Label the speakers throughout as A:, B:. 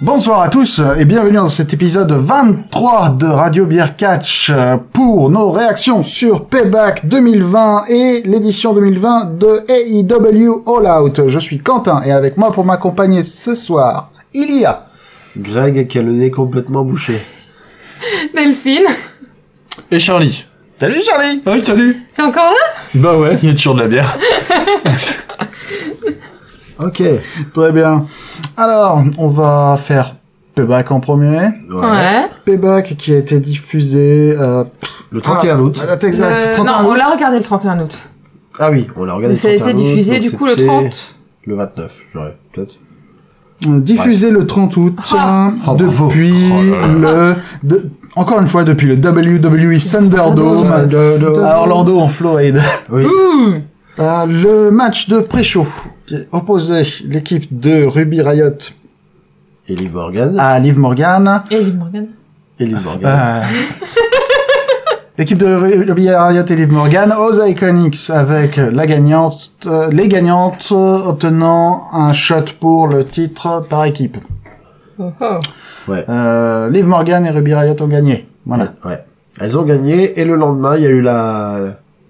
A: Bonsoir à tous et bienvenue dans cet épisode 23 de Radio Beer Catch euh, pour nos réactions sur Payback 2020 et l'édition 2020 de AEW All Out. Je suis Quentin et avec moi pour m'accompagner ce soir, il y a
B: Greg qui a le nez complètement bouché.
C: Delphine,
D: Et Charlie.
A: Salut Charlie
D: Ouais, salut
C: t'es encore là
D: Bah ouais, il y a toujours de la bière.
B: Ok.
A: Très bien. Alors, on va faire Payback en premier.
C: Ouais.
A: Payback qui a été diffusé euh,
B: Le 31
A: ah,
B: août.
A: la date exacte,
C: Euh,
A: 31
C: non, on
A: août.
C: l'a regardé le 31 août.
B: Ah oui, on l'a regardé
C: Mais ça a
B: le 31
C: été
B: août,
C: diffusé
B: donc
C: du coup le
B: c'était
C: 30.
B: Le 29, j'aurais peut-être.
A: diffusé le 30 août
C: Ah.
A: hein, depuis le de- encore une fois depuis le WWE Thunderdome
B: Thunderdome.
A: à Orlando en Floride.
B: Oui.
C: Ouh
A: Euh, le match de pré-show qui opposait l'équipe de Ruby Riot
B: Et Liv Morgan.
A: à Liv Morgan.
C: Et Liv Morgan.
B: Et Liv Morgan.
A: Euh, L'équipe de Ru- Ruby Riot et Liv Morgan aux Iconics avec la gagnante, euh, les gagnantes euh, obtenant un shot pour le titre par équipe.
C: Oh, oh.
B: Ouais.
A: Euh, Liv Morgan et Ruby Riot ont gagné. Voilà.
B: Ouais. Elles ont gagné et le lendemain, il y a eu la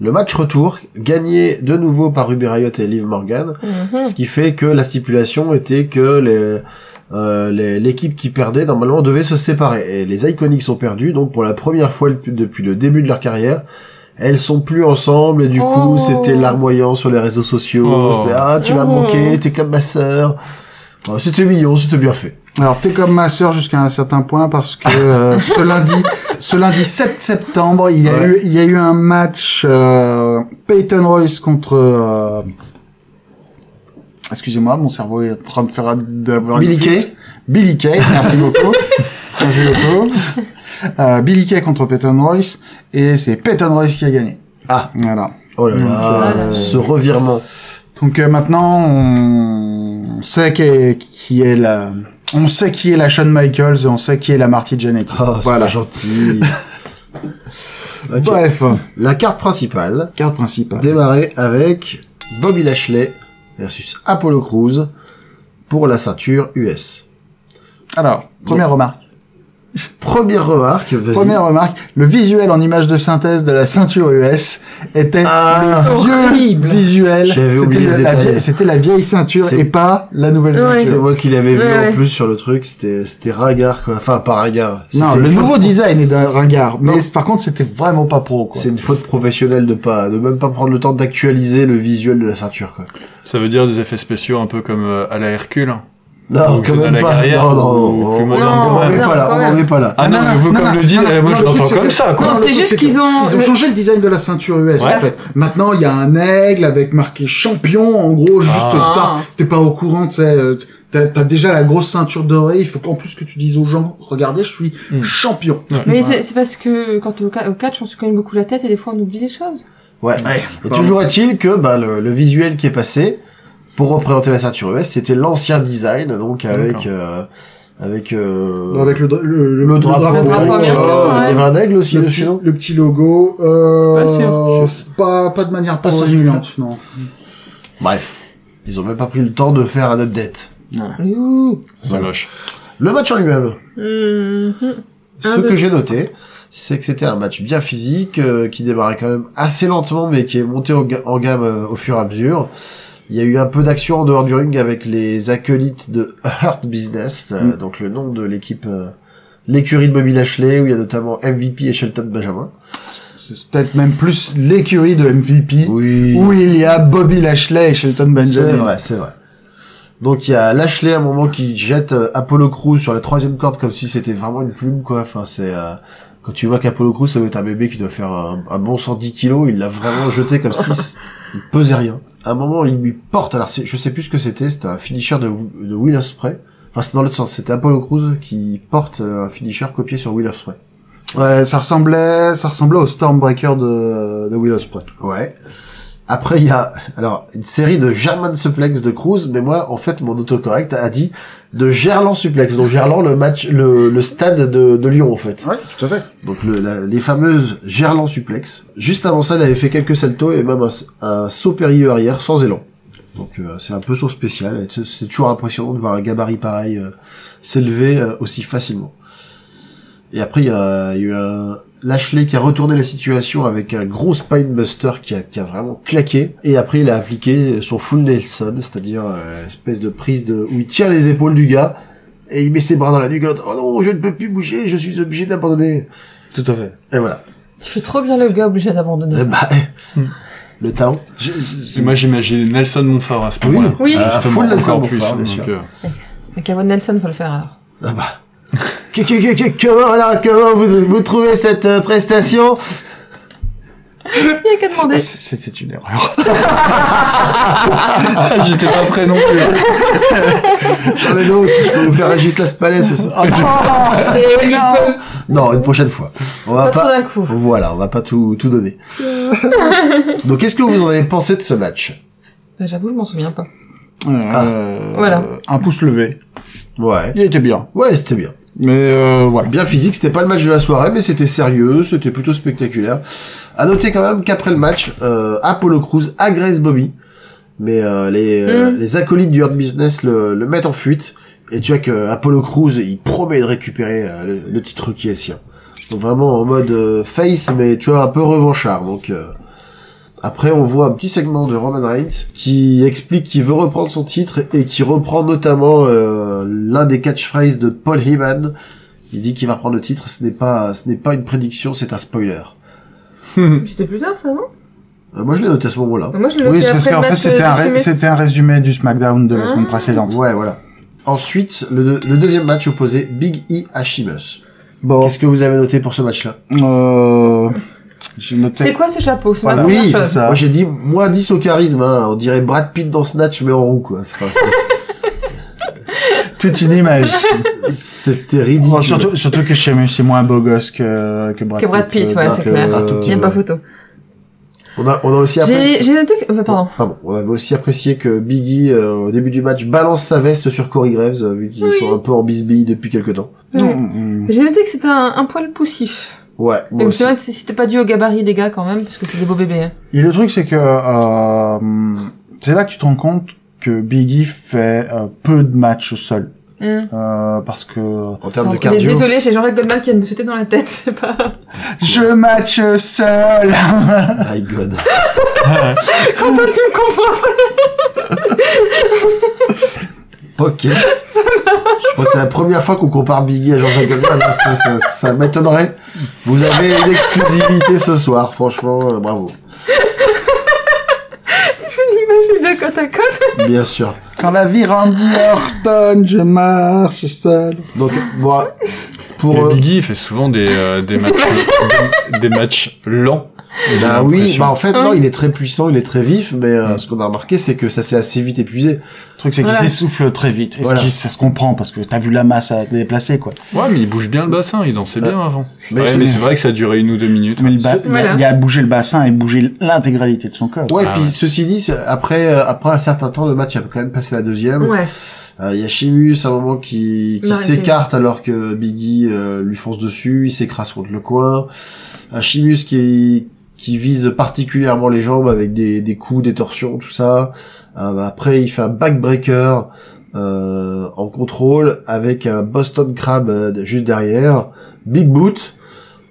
B: le match retour gagné de nouveau par Ruby Riot et Liv Morgan,
C: Mm-hmm.
B: ce qui fait que la stipulation était que les euh, les- l'équipe qui perdait normalement devait se séparer et les Iconics sont perdus donc pour la première fois le- depuis le début de leur carrière elles sont plus ensemble et du coup
C: Oh.
B: c'était larmoyant sur les réseaux sociaux
D: Oh.
B: c'était ah tu vas me
C: Oh.
B: manquer t'es comme ma sœur Ah, c'était mignon c'était bien fait
A: Alors t'es comme ma sœur jusqu'à un certain point parce que euh, ce lundi, ce lundi 7 septembre, il y a
B: Ouais.
A: eu, il y a eu un match euh, Peyton Royce contre. euh, Excusez-moi, mon cerveau est en train de faire d'avoir une
B: Billy Kay.
A: fuite. Billy Kay, merci beaucoup. merci beaucoup. Euh, Billy Kay contre Peyton Royce et c'est Peyton Royce qui a gagné.
B: ah
A: Voilà.
B: oh là là
C: euh,
B: ce revirement
A: Donc euh, maintenant, on on sait qui est, qui est la, on sait qui est la Shawn Michaels et on sait qui est la Marty Jannetty.
B: Oh,
A: voilà.
B: voilà. gentil. Ok.
A: Bref,
B: La carte principale
A: carte principale.
B: démarrait avec Bobby Lashley versus Apollo Crews pour la ceinture US.
A: Alors, première remarque.
B: Première remarque, vas-y.
A: Première remarque, le visuel en image de synthèse de la ceinture US était
B: Ah.
A: le vieux
C: Horrible.
A: visuel.
B: J'avais
A: C'était
B: oublié
A: le-
B: les
A: la,
B: détails.
A: vieille- c'était la vieille ceinture
B: C'est-
A: et pas la nouvelle
C: Ouais.
B: C'est
A: ceinture.
B: moi qui l'avais vu
C: Ouais, ouais.
B: en plus sur le truc, c'était c'était ringard quoi. Enfin, pas ringard.
A: Non,
B: C'était
A: le
B: une faute
A: nouveau
B: pro-
A: design est d'un ringard, mais
B: Non.
A: c'est- par contre, c'était vraiment pas pro. Quoi.
B: C'est une faute professionnelle de pas, de même pas prendre le temps d'actualiser le visuel de la ceinture quoi.
D: Ça veut dire des effets spéciaux un peu comme euh, à la Hercule.
B: Non,
D: Donc,
B: quand
D: c'est dans
B: même
D: la
B: pas.
D: carrière
B: Non, non,
D: ou plus
B: on- on
D: moderne
C: quand
B: en est
C: même.
B: pas là,
C: Non,
B: on en
C: quand
B: est pas là.
D: Ah non, mais vous, comme le dit, euh, moi, je
A: le truc,
D: l'entends
A: c'est
D: comme
A: que-
D: ça, quoi.
C: Non,
A: le
C: c'est
A: truc,
C: juste
A: que
C: qu'ils ont-
A: Ils ont
C: le-
A: changé le design de la ceinture US,
D: Ouais.
A: en fait. Maintenant, il y a un aigle avec marqué champion, en gros, juste,
D: Ah.
A: star. T'es pas au courant, tu sais, euh, t'as, t'as déjà la grosse ceinture dorée, il faut qu'en plus que tu dises aux gens, regardez, je suis
D: Mm.
A: champion.
D: Ouais.
C: Mais
A: Voilà.
C: c'est- c'est parce que quand on est au ca- au catch, on se cogne beaucoup la tête et des fois on oublie des choses.
B: Ouais. Et
A: Pardon.
B: toujours est-il que bah, le, le visuel qui est passé pour représenter la ceinture US, c'était l'ancien design, donc avec
D: D'accord.
B: euh, avec euh,
A: Avec le, dra- le, le- le
C: Le drapeau
B: américain,
C: américain,
B: euh,
C: ouais.
B: il y avait un aigle aussi,
A: Le
B: dessus,
A: petit,
B: non
A: le petit logo, euh,
D: Pas sûr.
A: c'est pas, pas de manière pas
B: Pas sûr.
A: stimulante, non.
B: Bref, ils ont même pas pris le temps de faire un update.
C: Ouh.
D: Ah, C'est
B: Voilà.
D: moche.
B: Le match en lui-même,
C: Mhm. Un,
B: ce
C: deux.
B: que j'ai noté, c'est que c'était un match bien physique euh, qui démarrait quand même assez lentement, mais qui est monté au ga- en gamme euh, au fur et à mesure. Il y a eu un peu d'action en dehors du ring avec les acolytes de Hurt Business, euh, donc le nom de l'équipe, euh, l'écurie de Bobby Lashley, où il y a notamment MVP et Shelton Benjamin.
A: C'est peut-être même plus l'écurie de MVP,
B: Oui,
A: où il y a Bobby Lashley et Shelton Benjamin.
B: c'est vrai, c'est vrai. Donc il y a Lashley à un moment qui jette euh, Apollo Crews sur la troisième corde comme si c'était vraiment une plume quoi. Enfin c'est euh, quand tu vois qu'Apollo Crews ça doit être un bébé qui doit faire un, un bon 110 kilos, il l'a vraiment jeté comme si c- il pesait rien. À un moment il lui porte alors c'est- je sais plus ce que c'était, c'était un finisher de, Wi- de Will Ospreay. Enfin c'est dans l'autre sens, c'était Apollo Crews qui porte euh, un finisher copié sur Will Ospreay.
A: Ouais, ça ressemblait, ça ressemblait au Stormbreaker de, de Will Ospreay.
B: Ouais. Après, il y a alors une série de German suplex de Cruz, mais moi, en fait, mon autocorrect a dit de Gerland suplex, donc Gerland, le match, le, le stade de, de Lyon, en fait.
A: Ouais, tout à fait.
B: Donc le- la- les fameuses Gerland suplex. Juste avant ça, il avait fait quelques saltos et même un, un saut périlleux arrière sans élan. Donc euh, c'est un peu son spécial. Et c'est- C'est toujours impressionnant de voir un gabarit pareil euh, s'élever euh, aussi facilement. Et après il y a, il y a eu un Lashley qui a retourné la situation avec un gros spinebuster qui a, qui a vraiment claqué. Et après il a appliqué son full Nelson, c'est-à-dire euh, espèce de prise de où il tient les épaules du gars et il met ses bras dans la nuque. et l'autre, Oh non, je ne peux plus bouger, je suis obligé d'abandonner.
E: Tout à fait.
B: Et voilà.
C: Tu fais trop bien le gars obligé d'abandonner.
E: Ah.
B: Eh bah,
D: Hmm.
B: le talent.
D: Et moi j'imagine Nelson Montfort à ce
B: Oui.
D: moment-là.
C: Oui.
B: Ah,
D: Justement,
B: full Nelson
D: encore
B: Montfort,
D: plus.
B: bien
D: donc,
B: sûr.
D: euh,
C: Mais Cowboy Nelson, faut le faire alors.
B: Ah bah. Que- que- que- que- comment, alors, comment vous, vous trouvez cette euh, prestation
C: Il y a qu'à demander.
E: Ah, C'était une erreur.
D: Ah, J'étais pas prêt non plus.
B: J'en ai d'autres, je peux vous faire Régis Laspalais ce soir.
E: Ah.
C: Et Oh, il peut
B: Non, une prochaine fois. On va
C: Pas trop d'un coup.
B: Voilà, on va pas tout, tout donner. Donc, qu'est-ce que vous en avez pensé de ce match
C: Bah, j'avoue, je m'en souviens pas.
E: Euh,
C: Voilà.
E: Un pouce levé.
B: Ouais.
E: Il était bien.
B: Ouais, c'était bien.
E: Mais euh, voilà.
B: Bien physique, c'était pas le match de la soirée, mais c'était sérieux, c'était plutôt spectaculaire. À noter quand même qu'après le match, euh, Apollo Crews agresse Bobby, mais euh, les, euh, les acolytes du Hard Business le, le mettent en fuite. Et tu vois que Apollo Crews, il promet de récupérer euh, le, le titre qui est le sien. Donc vraiment en mode euh, face, mais tu vois un peu revanchard. Donc euh, après, on voit un petit segment de Roman Reigns qui explique qu'il veut reprendre son titre et qui reprend notamment euh, l'un des catchphrases de Paul Heyman. Il dit qu'il va reprendre le titre, ce n'est pas, ce n'est pas une prédiction, c'est un spoiler.
F: C'était plus tard, ça, non
B: Euh, moi, je l'ai noté à ce moment-là.
F: Mais Moi, je l'ai
E: Mm. Oui,
F: noté
E: c'est parce
F: après le
E: qu'en fait,
F: match
E: c'était
F: euh,
E: un,
F: du
E: ré-
F: Sheamus.
E: c'était un résumé du SmackDown de la
F: Ah.
E: semaine précédente.
B: Ouais, voilà. Ensuite, le, deux- le deuxième match opposait Big E à Sheamus.
E: Bon,
B: Qu'est-ce que vous avez noté pour ce match-là
E: euh, j'ai
C: C'est
E: noté.
C: quoi ce chapeau C'est
E: Voilà.
C: ma première
E: Oui,
C: chose.
E: c'est ça.
B: Moi, j'ai dit moins 10 au charisme. Hein. On dirait Brad Pitt dans Snatch, mais en roue, quoi. C'est, pas- c'est-
E: Toute une image.
B: c'était ridicule.
E: Bon, surtout, surtout que Sheamus c'est moins beau gosse que que Brad
C: Que Brad
A: euh,
C: Pitt, ouais,
E: donc, euh,
C: c'est clair. Ah,
B: Un tout
C: Il
B: petit
C: n'y a
B: peu.
C: pas photo.
B: On a, on a aussi apprécié...
C: J'ai j'ai noté que... euh, Pardon.
B: Pardon. On avait aussi apprécié que Biggie, au début du match, balance sa veste sur Corey Graves, euh, vu qu'ils sont un peu en bisbille depuis quelque temps.
E: Non,
C: Ouais.
E: mm,
C: J'ai noté que c'était un, un poil poussif.
B: Ouais, moi
C: Et
B: aussi.
C: c'est vrai que c'était pas dû au gabarit des gars quand même, parce que c'est des beaux bébés. hein.
E: Et le truc, c'est que euh, c'est là que tu te rends compte que Biggie fait euh, peu de matchs seul.
C: Hmm.
E: Euh, parce que
B: En termes
C: Non,
B: de cardio...
C: Désolé, j'ai Jean-Jacques Goldman qui vient de me sauter dans la tête. C'est pas...
E: je match seul.
B: My God.
C: Quentin, tu me comprends ça
B: Ok. Je crois que c'est la première fois qu'on compare Biggie à Jean-Jacques Goldman. hein. Ça, ça- ça m'étonnerait. Vous avez une exclusivité ce soir, franchement, euh, bravo.
C: J'ai l'image des deux côte à côte.
B: Bien sûr.
E: Quand la vie rendit Horton, je marche seul.
B: Donc, moi, pour...
D: Et
B: euh,
D: Biggie il fait souvent des, euh, des, matchs, des, des matchs lents. j'ai
B: bah oui,
D: l'impression. Hein
B: bah en fait, non, il est très puissant, il est très vif, mais euh, ce qu'on a remarqué, c'est que ça s'est assez vite épuisé.
E: Le truc, c'est qu'il
C: Voilà.
E: s'essouffle très vite. Et
B: Voilà.
E: ce qui, ça se comprend parce que t'as vu la masse à déplacer, quoi.
D: Ouais, mais il bouge bien le bassin, il dansait bien avant.
B: Euh, Mais
D: ouais,
B: c'est-
D: mais c'est vrai que ça a duré une ou deux minutes.
E: Mais le ba-
B: C'est-
C: voilà.
E: il y a bougé le bassin et bougé l'intégralité de son corps.
B: Ouais,
D: Ah
B: puis
D: ouais.
B: ceci dit, c'est- après, euh, après un certain temps, le match a quand même passé la deuxième.
C: Ouais.
B: Euh, Il y a Sheamus à un moment qui, qui
C: Non,
B: s'écarte alors que Biggie euh, lui fonce dessus, il s'écrase contre le coin. Euh, Sheamus qui qui vise particulièrement les jambes avec des, des coups, des torsions, tout ça. Euh, bah, après, il fait un backbreaker euh, en contrôle avec un Boston Crab euh, de- juste derrière. Big boot.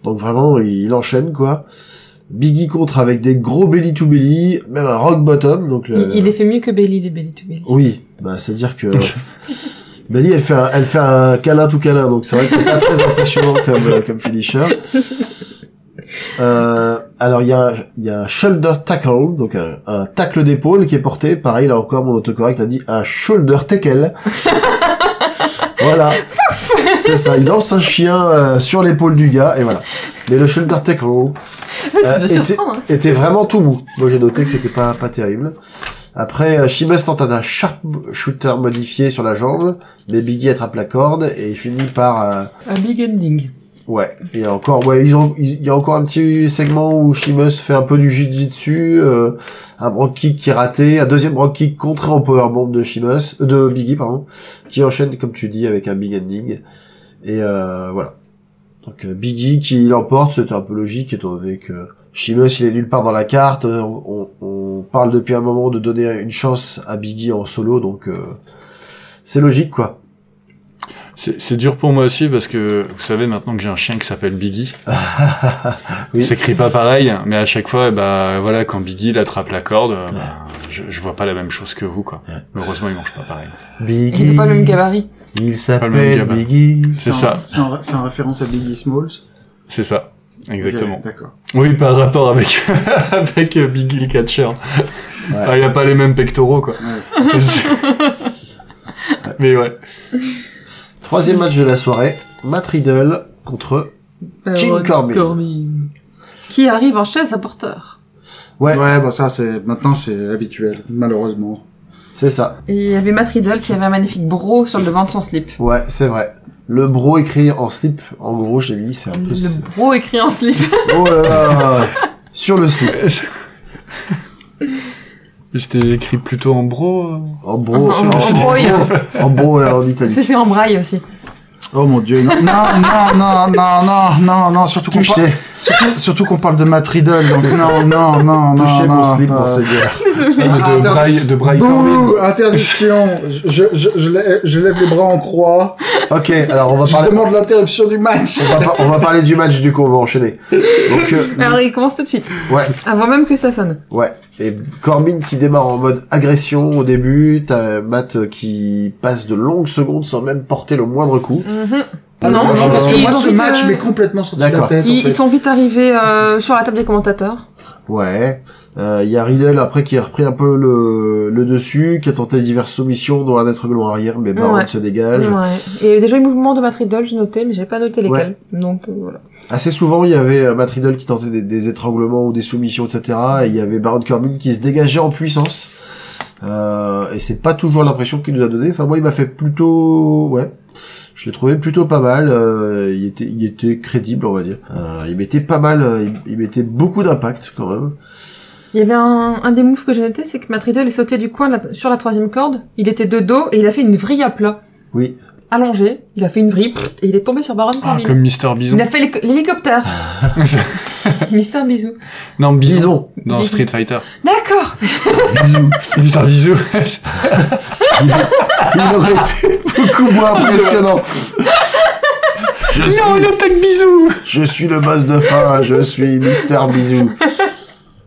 B: Donc vraiment, il, il enchaîne quoi. Biggie contre avec des gros belly to belly, même un rock bottom. Donc le,
C: Il, il les fait mieux que Bailey, les Bailey to Bailey.
B: oui, bah c'est à dire que Belly elle fait un, elle fait un câlin tout câlin donc c'est vrai que c'est pas très impressionnant comme euh, comme finisher. Euh, alors il y a il y a un shoulder tackle donc un, un tacle d'épaule qui est porté pareil là encore mon autocorrect a dit un shoulder tackle. voilà. C'est ça, il lance un chien euh, sur l'épaule du gars et voilà. Mais le shoulder tackle euh,
C: C'est
B: était,
C: surprenant. hein.
B: était vraiment tout mou. Moi j'ai noté que c'était pas pas terrible. Après euh, Sheamus tente un sharp shooter modifié sur la jambe, mais Biggie attrape la corde et il finit par euh,
C: Un big ending.
B: ouais. Et encore ouais, ils ont ils- il y a encore un petit segment où Sheamus fait un peu du jiu-jitsu, euh, un brock kick qui est raté, un deuxième brock kick contré en powerbomb de Sheamus euh, de Biggie pardon, qui enchaîne comme tu dis avec un big ending et euh, voilà. Donc euh, Biggie qui l'emporte, c'était un peu logique étant donné que Sheamus il est nulle part dans la carte, euh, on, on- parle depuis un moment de donner une chance à Biggie en solo, donc euh, c'est logique quoi.
D: C'est c'est dur pour moi aussi parce que vous savez maintenant que j'ai un chien qui s'appelle Biggie.
B: Oui.
D: Il s'écrit pas pareil, mais à chaque fois, eh ben, voilà, quand Biggie il attrape la corde, eh ben, je, je vois pas la même chose que vous, quoi. Heureusement, il mange pas pareil.
B: Biggie.
C: Ils ont pas le même gabarit.
B: Il
D: Pas le même
B: s'appelle
D: gamin.
B: Biggie.
D: C'est
A: en-
D: ça.
A: C'est en, ré- c'est en référence à Biggie Smalls.
D: C'est ça, exactement.
A: Ok, D'accord.
D: Oui, par rapport avec avec euh, Biggie le catcher. Ah, il a pas les mêmes pectoraux, quoi. mais ouais.
B: Troisième match de la soirée, Matt Riddle contre. King
C: Baron
B: Corbin.
C: Euh, Qui arrive en chaise à porteur.
B: Ouais.
A: Ouais, bah ça, c'est maintenant c'est habituel, malheureusement.
B: C'est ça.
C: Et il y avait Matt Riddle qui avait un magnifique bro sur le devant de son slip.
B: Ouais, c'est vrai. Le bro écrit en slip, en gros, j'ai mis, c'est un peu.
C: Le bro écrit en slip.
B: Oh là là Sur le slip.
D: C'était écrit plutôt en bro. euh,
B: En bro,
C: En-
B: sur-
C: en bro, il y
B: en bro et en italique.
C: C'est fait en braille aussi.
A: Oh mon dieu, non, non, non, non, non, non, non, non, surtout qu'on parle,
B: Touché,
A: surtout, surtout qu'on parle de Matt Riddle, donc
B: C'est ça.
A: non, non, non, non,
B: touché
A: non,
B: mon slip,
A: pas-
B: monseigneur.
A: Ah,
D: de
A: attends.
D: Braille, de Braille
A: Bouh,
D: Corbin.
A: interdiction. Je, je, je, lè- je lève les bras en croix.
B: Ok, alors on va
A: Je
B: parler.
A: demande l'interruption du match.
B: On va, par- on va parler du match du coup, on va enchaîner. Donc, euh,
C: Alors il commence tout de suite.
B: ouais,
C: Avant même que ça sonne.
B: ouais. Et Corbin qui démarre en mode agression au début, t'as Matt qui passe de longues secondes sans même porter le moindre coup.
C: Euh, Non,
B: non,
A: je pense
B: non,
A: que moi
C: non.
A: ce
C: Ils ont
A: match
C: vite, euh,
A: m'est complètement sorti de la
B: D'accord.
A: tête. en
C: Ils,
A: fait.
C: ils sont vite arrivés euh, sur la table des commentateurs.
B: Ouais. Euh, Il y a Riddle après qui a repris un peu le, le dessus, qui a tenté diverses soumissions, dont un attroupement arrière, mais Baron
C: Ouais.
B: se dégage.
C: Ouais. Et il y avait déjà eu le mouvement de Matt Riddle, j'ai noté, mais j'ai pas noté lesquels. Donc euh, voilà.
B: Assez souvent, il y avait euh, Matt Riddle qui tentait des, des étranglements ou des soumissions, etc. Et il y avait Baron Corbin qui se dégageait en puissance. Euh, et c'est pas toujours l'impression qu'il nous a donné. Enfin, moi, il m'a fait plutôt, ouais. Je l'ai trouvé plutôt pas mal. Euh, il était, il était crédible, on va dire. Euh, il mettait pas mal. euh, Il, il mettait beaucoup d'impact quand même.
C: Il y avait un, un des moves que j'ai noté, c'est que Matt Riddle est sauté du coin de la- sur la troisième corde. Il était de dos et il a fait une vrille à plat.
B: Oui.
C: Allongé, il a fait une vrille pff, et il est tombé sur Baron
D: Ah,
C: Corbin.
D: comme Mister Bison.
C: il a fait l'hélic- l'hélicoptère. Mister Bisou.
D: non, Bison.
B: Bison.
D: Dans Street Fighter.
C: D'accord.
B: Bisous.
D: Mister Bison.
B: Il aurait été beaucoup moins impressionnant. Je suis,
D: attaque Bison.
B: je suis le boss de fin, je suis Mister Bisou.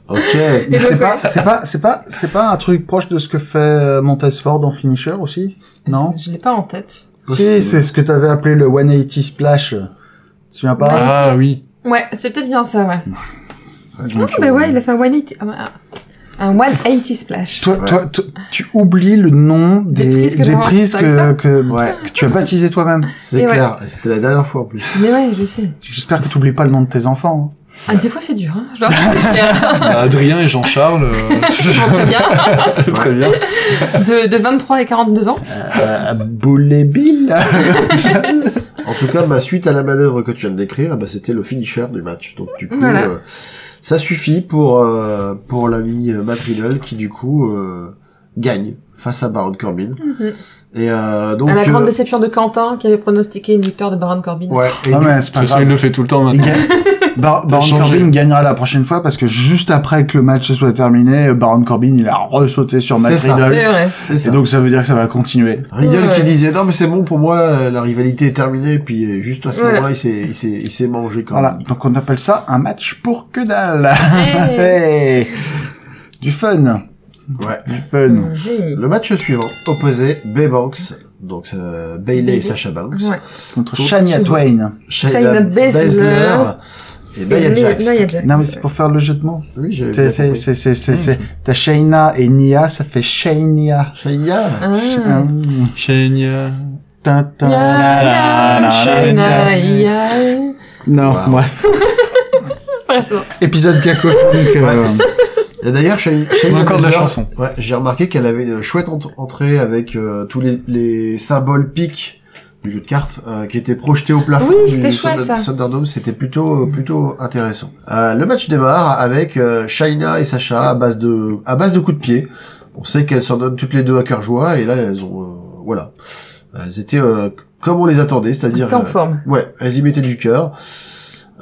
B: Ok.
A: Mais c'est pas, c'est pas, c'est pas, c'est pas un truc proche de ce que fait euh, Montesford en finisher aussi Non.
C: Je l'ai pas en tête.
A: Si, c'est ce que t'avais appelé le 180 splash. Tu te souviens pas
D: Ah oui.
C: Ouais, c'est peut-être bien ça, ouais.
A: Donc,
B: euh,
C: Ah, bah ouais, il a fait un 180, un, un 180 splash.
A: Toi, toi, toi, tu oublies le nom
C: Des
A: des,
C: prises que
A: des
C: j'ai
A: prises
C: inventées,
A: que,
C: ça.
A: que,
B: Ouais,
A: que tu as baptisées toi-même.
B: c'est
C: Et ouais.
B: clair. Et C'était la dernière fois en plus.
C: Mais ouais, je sais.
A: J'espère que tu oublies pas le nom de tes enfants. hein.
C: Ah, des fois c'est dur, hein. Je leur je
D: Bah, Adrien et Jean-Charles.
C: les montre très bien.
D: euh, très bien.
C: Ah, De, de 23 et 42 ans.
A: Euh, Boule et Bill.
B: En tout cas, ma suite à la manœuvre que tu viens de décrire, eh ben, c'était le finisher du match. Donc du coup,
C: Voilà.
B: euh, ça suffit pour euh, pour l'ami euh, Matt Riddle qui du coup euh, gagne face à Baron Corbin. Et euh, donc
C: Mhm. à la
B: euh,
C: grande déception de Quentin, qui avait pronostiqué une victoire de Baron Corbin.
B: ouais, et
A: Non
B: du-
A: mais c'est pas
D: C'est ça,
A: grave.
D: il le fait tout le temps
A: Il
D: maintenant.
A: gagne. Bar- Baron
D: changé.
A: Corbin gagnera la prochaine fois parce que juste après que le match se soit terminé, Baron Corbin il a ressauté sur Matt
B: C'est ça.
A: Riddle.
C: C'est vrai.
B: c'est ça.
A: Et donc ça veut dire que ça va continuer.
C: Ouais.
B: Riddle qui disait non mais c'est bon pour moi euh, la rivalité est terminée puis euh, juste à ce
C: Ouais.
B: moment-là il s'est il s'est il s'est mangé quand
A: Voilà,
B: même.
A: donc on appelle ça un match pour que dalle. Ah
C: Hey.
A: Hey. du fun,
B: Ouais.
A: du fun.
C: Hey.
B: Le match suivant opposé Bay Banks donc euh, Bailey et Sasha Banks
C: Ouais.
A: Contre Shania Twain.
B: Shayna
C: Shayna Baszler.
B: Baszler et
C: Et
B: Nia
C: Nia-
B: Jax.
C: Nia Jax.
A: Non mais c'est pour faire le jeu de mots.
B: Oui j'avais
A: T'es-
B: bien
A: t'es-
B: compris.
A: c'est- c'est- c'est- c'est- T'as Shayna et Nia, ça fait Shaynia.
B: Shayna.
C: Ah.
A: Hum.
D: Chaigne.
A: Tin, tin,
C: Ya,
A: la, la,
C: ya,
A: la, la, la,
C: Shayna,
A: la.
C: ya.
A: Non,
B: Wow.
A: bref.
C: Bref, non.
A: Épisode cacophonique. euh,
B: Et d'ailleurs Shay- Shayna
D: On accorde la
B: Baszler,
D: chanson.
B: Ouais j'ai remarqué qu'elle avait une chouette ent- entrée avec euh, tous les les symboles piques du jeu de cartes euh, qui étaient projetés au plafond
C: Oui,
B: du
C: c'était chouette,
B: Thunder-
C: ça.
B: Thunderdome c'était plutôt euh, plutôt intéressant Euh, le match démarre avec euh, Shayna et Sacha à base de à base de coups de pied on sait qu'elles s'en donnent toutes les deux à cœur joie et là elles ont euh, voilà elles étaient euh, comme on les attendait c'est-à-dire
C: T'es en
B: euh,
C: forme.
B: Ouais, elles y mettaient du cœur.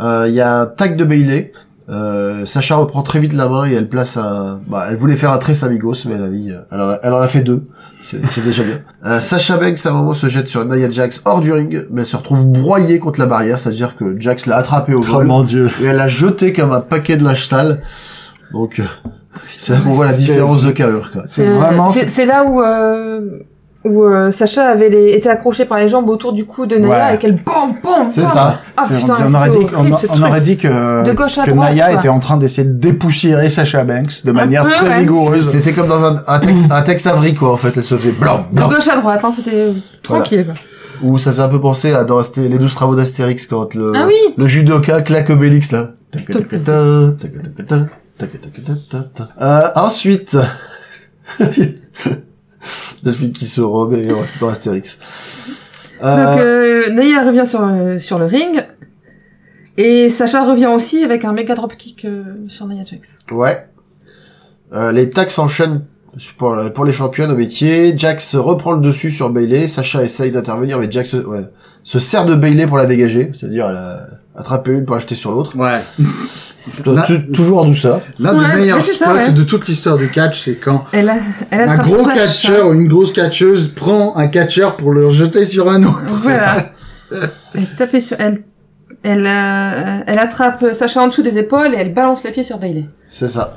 B: Euh, Il y a un tag de Bailey Euh, Sacha reprend très vite la main et elle place un... Bah, elle voulait faire un très amigos, mais elle a mis... euh, Elle en a, elle en a fait deux. C'est c'est déjà bien. Euh, Sacha Banks, à un moment, se jette sur Nia Jax hors du ring, mais elle se retrouve broyée contre la barrière, c'est-à-dire que Jax l'a attrapée au
A: Oh
B: vol
A: mon dieu.
B: et elle l'a jetée comme un paquet de linge sale. Donc, euh, c'est là qu'on voit la différence de carrure, quoi.
A: C'est
C: Euh,
A: vraiment...
C: C'est c'est là où euh, où euh, Sacha avait les, été accroché par les jambes autour du cou de Naya
A: Ouais.
C: et qu'elle bam bam.
B: C'est
C: bam.
B: ça.
C: Ah
A: C'est-
C: putain,
A: on, aurait
C: c'était
A: dit,
C: horrible,
A: on,
C: ce
A: on
C: truc.
A: aurait dit que,
C: De gauche à
A: que
C: droite,
A: Naya
C: quoi.
A: était en train d'essayer de dépoussiérer Sacha Banks de manière
C: peu,
A: très
C: ouais.
A: vigoureuse.
B: C'était comme dans un, un texte, un texte avri, quoi, en fait. Elle se faisait blanc,
C: De
B: blanc.
C: gauche à droite, hein, c'était euh,
B: Voilà.
C: tranquille.
B: Ou ça faisait un peu penser à dans Asté- les 12 travaux d'Astérix quand le,
C: Ah oui.
B: le judoka claque Obélix là. Taca, taca, ta, taca, taca, ta, taca, taca, ta, ta, ta. Euh, ensuite, Delphine qui se remet en- dans Astérix.
C: Donc
B: Euh,
C: euh, Naya revient sur euh, sur le ring et Sacha revient aussi avec un méga dropkick euh, sur Naya Jax.
B: Ouais. Euh, les taxes s'enchaînent pour, pour les championnes au métier. Jax reprend le dessus sur Bailey. Sacha essaye d'intervenir, mais Jax se- ouais, se sert de Bailey pour la dégager. C'est-à-dire, elle a attrapé une pour acheter sur l'autre.
G: Ouais.
B: Donc, tu- Toujours en douceur.
G: L'un
C: Ouais,
G: des meilleurs
C: mais c'est
G: spots
C: ça, ouais.
G: de toute l'histoire du catch, c'est quand
C: Elle a elle
G: un
C: attrape
G: gros
C: Sacha.
G: catcheur ou une grosse catcheuse prend un catcheur pour le jeter sur un autre.
C: Voilà. Elle tapait sur elle. Elle, euh, elle attrape Sacha en dessous des épaules et elle balance les pieds sur Bailey.
B: C'est ça.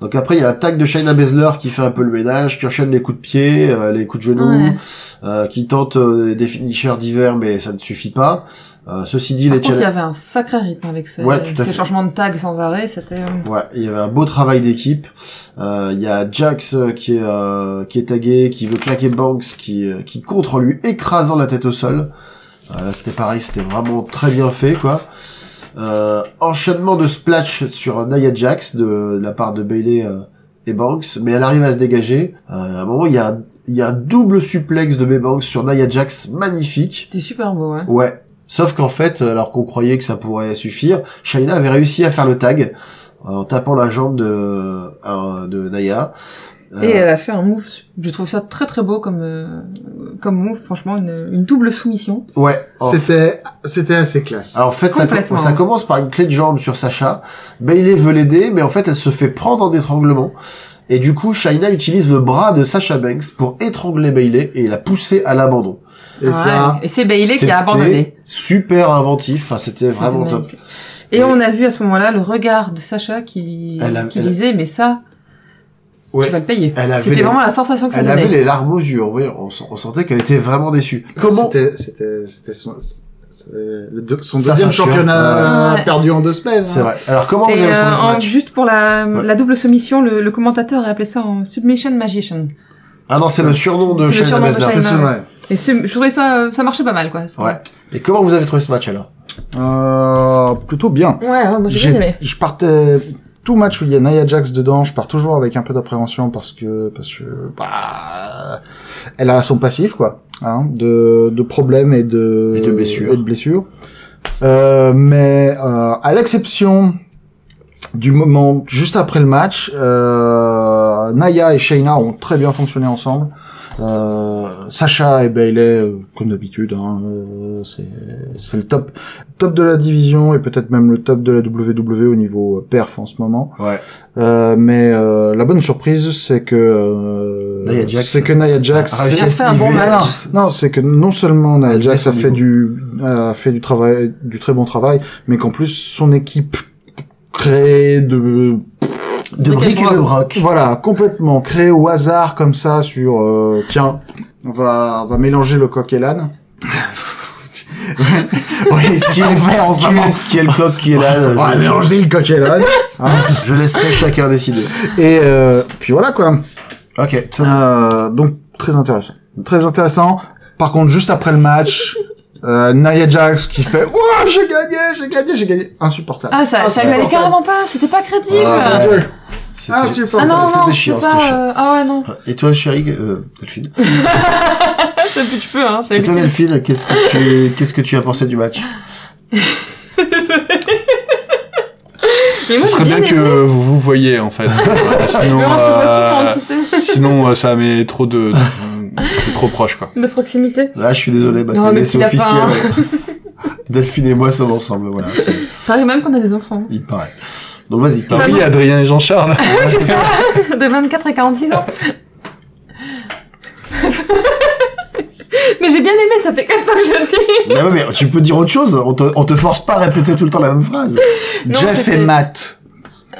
B: Donc après, il y a l'attaque de Shayna Baszler qui fait un peu le ménage, qui enchaîne les coups de pied, euh, les coups de genoux,
C: Ouais.
B: euh, qui tente euh, des finishers divers, mais ça ne suffit pas. Euh, ceci dit,
C: Par
B: les
C: contre, il y
B: challenges...
C: avait un sacré rythme avec ce-
B: Ouais, tout à
C: ces
B: fait.
C: changements de tag sans arrêt. C'était euh,
B: Ouais, il y avait un beau travail d'équipe. Euh, Il y a Jax euh, qui est euh, qui est tagué, qui veut claquer Banks, qui euh, qui contre en lui écrasant la tête au sol. Euh, là, c'était pareil, c'était vraiment très bien fait, quoi. Euh, enchaînement de splash sur Nia Jax de, de la part de Bailey euh, et Banks, mais elle arrive à se dégager. Euh, à un moment, il y a un- il y a un double suplex de B Banks sur Nia Jax, magnifique.
C: c'était super beau. Hein.
B: Ouais. Sauf qu'en fait, euh, alors qu'on croyait que ça pourrait suffire, Shaina avait réussi à faire le tag euh, en tapant la jambe de, euh, de Naya. Euh,
C: Et elle a fait un move. Je trouve ça très très beau comme euh, comme move. Franchement, une, une double soumission.
B: ouais. En,
G: C'était, c'était assez classe.
A: Ah.
B: alors en fait, ça,
C: Complètement.
B: ça commence par une clé de jambe sur Sacha. Bailey veut l'aider, mais en fait, elle se fait prendre en étranglement. Et du coup, Shaina utilise le bras de Sacha Banks pour étrangler Bailey et la pousser à l'abandon.
G: et
C: Ouais.
G: ça,
C: Et c'est Bailey qui
B: C'était
C: a abandonné.
B: Super inventif. Enfin, c'était
C: C'était
B: vraiment top.
C: magnifique. Et
B: Et-
C: on a vu à ce moment-là le regard de Sacha qui,
B: Elle a-
C: qui
B: elle a-
C: disait mais ça,
B: Ouais.
C: tu vas le payer.
B: Elle avait
C: C'était
B: les-
C: vraiment la sensation que ça
B: Elle
C: donnait.
B: avait les larmes aux yeux. On, voyait- on sen- on sentait qu'elle était vraiment déçue. Comment
G: C'était, c'était, c'était son, c'était le deux- son
B: Ça,
G: deuxième
B: ça,
G: championnat
C: ouais.
G: perdu en deux semaines.
B: C'est
G: hein.
B: vrai. Alors comment vous
C: Et
B: avez
C: euh,
B: trouvé ce
C: en-
B: match
C: juste pour la,
B: Ouais.
C: la double soumission, le, le commentateur a appelé ça en submission magician.
B: Ah non, c'est le surnom
C: c'est
B: de
C: le
B: Shayna
C: surnom de
B: Baszler.
C: Shayna.
G: C'est sûr, ouais.
C: Et c'est- je trouvais ça, euh, ça marchait pas mal, quoi. Ça-
B: Ouais. Et comment vous avez trouvé ce match alors
A: Euh, plutôt bien.
C: Ouais, ouais, moi j'ai bien
A: J'ai-
C: aimé.
A: Je partais tout match où il y a Nia Jax dedans, je pars toujours avec un peu d'appréhension parce que parce que bah, elle a son passif quoi, hein, de de problèmes et de
B: Et de blessures.
A: et de blessures. Euh, mais euh, à l'exception du moment juste après le match, euh, Naya et Shayna ont très bien fonctionné ensemble. Euh, Sacha et Bailey, euh, comme d'habitude, hein, euh, c'est c'est le top, top de la division et peut-être même le top de la WWE au niveau euh, perf en ce moment.
B: Ouais.
A: Euh, mais euh, la bonne surprise, c'est que euh,
B: Nia Jax.
A: c'est que Nia Jax
B: Ah, réussi
C: Elle
B: à
C: a
B: se
C: fait un bon
B: niveler.
C: match.
A: non, non, c'est que non seulement Nia
B: Elle fait
A: Jax a
B: son
A: fait du a fait du travail, du très bon travail, mais qu'en plus son équipe crée de
B: De briques et de broc.
A: voilà, complètement créé au hasard comme ça sur euh, tiens, on va on va mélanger le coq et l'âne. oui, ce qu'il fait en ce
B: Qui
A: moment.
B: est- Qui est le coq qui est là
A: On va
B: euh, hein,
A: mélanger le coq et l'âne.
B: je- Je laisserai chacun décider.
A: Et euh, puis voilà quoi.
B: Ok.
A: Euh, donc très intéressant, très intéressant. Par contre, juste après le match. Euh, Nia Jax qui fait Ouah, j'ai gagné, j'ai gagné, j'ai gagné. Insupportable.
C: Ah, ça, ça lui allait
A: Insupportable.
C: carrément pas, c'était pas crédible.
B: Ah,
E: Euh,
B: ouais.
A: Ah,
B: C'était-
A: super.
C: Ah non, non,
B: c'était- C'était
C: c'est
B: chiant, c'était
C: pas,
B: chiant.
C: euh, ah ouais, non.
B: Et toi, chérie, euh, Delphine.
C: Ça pue, tu peux, hein,
B: Et toi, Delphine, qu'est-ce que tu, qu'est-ce que tu as pensé du match
C: Mais moi,
D: Ce
C: j'ai bien
D: serait bien
C: aimé.
D: que vous vous voyez en fait. sinon,
C: Mais on se
D: euh,
C: voit souvent, hein, tu sais,
D: sinon euh, ça met trop de, c'est trop proche quoi.
C: de proximité.
B: Là, je suis désolé, bah,
C: Non,
B: c'est
C: le
B: c'est
C: petit
B: officiel.
C: lapin.
B: Delphine et moi sommes ensemble, voilà. c'est-
C: Pareil même qu'on a des enfants.
B: Il paraît. Donc vas-y.
D: Bah oui, Adrien et Jean-Charles.
C: C'est ça De 24 et 46 ans. Mais j'ai bien aimé, ça fait 4 fois que je le suis.
B: Mais ouais, mais tu peux dire autre chose. On te, on te force pas à répéter tout le temps la même phrase.
C: Non,
E: Jeff et
C: c'était-
E: Matt.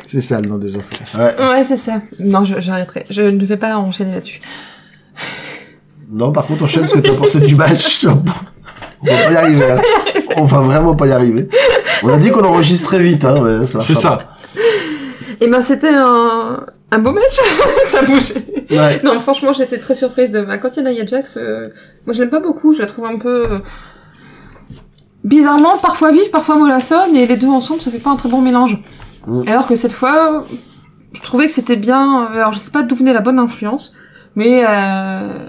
E: C'est ça le nom des enfants.
B: Ouais.
C: Ouais, c'est ça. Non, je- j'arrêterai. Je ne vais pas enchaîner là-dessus.
B: Non, par contre, enchaîne ce que t'as pensé du match. sur- On va pas y arriver. hein. On va vraiment pas y arriver. On a dit qu'on enregistrait vite, hein, mais ça.
D: C'est ça.
C: Et ben, c'était un, un beau match. ça bougeait.
B: Ouais.
C: Non, franchement, j'étais très surprise de ma cantine Nia Jax. euh, Moi, je l'aime pas beaucoup. Je la trouve un peu euh, bizarrement, parfois vive, parfois mollassonne, et les deux ensemble, ça fait pas un très bon mélange.
B: Mm.
C: Alors que cette fois, je trouvais que c'était bien. euh, Alors, je sais pas d'où venait la bonne influence, mais euh,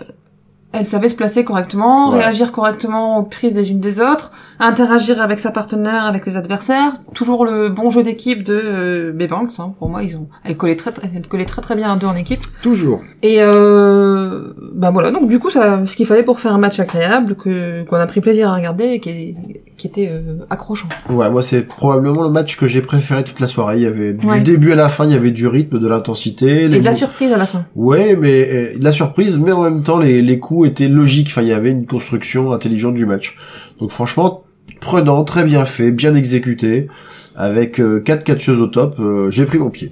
C: elle savait se placer correctement,
B: Ouais.
C: réagir correctement aux prises des unes des autres, interagir avec sa partenaire, avec les adversaires. Toujours le bon jeu d'équipe de euh, Bebanks. Hein. Pour moi, ils ont, elle collait très, très, elle collait très très bien à deux en équipe.
E: Toujours.
C: Et euh, bah voilà, donc du coup, ça, ce qu'il fallait pour faire un match agréable, que qu'on a pris plaisir à regarder et qui, est- qui était euh, accrochant.
B: Ouais, moi, c'est probablement le match que j'ai préféré toute la soirée. Il y avait, du
C: Ouais.
B: début à la fin, il y avait du rythme, de l'intensité.
C: Et
B: les
C: de la
B: mots-
C: surprise à la fin.
B: Ouais, mais euh, la surprise, mais en même temps, les, les coups étaient logiques. Enfin, il y avait une construction intelligente du match. Donc, franchement, prenant, très bien fait, bien exécuté, avec euh, quatre catcheuses au top. euh, J'ai pris mon pied.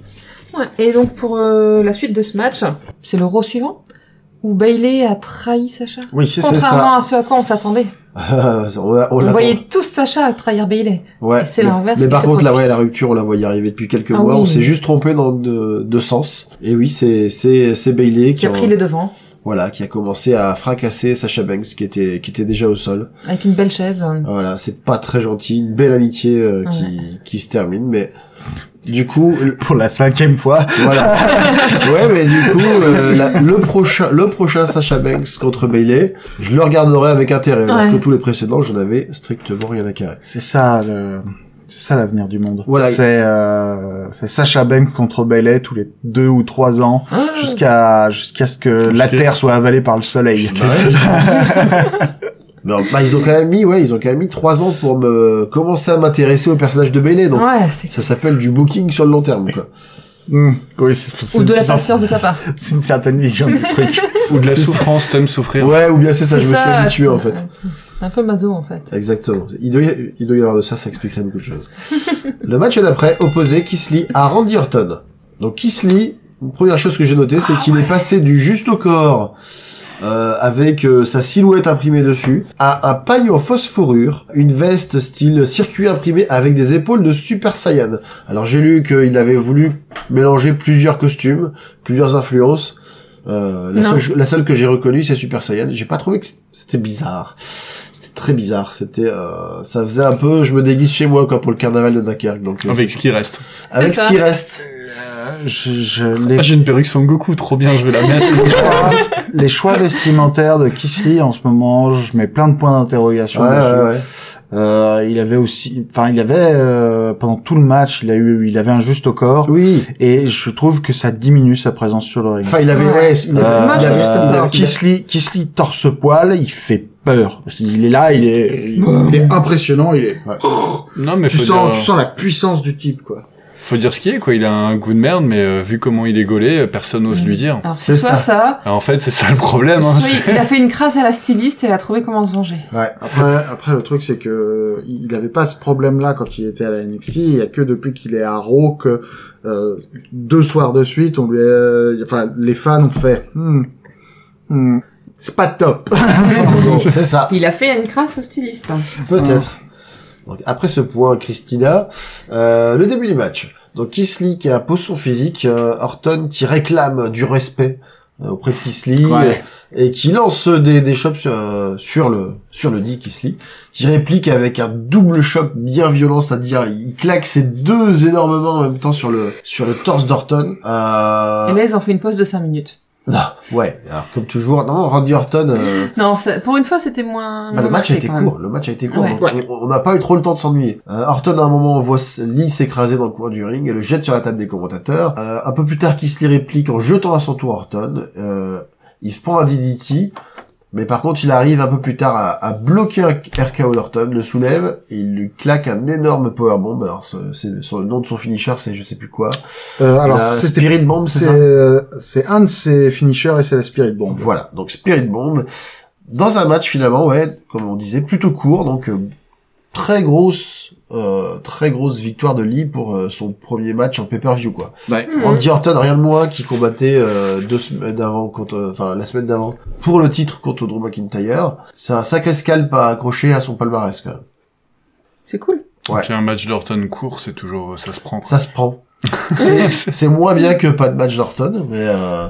C: Ouais. Et donc pour euh, la suite de ce match, c'est le row suivant où Bailey a trahi Sacha.
B: Oui, c'est
C: Contrairement à ce à quoi on s'attendait.
B: on l'a- on
C: On
B: l'attend.
C: voyait tous Sacha trahir Bailey.
B: Ouais.
C: et c'est
B: Mais-
C: l'inverse
B: Mais
C: qui
B: par
C: se
B: contre, la,
C: produit.
B: ouais, la rupture, on la voyait arriver depuis quelques
C: Ah
B: mois.
C: oui.
B: On s'est juste trompé dans deux deux sens. Et oui, c'est c'est c'est Bailey qui,
C: Qui a
B: en-
C: pris les devants
B: voilà qui a commencé à fracasser Sasha Banks qui était qui était déjà au sol.
C: avec une belle chaise.
B: Voilà, c'est pas très gentil, une belle amitié euh, qui, qui se termine, mais du coup, euh,
E: Pour la cinquième fois.
B: voilà. ouais, mais du coup, euh, la- le prochain, le prochain Sacha Banks contre Bailey, je le regarderai avec intérêt, alors
C: Ouais.
B: que tous les précédents, je n'avais strictement rien à carrer.
E: C'est ça le. C'est ça l'avenir du monde.
B: Voilà.
E: C'est euh, c'est Sacha Banks contre Bailey tous les deux ou trois ans
C: Ah.
E: jusqu'à jusqu'à ce que la
D: Jusqu'à-
E: Terre soit avalée par le Soleil.
B: Mais en- bah, ils ont quand même mis, ouais, ils ont quand même mis trois ans pour me commencer à m'intéresser au personnage de Bailey, donc
C: Ouais, c'est
B: ça s'appelle du booking sur le long terme, quoi.
E: Mmh. Oui, c'est- c'est
C: ou de la
E: une cer-
C: patience de ta part.
E: C'est une certaine vision du truc.
D: Ou de la
B: C'est ça.
D: souffrance, t'aimes souffrir.
B: Ouais, ou bien c'est ça,
C: C'est
B: je me suis
C: ça,
B: habitué en
C: c'est-
B: fait.
C: C'est un peu maso en fait.
B: Exactement. Il doit, y, il doit y avoir de ça, ça expliquerait beaucoup de choses. le match d'après opposait Kisly à Randy Orton. Donc Kisly, première chose que j'ai notée, c'est qu'il est passé du juste au corps euh, avec euh, sa silhouette imprimée dessus, à un pagne en fausse fourrure, une veste style circuit imprimé avec des épaules de Super Saiyan. Alors j'ai lu qu'il avait voulu mélanger plusieurs costumes, plusieurs influences. Euh, la,
C: Non.
B: seule, la seule que j'ai reconnue, c'est Super Saiyan. J'ai pas trouvé que c- c'était bizarre. C'était très bizarre. C'était, euh, ça faisait un peu, je me déguise chez moi quoi pour le carnaval de Dunkerque. Donc euh,
D: Avec
B: c'est-
D: ce qui reste.
B: avec
C: C'est
B: ce
C: ça.
B: qui reste.
E: Euh, je, je, les,
D: Ah, j'ai une perruque Son Goku, trop bien, je vais la mettre.
E: les choix, les choix vestimentaires de Kisly en ce moment, je mets plein de points d'interrogation
B: Ouais,
E: dessus.
B: ouais, ouais.
E: Euh, il avait aussi, enfin, il avait euh, pendant tout le match, il a eu, il avait un juste au corps,
B: Oui.
E: et je trouve que ça diminue sa présence sur le ring. Euh,
B: Enfin, il avait,
C: Ouais.
B: ouais, il
C: C'est
B: avait-
C: moche,
B: il
C: le
B: avait-
C: juste au
B: il avait-
C: corps.
B: il avait-
E: Kisly, Kisly torse poil, il fait peur. Il est là, il est.
A: Il est impressionnant, il est.
D: Non, mais
A: Tu
D: faut
A: sens,
D: dire,
A: tu sens la puissance du type, quoi.
D: faut dire ce qu'il est, quoi. Il a un goût de merde, mais euh, vu comment il est gaulé, euh, personne n'ose lui dire.
C: Alors
B: C'est
C: c'est
B: ça.
C: soit ça,
D: Alors, en fait, c'est ça le problème, hein.
C: soit il a fait une crasse à la styliste et elle a trouvé comment se venger.
B: Ouais.
A: Après, après le truc, c'est que il avait pas ce problème-là quand il était à la NXT. Il y a que depuis qu'il est à Raw que euh, deux soirs de suite, on lui,
H: Euh,
A: a- enfin, les fans ont fait. Hmm. Hmm. C'est pas top.
B: C'est ça.
C: Il a fait une crasse au styliste.
B: Peut-être. Donc, après ce point, Christina, euh, le début du match. Donc Kisly qui impose son physique, euh, Orton qui réclame du respect euh, auprès de Kisly
A: Ouais.
B: et, et qui lance des, des chops euh, sur le sur le dit Kisly, qui réplique avec un double chop bien violent, c'est-à-dire il claque ses deux énormes mains en même temps sur le sur le torse d'Orton.
C: Et
B: Euh,
C: là, ils ont fait une pause de 5 minutes.
B: non, ouais, alors comme toujours, non, Randy Orton. euh,
C: Non, ça- pour une fois, c'était moins...
B: Ah, le
C: moins
B: match
C: marqué,
B: a été
C: quand même.
B: court. Le match a été court.
C: Ouais.
B: donc on- On n'a pas eu trop le temps de s'ennuyer. Euh, Orton à un moment on voit S- Lee s'écraser dans le coin du ring et le jette sur la table des commentateurs. Euh, un peu plus tard, Kisly réplique en jetant à son tour Orton. Euh, il se prend un DDT. Mais par contre, il arrive un peu plus tard à, à bloquer un- RKO Norton, le soulève, et il lui claque un énorme powerbomb. Alors, ce- c'est, son- le nom de son finisher, c'est je sais plus quoi.
H: Euh, alors,
B: la
H: c'était-
B: Spirit Bomb, c'est ça
H: c'est euh, c'est un de ses finishers et c'est la Spirit Bomb.
B: Voilà, donc Spirit Bomb. Dans un match, finalement, ouais, comme on disait, plutôt court, donc euh, très grosse... euh, très grosse victoire de Lee pour euh, son premier match en pay-per-view quoi.
C: Mhm. Hmm.
B: Randy Orton rien de moins qui combattait euh, deux semaines avant contre euh, enfin la semaine d'avant pour le titre contre Drew McIntyre. C'est un sacré scalp à accrocher à son palmarès quand même.
C: C'est cool.
B: Ouais.
D: Et puis un match d'Orton court, c'est toujours, ça se prend. quoi.
B: Ça se prend. C'est- C'est moins bien que pas de match d'Orton, mais euh,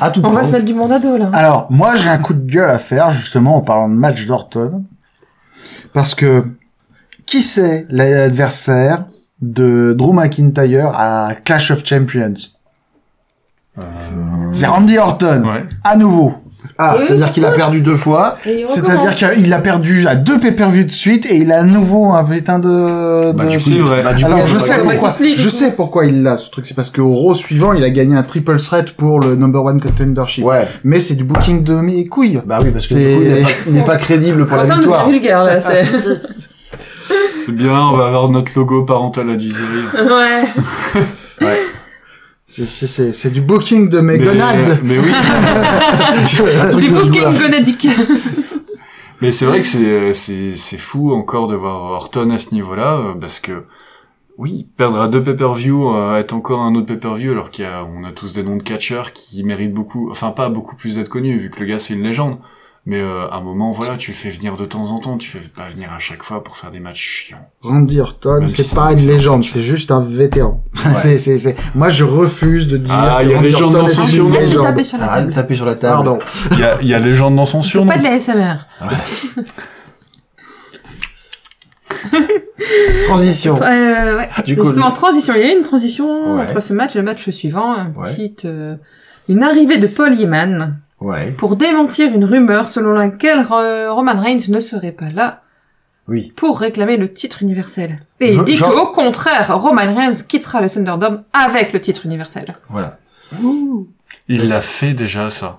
B: à tout
C: On
B: prendre.
C: va se mettre du monde à dos, là.
A: Alors, moi, j'ai un coup de gueule à faire, justement, en parlant de match d'Orton. Parce que, qui c'est l'adversaire de Drew McIntyre à Clash of Champions
H: Euh,
A: C'est Randy Orton,
D: Ouais.
A: à nouveau.
B: Ah, c'est-à-dire qu'il a perdu deux fois.
C: Et il
A: C'est-à-dire
C: recommence.
A: qu'il a perdu à deux pay-per-view de suite et il a à nouveau un putain de...
B: Bah,
A: de-
B: du coup,
D: si, ouais.
B: bah, du coup,
A: Alors,
B: il
A: je
B: a pas
A: sais
B: gagné.
A: pourquoi,
C: Rocket League,
A: je
C: quoi.
A: sais pourquoi il l'a, ce truc. C'est parce qu'au Raw suivant, il a gagné un triple threat pour le number one contendership.
B: Ouais.
A: Mais c'est du booking de mes couilles.
B: Bah oui, parce que
A: C'est-
B: du coup, il n'est pas, il est pas crédible pour la
C: Quentin
B: victoire.
C: devient vulgaire, là. C'est...
D: C'est bien, on va avoir notre logo parental advisory.
C: ouais.
A: C'est- C'est c'est- c'est du booking de mes
D: Mais- euh,
A: gonades.
D: Mais oui.
B: Un truc
C: Du
B: de ce goût-là.
C: booking gonadique.
D: Mais c'est vrai que c'est euh, c'est c'est fou encore de voir Orton à ce niveau-là euh, parce que oui, perdre à deux pay-per-view, euh, être encore à un autre pay-per-view alors qu'il y a on a tous des noms de catcheurs qui méritent beaucoup, enfin pas beaucoup plus d'être connus vu que le gars c'est une légende. Mais euh, à un moment voilà, tu le fais venir de temps en temps, tu fais pas venir à chaque fois pour faire des matchs chiants.
A: Randy Orton,
D: Même si
A: c'est
D: c'est
A: pas
D: un
A: une
D: excellent
A: légende, c'est juste un vétéran. c'est c'est c'est- Moi, je refuse de dire
D: Ah, il
A: que
D: y a
A: Randy
D: légende
A: Orton
D: dans
A: est
D: son
A: une
D: surnom.
C: Arrête de
A: légende.
C: taper sur Ah, la
B: Arrête de
C: table.
B: taper sur la table.
A: Pardon.
D: Il y a il y a légende dans son surnom.
C: Pas de la SMR.
B: Transition.
C: Euh, ouais.
B: Du coup,
C: Justement, transition. Il y a eu une transition
B: Ouais.
C: entre ce match et le match suivant. Une
B: Ouais.
C: petite, euh, une arrivée de Paul Heyman
B: Ouais.
C: pour démentir une rumeur selon laquelle euh, Roman Reigns ne serait pas là
B: Oui.
C: pour réclamer le titre universel. Et
B: Je-
C: il dit
B: genre-
C: qu'au contraire, Roman Reigns quittera le Thunderdome avec le titre universel.
B: Voilà.
D: Il l'a fait déjà ça.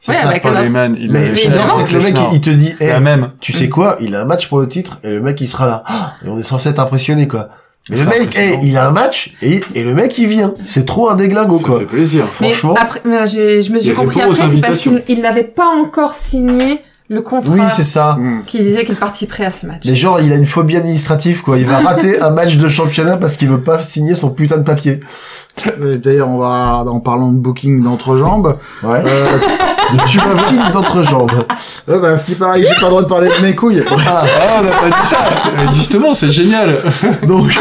B: C'est
C: Ouais,
B: ça.
C: avec-
D: Paul
C: un
D: Heyman, il l'a
B: Mais
C: Mais
D: fait.
B: finalement,
C: évidemment.
B: c'est que le mec, il, il te dit, Eh,
D: la même. Mm.
B: tu sais quoi, il a un match pour le titre et le mec il sera là. Ah Et on est censé être impressionné quoi. Mais le
D: C'est
B: mec,
D: impressionnant.
B: eh, il a un match et, et le mec il vient. C'est trop un déglingo
D: Ça
B: quoi.
D: fait plaisir.
B: Franchement.
C: mais après, mais j'ai- je me
D: il y
C: suis
D: avait
C: compris
D: pas aux
C: après, c'est parce
D: invitations.
C: qu'il il n'avait pas encore signé le contrat
B: Oui, c'est ça.
C: qui disait qu'il participerait à ce match.
B: Mais genre, il a une phobie administrative quoi. Il va rater un match de championnat parce qu'il veut pas signer son putain de papier.
A: Euh, D'ailleurs, on va en parlant de booking d'entrejambe.
B: Ouais.
A: Euh,
B: tu vas voir d'autres jambes.
A: euh, ben, ce qui paraît que j'ai pas le droit de parler de mes couilles.
B: Ah,
D: Ah, on n'a pas dit ça. Mais Justement, c'est génial.
A: Donc,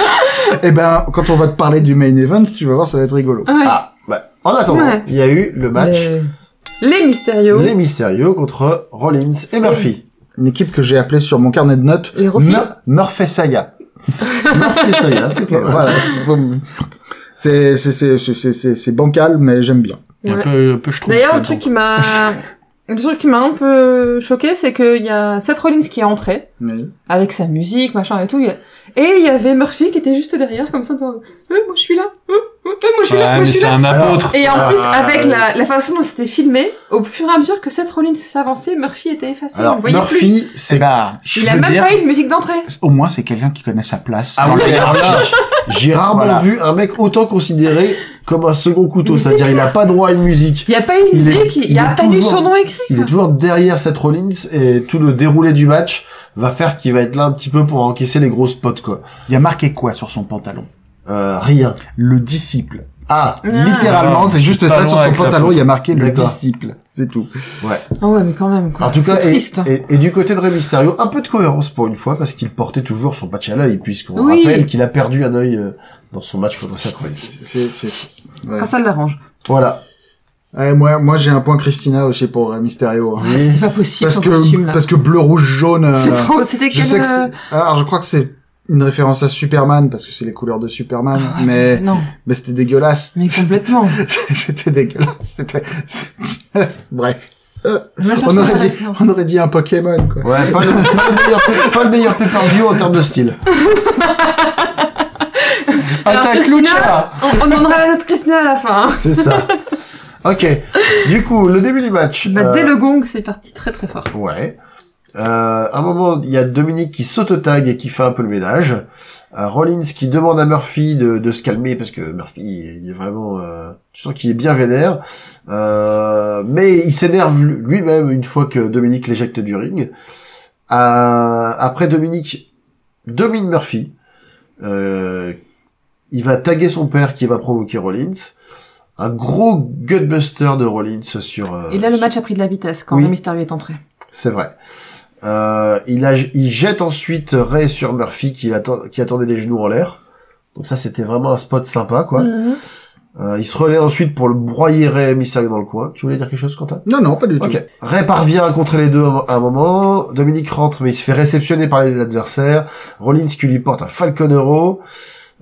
A: eh ben, quand on va te parler du main event, tu vas voir, ça va être rigolo.
C: Ouais.
B: ah, bah, en attendant,
C: Ouais. Euh,
B: il y a eu le match
C: Les Mystérios.
B: Les Mysterio contre Rollins et Murphy.
A: Une équipe que j'ai appelée sur mon carnet de notes.
C: Les Rofi.
A: Mur- Murphy Saya.
B: Murphy, ça y est, c'est pas mal.
A: Voilà. C'est c'est c'est c'est c'est- c'est c'est bancal mais j'aime bien.
D: Un
C: Ouais.
D: peu, un peu, je trouve.
C: D'ailleurs,
D: que-
C: le truc qui m'a, le truc qui m'a un peu choqué, c'est qu'il y a Seth Rollins qui est entré avec sa musique, machin et tout, il y a- et il y avait Murphy qui était juste derrière comme ça, en disant, Euh, moi je suis là, Euh, euh, euh, moi je suis là,
D: Ouais,
C: moi je
D: mais
C: suis
D: c'est
C: là.
D: un apôtre.
C: Et en
B: Ah,
C: plus, avec la, la façon dont c'était filmé, au fur et à mesure que Seth Rollins s'avançait, Murphy était effacé, on
B: Alors,
C: le voyait
B: Murphy, c'est
A: bah,
C: plus. Il a même pas eu de musique d'entrée.
A: Au moins, c'est quelqu'un qui connaît sa place.
B: Ah
A: dans
B: oui,
A: la
B: alors là,
A: hiérarchie.
B: j'ai rarement
A: Voilà.
B: vu un mec autant considéré comme un second couteau,
C: Mais
B: c'est-à-dire il a pas droit à une musique.
C: Il y a pas eu de
B: Il est-
C: musique, il y
B: il
C: a
B: est
C: à peine eu
B: toujours-
C: son nom écrit.
B: Il est toujours derrière cette Rollins et tout le déroulé du match va faire qu'il va être là un petit peu pour encaisser les grosses potes quoi.
A: Il y a marqué quoi sur son pantalon
B: Euh, rien.
A: Le disciple.
B: Ah,
A: Littéralement,
D: Ah,
A: c'est juste
D: pas
A: ça
D: loin
A: sur son
D: avec la
A: pantalon.
D: peau.
A: Il y a marqué le
B: D'accord.
A: disciple. C'est tout.
C: Ah ouais, mais quand même, quoi.
B: en tout cas,
C: C'est
B: et,
C: triste. hein.
B: et- et du côté de Rey Mysterio, un peu de cohérence pour une fois parce qu'il portait toujours son patch à l'œil puisqu'on
C: Oui.
B: rappelle qu'il a perdu un œil euh, dans son match contre Seth Rollins.
A: C'est c'est.
C: Quand ça l'arrange.
B: Voilà.
A: Ouais, moi moi j'ai un point Christina aussi pour euh, Mysterio.
C: Ah, C'était pas possible,
A: Parce
C: son
A: que
C: costume, là.
A: parce que bleu rouge jaune. euh,
C: C'est trop, c'était
A: Je
C: quel...
A: sais que
C: euh,
A: c'est- alors je crois que c'est une référence à Superman parce que c'est les couleurs de Superman
C: Ah.
A: mais
C: Non,
A: mais c'était dégueulasse.
C: mais complètement.
A: J'étais dégueulasse. C'était. Bref.
C: Va chercher
A: On aurait,
C: la
A: dit,
C: référence.
A: on aurait dit un Pokémon, quoi.
B: Ouais, pas le, pas le meilleur, pas le meilleur pay-per-view en termes de style.
C: Alors, Christina, on, on demandera la note Christina à la fin. hein.
B: C'est ça. Ok. Du coup, le début du match.
C: Bah,
B: euh,
C: dès le gong, c'est parti très très fort.
B: Ouais. Euh, à un moment, il y a Dominique qui saute au tag et qui fait un peu le ménage. Euh, Rollins qui demande à Murphy de, de se calmer parce que Murphy, il est vraiment, euh, tu sens qu'il est bien vénère. Euh, mais il s'énerve lui-même une fois que Dominique l'éjecte du ring. Euh, après, Dominique domine Murphy. Euh, il va taguer son père qui va provoquer Rollins. Un gros gutbuster de Rollins sur. euh,
C: Et là, le match a pris de la vitesse quand
B: oui.
C: le Mysterio est entré.
B: c'est vrai. Euh, il, a, il jette ensuite Ray sur Murphy qui, atten- qui attendait les genoux en l'air. Donc ça, c'était vraiment un spot sympa, quoi.
C: Mhm.
B: Euh, il se relaie ensuite pour le broyer Ray Mysterio dans le coin. Tu voulais dire quelque chose, Quentin
A: Non, non, pas du tout.
B: Ok. Ray parvient à contrer les deux à un moment. Dominique rentre, mais il se fait réceptionner par les adversaires. Rollins qui lui porte un Falcon Euro.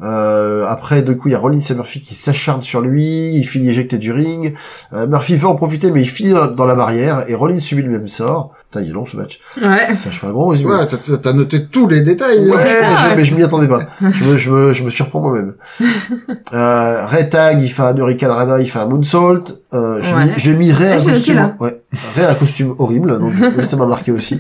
B: Euh, après, de coup, il y a Rollins et Murphy qui s'acharnent sur lui. Il finit éjecté du ring. Euh, Murphy veut en profiter, mais il finit dans la, dans la barrière. Et Rollins subit le même sort. Putain, il est long ce match.
C: Ouais.
B: Ça, je fais un gros résumé.
A: Ouais, t'as- t'as t'as noté tous les détails. hein.
B: Ouais,
C: c'est ça,
B: je-
C: ouais.
B: mais je m'y attendais pas. Je me, je me, je me surprends moi-même. euh, Ray Tag, il fait un Hurricane Rana, il fait un Moonsault. Euh, j'ai
C: Ouais.
B: mis- j'ai mis Ray
C: Ah,
B: à
C: j'ai noté,
B: costume.
C: là.
B: Ouais. Ray à costume horrible, donc oui, ça m'a marqué aussi.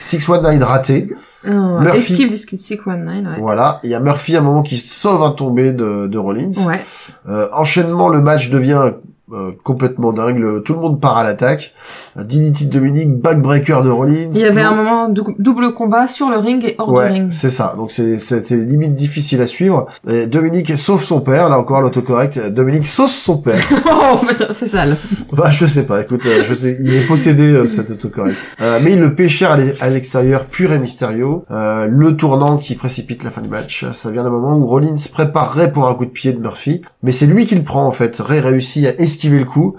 B: 619 raté.
C: Euh,
B: Murphy.
C: Esquive du Skid Stick One Nine, ouais.
B: Voilà. Il y a Murphy à un moment qui sauve un tombé de, de Rollins.
C: Ouais.
B: Euh, enchaînement, le match devient euh, complètement dingue. Le- Tout le monde part à l'attaque. Euh, Dignity de Dominique, backbreaker de Rollins.
C: Il y avait
B: Blue-
C: un moment dou- double combat sur le ring et hors du
B: Ouais,
C: ring.
B: c'est ça. Donc c'est- c'était limite difficile à suivre. Et Dominique sauve son père. Là encore l'autocorrect. Dominique sauve son père.
C: oh, putain, c'est sale.
B: bah je sais pas. Écoute, euh, je sais, il est possédé euh, cet autocorrect. Euh, mais il le péchère à l'e- à l'extérieur, pur et mystérieux. Euh, le tournant qui précipite la fin du match. Ça vient d'un moment où Rollins préparerait pour un coup de pied de Murphy, mais c'est lui qui le prend en fait. Ray réussit à esquiver le coup.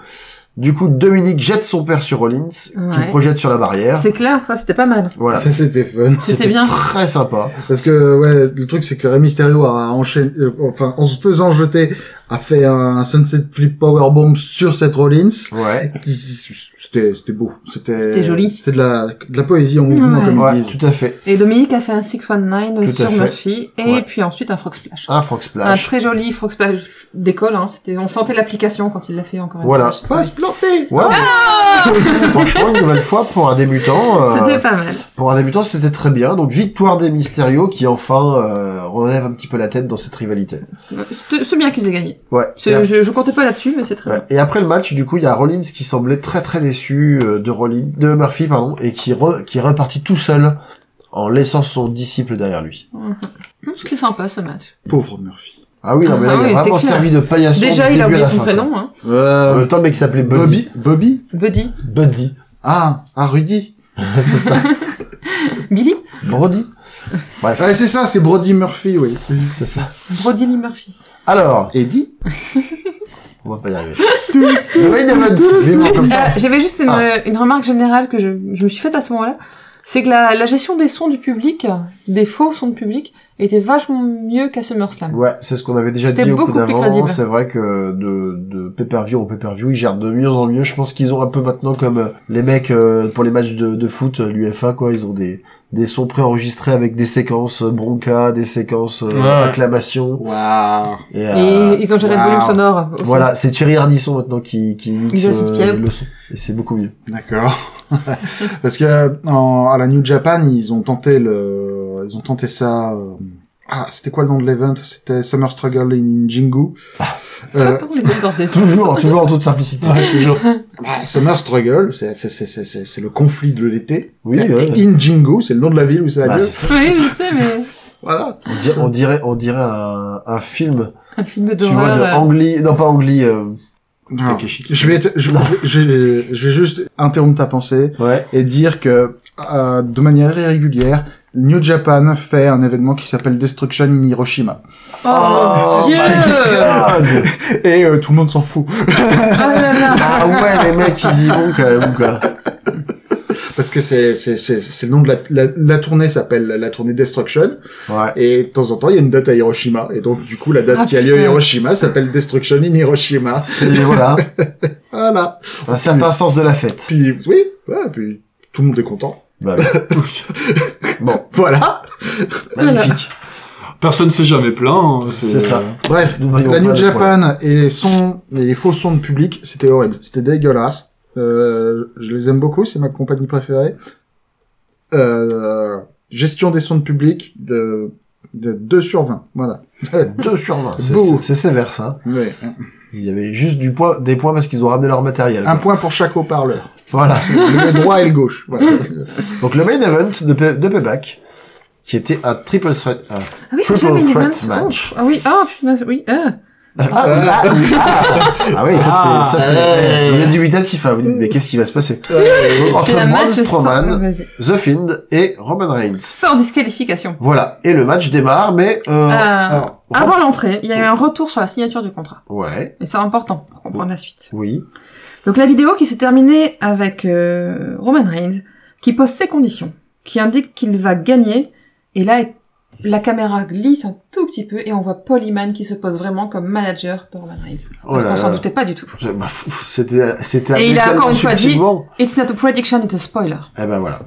B: Du coup, Dominique jette son père sur Rollins, qui
C: Ouais.
B: le projette sur la barrière.
C: C'est clair, ça, c'était pas mal.
B: Voilà.
A: Ça, c'était fun.
C: C'était bien.
B: Très sympa.
A: Parce que ouais, le truc c'est que Rey Mysterio a enchaîné, euh, enfin en se faisant jeter, a fait un sunset flip power bomb sur cette Rollins.
B: Ouais.
A: Qui c'était c'était beau, c'était
C: C'était joli.
A: c'était de la de la poésie en mouvement
C: Ouais.
A: comme ils
B: Ouais,
A: disent.
B: tout à fait.
C: Et Dominique a fait un 619
B: Tout à
C: sur
B: fait.
C: Murphy et
B: Ouais.
C: puis ensuite un frog splash.
B: Un frog
C: Un
B: Ah, splash.
C: très joli frog splash d'école, hein. C'était, on sentait l'application quand il l'a fait encore une
B: Voilà.
C: fois. C'était-
A: Pas se planter.
B: Ouais. Franchement, une nouvelle fois pour un débutant, euh,
C: Ah C'était pas mal.
B: pour un débutant, c'était très bien. Donc victoire des Mysterio qui enfin euh, relève un petit peu la tête dans cette rivalité.
C: C'était- C'est bien qu'ils aient gagné.
B: Ouais. Et,
C: C'est- hein. Je, je comptais pas là-dessus, mais c'est très
B: ap- ouais. Et après le match, du coup, il y a Rollins qui semblait très très déçu euh, de Rollins, de Murphy pardon, et qui re- qui est reparti tout seul en laissant son disciple derrière lui.
C: bien. Mhm. C'était sympa ce match.
A: Pauvre Murphy.
B: Ah oui, non mais là,
C: Ah
B: il
C: oui,
B: a
C: c'est
B: vraiment
C: clair.
B: servi de paillasson
C: Déjà,
B: du
C: il a
B: début à
C: oublié
B: la
C: son
B: fin, quoi.
C: prénom, hein.
B: En
A: Euh,
B: même temps, le mec s'appelait Buddy.
A: Bobby, Bobby.
C: Buddy.
B: Buddy.
A: Ah, ah Rudy.
B: c'est ça.
C: Billy?
B: Brody. Bref,
A: Ouais, c'est ça, c'est Brody Murphy, oui.
B: c'est ça.
C: Brody Lee Murphy.
B: Alors,
A: Eddie.
B: On va pas y arriver. Le main event, vivement comme
C: Juste,
B: ça.
C: euh, J'avais juste une,
B: Ah.
C: une remarque générale que je, je me suis faite à ce moment-là. C'est que la, la gestion des sons du public, euh, des faux sons de public, était vachement mieux qu'à SummerSlam.
B: Ouais, c'est ce qu'on avait déjà
C: C'était
B: dit au coup
C: beaucoup plus
B: d'avant.
C: crédible.
B: C'est vrai que de, de pay-per-view en pay-per-view, ils gèrent de mieux en mieux. Je pense qu'ils ont un peu maintenant comme euh, les mecs euh, pour les matchs de, de foot, euh, l'UFA, quoi. Ils ont des, des sons préenregistrés avec des séquences euh, bronca, des séquences euh,
D: Ouais.
B: acclamations.
A: Waouh.
B: Et,
C: Et
B: euh,
C: ils ont géré
A: wow.
C: le volume sonore aussi.
B: voilà, c'est Thierry Ardisson maintenant qui, qui mixe
C: Ils ont fait
B: euh,
C: Pierre.
B: le son. Et c'est beaucoup mieux.
A: D'accord. Parce que euh, en- à la New Japan, ils ont tenté le, ils ont tenté ça. euh, Ah, c'était quoi le nom de l'event C'était Summer Struggle in Jingu.
B: Ah.
A: Euh,
C: J'entends les bonnes pensées.
B: Toujours, toujours en toute simplicité. toujours.
A: bah, Summer Struggle, c'est c'est- c'est- c'est- c'est- c'est le conflit de l'été.
B: Oui,
A: Et-
B: ouais.
A: et In Jingu, c'est le nom de la ville où ça a
B: Bah,
A: lieu.
B: c'est ça.
C: Oui, je sais, mais
A: Voilà.
B: on, dirait, on dirait, on dirait un, un film
C: un film
B: Tu vois,
C: d'horreur.
B: de
C: euh,
B: Angli, non pas Angli, euh,
A: Non.
D: Takeshi.
A: Je vais, te- je, je, je- je vais juste interrompre ta pensée
B: ouais,
A: et dire que euh, de manière irrégulière, New Japan fait un événement qui s'appelle Destruction in Hiroshima.
C: Oh, mon
B: Oh,
C: dieu
A: Et euh, tout le monde s'en fout.
C: Ah là là
B: ah ouais, les mecs, ils y vont quand même, quoi.
A: Parce que c'est c'est c'est c'est le nom de la la, la tournée s'appelle la tournée Destruction
B: Ouais.
A: et de temps en temps il y a une date à Hiroshima et donc du coup la date
C: Ah,
A: qui a lieu à
C: putain.
A: Hiroshima s'appelle Destruction in Hiroshima.
B: C'est, voilà,
A: Voilà.
B: un certain sens de la fête.
A: Puis oui, ouais, puis tout le monde est content.
B: Bah oui. Bon,
A: Voilà.
B: magnifique.
D: Personne ne s'est jamais plaint. hein,
B: C'est ça.
A: Bref,
B: Nous voyons
A: la
B: pas
A: New
B: de
A: Japan et les sons, et les faux sons de public, c'était horrible, c'était dégueulasse. Euh, je les aime beaucoup, c'est ma compagnie préférée. Euh, gestion des sons de public de, de 2 sur 20, voilà.
B: 2 sur 20. C'est-
A: Bouh.
B: C'est c'est sévère, ça.
A: Ouais.
B: Il y avait juste du poids, des points parce qu'ils ont ramené leur matériel.
E: Ah.
A: Un point pour chaque haut-parleur,
B: Voilà.
A: le droit et le gauche. Voilà.
B: Donc le main event de, Pay- de Payback, qui était un triple threat, un
C: Ah oui, c'est
B: Triple
C: jamais une
B: threat
C: event.
B: match.
C: Oh, Ah oui, ah putain, oui, ah.
B: Ah, ah, ah, ah oui, ça
E: Ah,
B: c'est, ça c'est,
E: ouais.
B: vous êtes dubitatif, hein, vous dites, mais qu'est-ce qui va se passer? Donc,
C: C'était
B: entre
C: un
B: Braun
C: match sans- Ah,
B: Strowman,
C: vas-y.
B: The Fiend et Roman Reigns.
C: sans disqualification.
B: Voilà. Et le match démarre, mais,
C: Euh,
B: euh, alors,
C: avant l'entrée, il y a eu un retour sur la signature du contrat.
B: ouais,
C: Et c'est important pour comprendre la suite.
B: oui,
C: Donc la vidéo qui s'est terminée avec euh, Roman Reigns, qui pose ses conditions, qui indique qu'il va gagner, et là la caméra glisse un tout petit peu et on voit Polyman qui se pose vraiment comme manager de Roman Reigns.
B: Oh
C: Parce
B: là
C: qu'on s'en
B: là.
C: doutait pas du tout.
B: Je- bah, fou, c'était, c'était
C: Et il a
B: tellement
C: encore une fois dit-
B: subtilement.
C: It's not a prediction, it's a spoiler.
B: Eh ben voilà.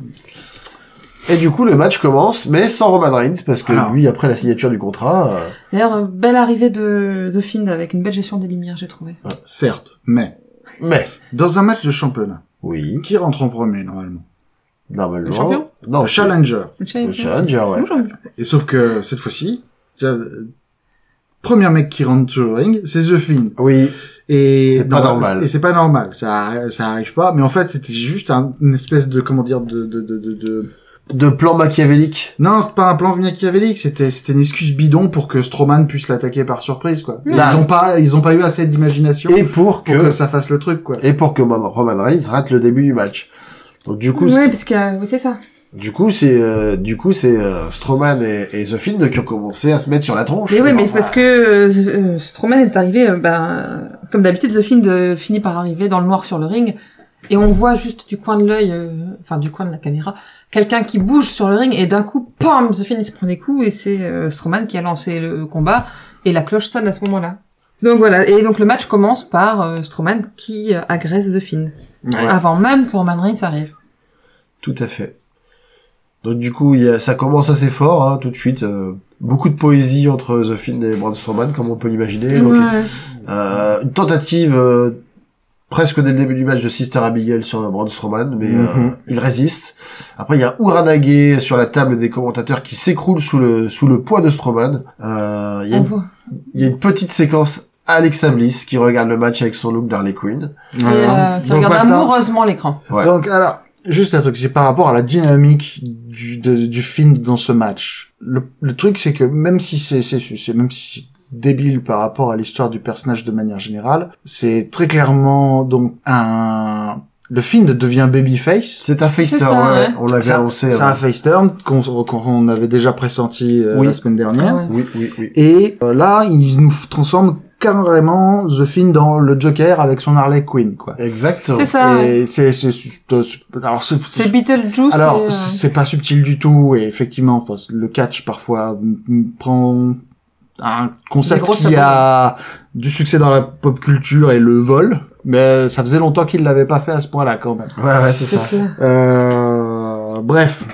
B: Et du coup, le match commence, mais sans Roman Reigns, parce que
E: Alors.
B: lui, après la signature du contrat, euh,
C: D'ailleurs, euh, belle arrivée de The Find avec une belle gestion des lumières, j'ai trouvé.
A: Certes, mais
B: mais,
A: dans un match de championnat,
B: oui,
A: qui rentre en premier normalement
B: normalement.
C: Le champion
B: Non,
A: Le challenger.
C: Le
B: Le challenger, ouais.
C: Bonjour.
A: Et sauf que cette fois-ci, tiens, euh, premier mec qui rentre sur le ring, c'est The Fiend.
B: Oui,
A: Et
B: C'est pas
A: non,
B: normal.
A: Et c'est pas normal. Ça, ça arrive pas. Mais en fait, c'était juste un- une espèce de, comment dire, de, de, de, de, de-
B: de plan machiavélique.
A: non, c'est pas un plan machiavélique. C'était, c'était une excuse bidon pour que Strowman puisse l'attaquer par surprise, quoi.
B: Là.
A: Ils ont pas, ils ont pas eu assez d'imagination
B: Et
A: pour
B: pour
A: que
B: que,
A: ça fasse le truc, quoi.
B: et pour que Roman Roman Reigns rate le début du match. Donc du coup, ce
C: Ouais,
B: qui-
C: parce que euh, oui, c'est ça.
B: du coup, c'est, euh, du coup, c'est euh, Strowman et, et The Fiend qui ont commencé à se mettre sur la tronche.
C: Mais oui, mais
B: Enfin,
C: parce que euh, euh, Strowman est arrivé, euh, ben, comme d'habitude, The Find euh, finit par arriver dans le noir sur le ring, et on voit juste du coin de l'œil, euh, enfin du coin de la caméra, quelqu'un qui bouge sur le ring, et d'un coup, pam, The Find il se prend des coups, et c'est euh, Strowman qui a lancé le combat, et la cloche sonne à ce moment-là. Donc voilà, et donc le match commence par euh, Strowman qui euh, agresse The Find, avant même que Roman Reigns arrive.
B: Tout à fait. Donc du coup, il y a, ça commence assez fort, hein, tout de suite. euh, beaucoup de poésie entre The Fiend et Braun Strowman, comme on peut l'imaginer. Donc,
C: Ouais.
B: Euh, une tentative euh, presque dès le début du match de Sister Abigail sur Braun Strowman, mais euh,
A: Mhm.
B: il résiste. Après, il y a Uranage sur la table des commentateurs qui s'écroule sous le sous le poids de Strowman. Euh, Il y, a
C: On
B: une-
C: voit.
B: il y a une petite séquence Alexa Bliss qui regarde le match avec son look d'Harley Quinn.
C: Et, euh, qui
A: Donc,
C: regarde
A: maintenant-
C: amoureusement l'écran.
B: Ouais.
A: Donc alors, juste un truc, c'est par rapport à la dynamique du, de- du film dans ce match. Le, le truc, c'est que même si c'est, c'est, c'est- même si c'est débile par rapport à l'histoire du personnage de manière générale, c'est très clairement donc un. Le film devient babyface.
B: C'est un face
C: C'est
B: turn,
C: ça,
B: ouais,
C: ouais.
B: on l'avait
A: C'est un,
B: annoncé.
A: c'est
B: avant.
A: un face turn qu'on, qu'on avait déjà pressenti euh,
B: Oui.
A: la semaine dernière.
C: Ah ouais.
B: Oui, oui, oui.
A: Et euh, là, il nous transforme carrément The Fiend dans le Joker avec son Harley Quinn, quoi.
B: Exactement.
C: C'est ça. ouais.
A: Et c'est, c'est, c'est- alors c'est,
C: C'est Beetlejuice.
A: Alors,
C: et, euh,
A: c'est pas subtil du tout, et effectivement, parce que le catch, parfois, m- m- prend un concept
C: Des grosses
A: qui a du succès dans la pop culture et le vol, mais ça faisait longtemps qu'il l'avait pas fait à ce point-là, quand même.
B: Ouais, ouais, c'est
C: c'est
B: ça.
C: clair.
A: Euh, bref.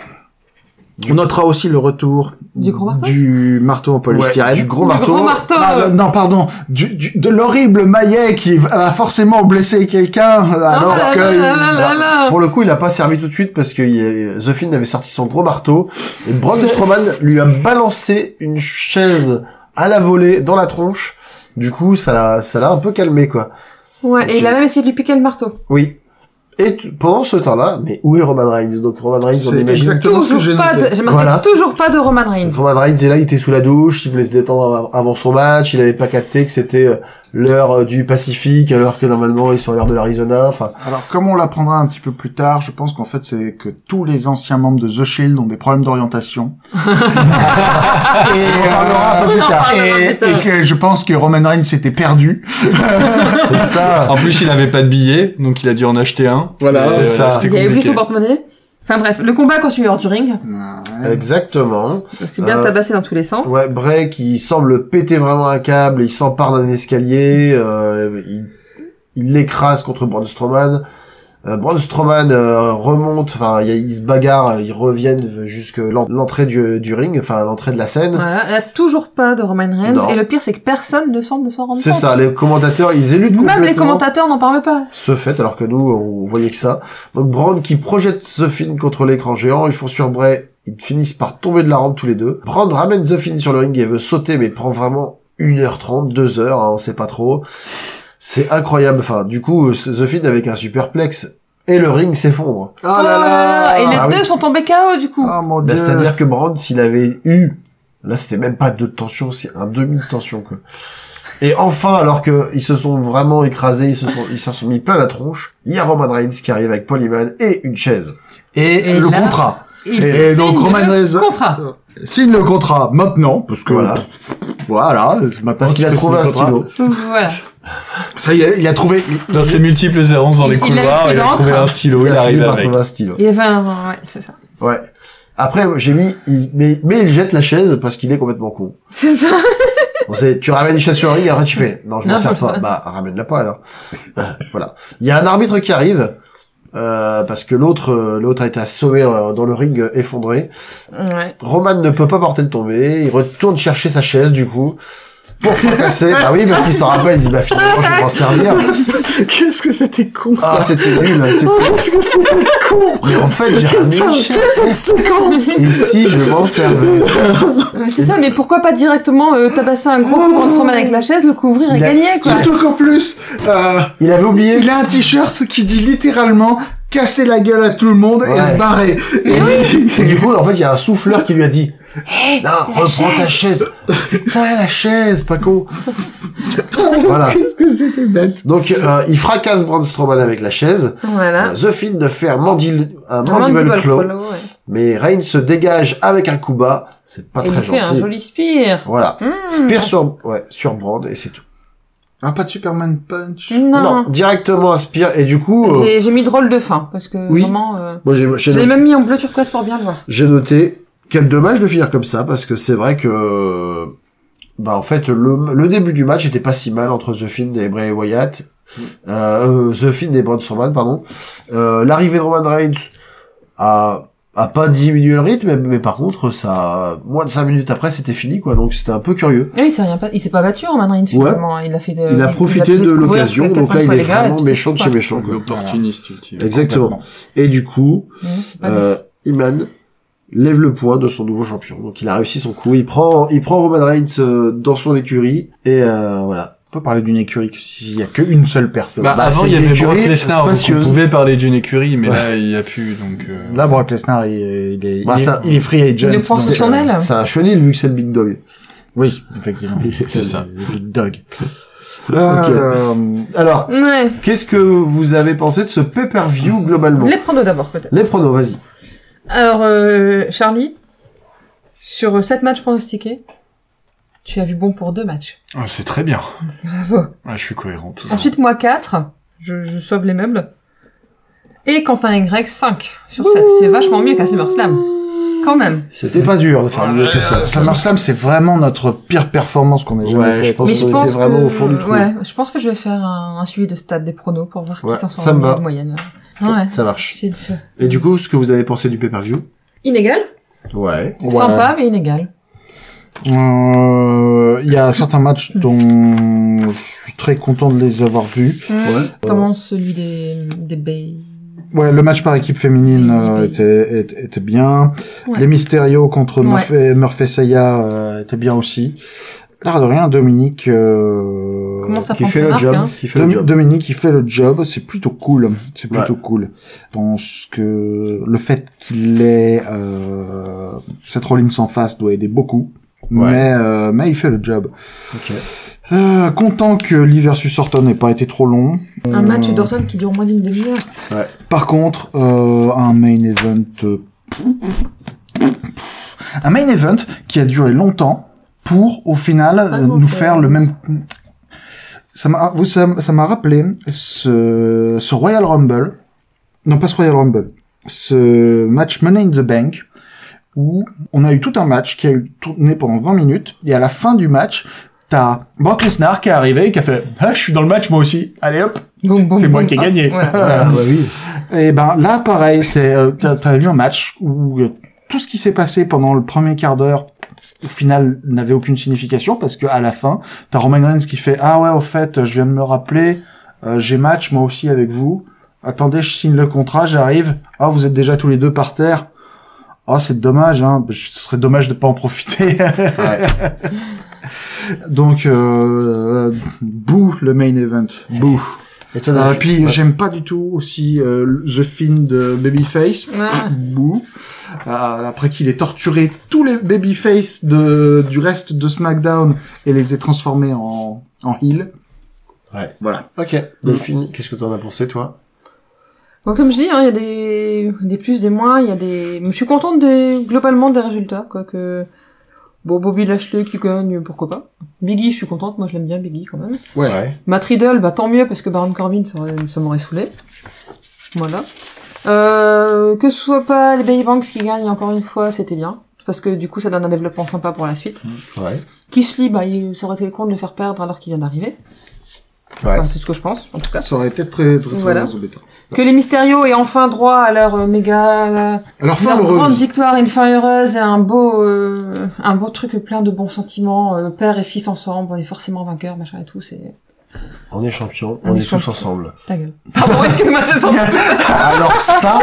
A: On notera aussi le retour
C: Du gros marteau
A: du marteau en polystyrène.
B: Ouais, du gros
C: Le
B: marteau.
C: gros marteau.
A: Ah, euh, non, pardon, du, du- de l'horrible maillet qui va forcément blesser quelqu'un euh, alors
C: Ah, là
A: que...
C: là là là là là.
B: Pour le coup, il a pas servi tout de suite parce que il y a- The Fiend avait sorti son gros marteau et Braun
C: C'est-
B: Strowman lui a balancé une chaise à la volée dans la tronche. Du coup, ça l'a, ça l'a un peu calmé, quoi.
C: Ouais, et il a
B: Ok.
C: même essayé de lui piquer le marteau.
B: Oui. Et t- pendant ce temps-là, mais où est Roman Reigns Donc Roman Reigns, on
A: C'est
B: imagine.
A: exactement ce que j'ai
C: Toujours pas
A: noté.
C: de, j'ai marqué
B: Voilà.
C: toujours pas de Roman Reigns.
B: Roman Reigns est là, il était sous la douche, il voulait se détendre av- avant son match, il avait pas capté que c'était euh, l'heure euh, du Pacifique alors que normalement ils sont à l'heure de l'Arizona. Enfin,
A: Alors, comme on l'apprendra un petit peu plus tard, je pense qu'en fait, c'est que tous les anciens membres de The Shield ont des problèmes d'orientation. et, euh, on en parlera un peu plus tard. Et, et que je pense que Roman Reigns s'était perdu.
B: c'est ça.
D: En plus, il avait pas de billet, donc il a dû en acheter un.
B: Voilà,
D: Et,
B: c'est
D: euh,
B: ça.
D: c'était
C: Il a oublié
D: compliqué.
C: son porte-monnaie. Enfin bref, le combat continue hors du ring.
A: Euh,
B: Exactement.
C: C'est bien
B: Euh,
C: tabassé dans tous les sens.
B: Ouais, Bray qui semble péter vraiment un câble, il s'empare d'un escalier, euh, il il l'écrase contre Braun Strowman. Euh, Braun Strowman euh, remonte, enfin il y a- ils se bagarrent, ils reviennent jusque l'en- l'entrée du, du ring, enfin l'entrée de la scène.
C: Voilà, elle a toujours pas de Roman Reigns,
B: Non.
C: et le pire, c'est que personne ne semble s'en rendre
B: C'est
C: compte.
B: ça, les commentateurs, ils éludent
C: Même
B: complètement
C: les commentateurs n'en parlent pas.
B: ce fait, alors que nous, on voyait que ça. Donc Braun qui projette The Finn contre l'écran géant, ils font sur Bray, ils finissent par tomber de la rampe tous les deux. Braun ramène The Finn sur le ring et veut sauter, mais prend vraiment 1h30, 2h, hein, on sait pas trop. C'est incroyable, enfin, du coup, The Finn avec un superplex, et le ring s'effondre.
A: oh
I: Ah
C: Oh
I: là là
C: Et les
B: Ah oui.
C: deux sont tombés KO, du coup.
I: Ah mon
B: Bah,
I: dieu
B: C'est-à-dire que Brand, s'il avait eu, là c'était même pas deux de tension, c'est un demi de tension quoi. Et enfin, alors que ils se sont vraiment écrasés, ils se sont, ils s'en sont mis plein la tronche. Il y a Roman Reigns qui arrive avec Paul Heyman et une chaise.
A: Et,
C: Et
A: le
C: là-
A: contrat.
C: Ils
A: Et donc,
C: signent
A: Roman
C: le
A: Reigns-
C: contrat.
A: Signe le contrat maintenant, parce que
B: Voilà.
A: voilà, c'est maintenant
B: Parce qu'il a
A: fait
B: trouvé un
A: signer le contrat.
B: stylo.
C: Voilà.
A: Ça y est, il a trouvé. il- il-
D: Dans ses multiples errances dans
C: Il-
D: les
C: il a
D: couloirs,
C: fait
D: il a
C: d'encre.
D: trouvé un stylo, il
B: a fini
D: arrive
B: par
D: avec.
B: trouver un stylo.
C: Il y avait un... Ouais, c'est ça.
B: Ouais. Après, j'ai mis, il- mais, mais il jette la chaise parce qu'il est complètement con.
C: C'est ça.
B: On sait, tu ramènes une chaise sur le ring, après tu fais, non, je m'en
C: Non,
B: sers
C: faut
B: pas. Bah, ramène-la pas, alors. voilà. Il y a un arbitre qui arrive, euh, parce que l'autre, euh, l'autre a été assommé euh, dans le ring, euh, effondré.
C: Ouais.
B: Roman ne peut pas porter le tombé, il retourne chercher sa chaise, du coup. Pour faire casser, bah oui, parce qu'il s'en rappelle, il dit, bah finalement, je vais m'en servir.
I: Qu'est-ce que c'était con ça
B: Ah, c'était nul, c'était...
I: Qu'est-ce que c'était con
B: Mais en fait, j'ai ramené une
I: cette
B: chaise.
I: séquence
B: Et si je m'en servais?
C: Mais C'est ça, mais pourquoi pas directement euh, tabasser un gros coup contre Roman avec la chaise, le couvrir et
B: Il a-
C: gagner, quoi.
I: Surtout qu'en plus, euh,
B: Il avait oublié.
I: il a un t-shirt qui dit littéralement casser la gueule à tout le monde et
B: Ouais.
I: se barrer. Et
B: Et du coup, en fait, il y a un souffleur qui lui a dit
C: Eh,
B: Non, reprends ta chaise Putain, la chaise, pas con Voilà.
I: Qu'est-ce que c'était bête
B: Donc, euh, il fracasse Braun Strowman avec la chaise.
C: Voilà.
B: Euh, The Finn de faire mandil... un mandible,
C: Hein Mandible
B: claw.
C: claw, ouais.
B: Mais Reigns se dégage avec un coup bas. C'est pas
C: Et
B: très
C: il fait un
B: gentil.
C: joli spear.
B: Voilà.
C: Mmh.
B: Spear sur, ouais, sur Braun, et c'est tout.
I: Ah, pas de Superman Punch.
C: Non.
B: directement un Spear. Et du coup, euh,
C: J'ai j'ai mis drôle de fin, parce que
B: Oui.
C: vraiment... euh,
B: moi, j'ai- j'ai
C: Je l'ai même mis en bleu turquoise pour bien le voir.
B: J'ai noté quel dommage de finir comme ça parce que c'est vrai que bah en fait le, le début du match était pas si mal entre The Finn et Bray Wyatt, euh, euh, The Finn et Braun Strowman pardon. Euh, L'arrivée de Roman Reigns a a pas diminué le rythme mais, mais par contre ça moins de cinq minutes après c'était fini quoi donc c'était un peu curieux.
C: Et il s'est rien pas, il s'est pas battu en Madrid
B: Ouais.
C: finalement. Euh, Il a fait de,
B: Il a profité
C: fait
B: de
C: découvrir
B: l'occasion
C: quatre,
B: donc
C: cinq
B: là il
C: fois
B: est
C: les gars, et
B: vraiment
C: puis c'est
B: méchant de
C: tout,
B: chez
C: quoi.
B: méchant quoi.
D: L'opportuniste ultime.
B: Exactement. Et du coup
C: Mmh, c'est pas mal.
B: Euh, Iman lève le poing de son nouveau champion. Donc il a réussi son coup. Il prend, il prend Roman Reigns euh, dans son écurie et euh, voilà.
A: On peut parler d'une écurie que s'il y a qu'une seule personne.
D: Bah,
B: Bah,
D: avant,
B: c'est
D: il y
B: une
D: avait
B: écurie
D: Brock Lesnar, donc on
B: spacieuse.
D: pouvait parler d'une écurie, mais là, il n'y a plus, donc... euh,
A: Là, Brock Lesnar, il, est- il est,
B: Bah,
A: il, est-
B: ça-
A: il est free agent.
C: Il est
A: donc,
C: fonctionnel.
A: euh,
C: Personnel.
B: C'est un chenil vu que c'est le Big Dog.
A: Oui, effectivement.
D: C'est ça.
A: Le Big Dog.
B: Euh, Alors,
C: Ouais.
B: qu'est-ce que vous avez pensé de ce pay-per-view globalement
C: Les pronos d'abord peut-être.
B: Les pronos, vas-y.
C: Alors euh, Charlie, sur 7 matchs pronostiqués, tu as vu bon pour deux matchs.
D: ah, c'est très bien.
C: Bravo.
D: Ah, je suis cohérent. toujours.
C: Ensuite moi 4, je, je sauve les meubles. Et Quentin Y 5 sur 7. C'est vachement mieux qu'à SummerSlam. Quand même.
B: C'était pas dur de faire mieux que
I: Euh,
B: ça.
A: SummerSlam, c'est vraiment notre pire performance qu'on ait jamais
B: Ouais, je
A: faite.
B: pense
C: Mais
B: qu'on
C: je
B: était
C: pense
B: vraiment
C: que...
B: au fond du trou.
C: Ouais, je pense que je vais faire un, un suivi de stade des pronos pour voir
B: Ouais,
C: qui s'en sort
B: ça
C: le
B: me
C: mieux
B: va.
C: de moyenne. Ouais.
B: Ça marche.
C: C'est du-
B: Et du coup, ce que vous avez pensé du pay-per-view
C: Inégal
B: Ouais.
A: Ouais.
C: Sympa, mais inégal.
A: Euh, Il y a certains matchs dont je suis très content de les avoir vus.
C: Euh, Notamment Hmm. celui des, des Bay.
A: Ouais, le match par équipe féminine euh,
C: Oui, oui.
A: était, était, était bien.
C: Ouais.
A: Les Mysterio contre
C: Ouais.
A: Murphy, Murphy Saya euh, était bien aussi. L'air de rien, Dominique... Euh,
C: Comment ça
B: Qui
C: prend
B: fait
C: sa
B: le
C: marque,
B: job
C: hein.
B: Qui fait le
A: Dom-
B: job
A: Dominique, il fait le job, c'est plutôt cool. C'est plutôt
B: Ouais.
A: cool. Je pense que le fait qu'il ait euh, cette Rollins en face doit aider beaucoup.
B: Ouais.
A: Mais, euh, mais il fait le job.
B: Ok.
A: Euh, content que Lee versus Orton n'ait pas été trop long.
B: Hmm.
C: Un match d'Orton qui dure moins d'une demi-heure.
A: Par contre, euh, un main event, euh, un main event qui a duré longtemps pour au final
C: Ah
A: euh,
C: non,
A: nous
C: c'est-
A: faire le même. Ça m'a, vous ça m'a- ça m'a rappelé ce, ce Royal Rumble, non pas ce Royal Rumble, ce match Money in the Bank où on a eu tout un match qui a eu tourné pendant 20 minutes et à la fin du match. T'as Brock Lesnar qui est arrivé et qui a fait ah, « Je suis dans le match, moi aussi. Allez, hop,
C: Boum, boum,
A: c'est moi
C: boum.
A: qui ai
C: Ah,
A: gagné.
C: voilà.
B: Ah bah oui.
A: Et ben là, pareil, c'est euh, t'as- t'avais vu un match où euh, tout ce qui s'est passé pendant le premier quart d'heure au final n'avait aucune signification parce que à la fin, t'as Roman Reigns qui fait ah ouais au fait, je viens de me rappeler, euh, j'ai match moi aussi avec vous. Attendez, je signe le contrat, j'arrive. Ah vous êtes déjà tous les deux par terre. Ah c'est dommage, hein. ce serait dommage de pas en profiter. Donc euh, bouh le main event, bouh.
B: Et toi,
A: Euh,
B: Daphne,
A: puis j'aime pas du tout aussi euh, le- The Fiend de Babyface.
C: Ah.
A: Bouh. Euh, après qu'il ait torturé tous les Babyface de, du reste de SmackDown et les ait transformés en, en heel.
B: Ouais.
A: Voilà. Euh,
B: Ok. Delphine, qu'est-ce que t'en as pensé, toi
C: Bon, comme je dis, hein, il y a des, des plus, des moins, il y a des... Je suis contente des, globalement des résultats, quoi, que... Bon, Bobby Lashley qui gagne, pourquoi pas. Biggie, je suis contente, moi je l'aime bien Biggie quand même.
B: Ouais.
C: Matt Riddle, bah tant mieux, parce que Baron Corbin, ça, aurait- ça m'aurait saoulé. Voilà. Euh, que ce soit pas les Bay Banks qui gagnent encore une fois, c'était bien. Parce que du coup, ça donne un développement sympa pour la suite.
B: Ouais.
C: Kishley, bah, il serait été con de le faire perdre alors qu'il vient d'arriver.
B: Ouais.
C: Enfin, c'est ce que je pense, en tout cas.
A: Ça aurait été très, très, très
C: Voilà.
A: bon, ce bêta.
C: Que les Mysterio aient enfin droit à leur euh, méga,
A: Alors, fin
C: leur grande
A: heureuse.
C: victoire, une fin heureuse et un beau, euh, un beau truc plein de bons sentiments, euh, père et fils ensemble, on est forcément vainqueurs, machin et tout, c'est...
B: On est champions, on,
C: On
B: est,
C: est
B: tous
C: champions.
B: ensemble.
C: Ta gueule. Pardon, excuse-moi, c'est sans doute
B: Alors ça,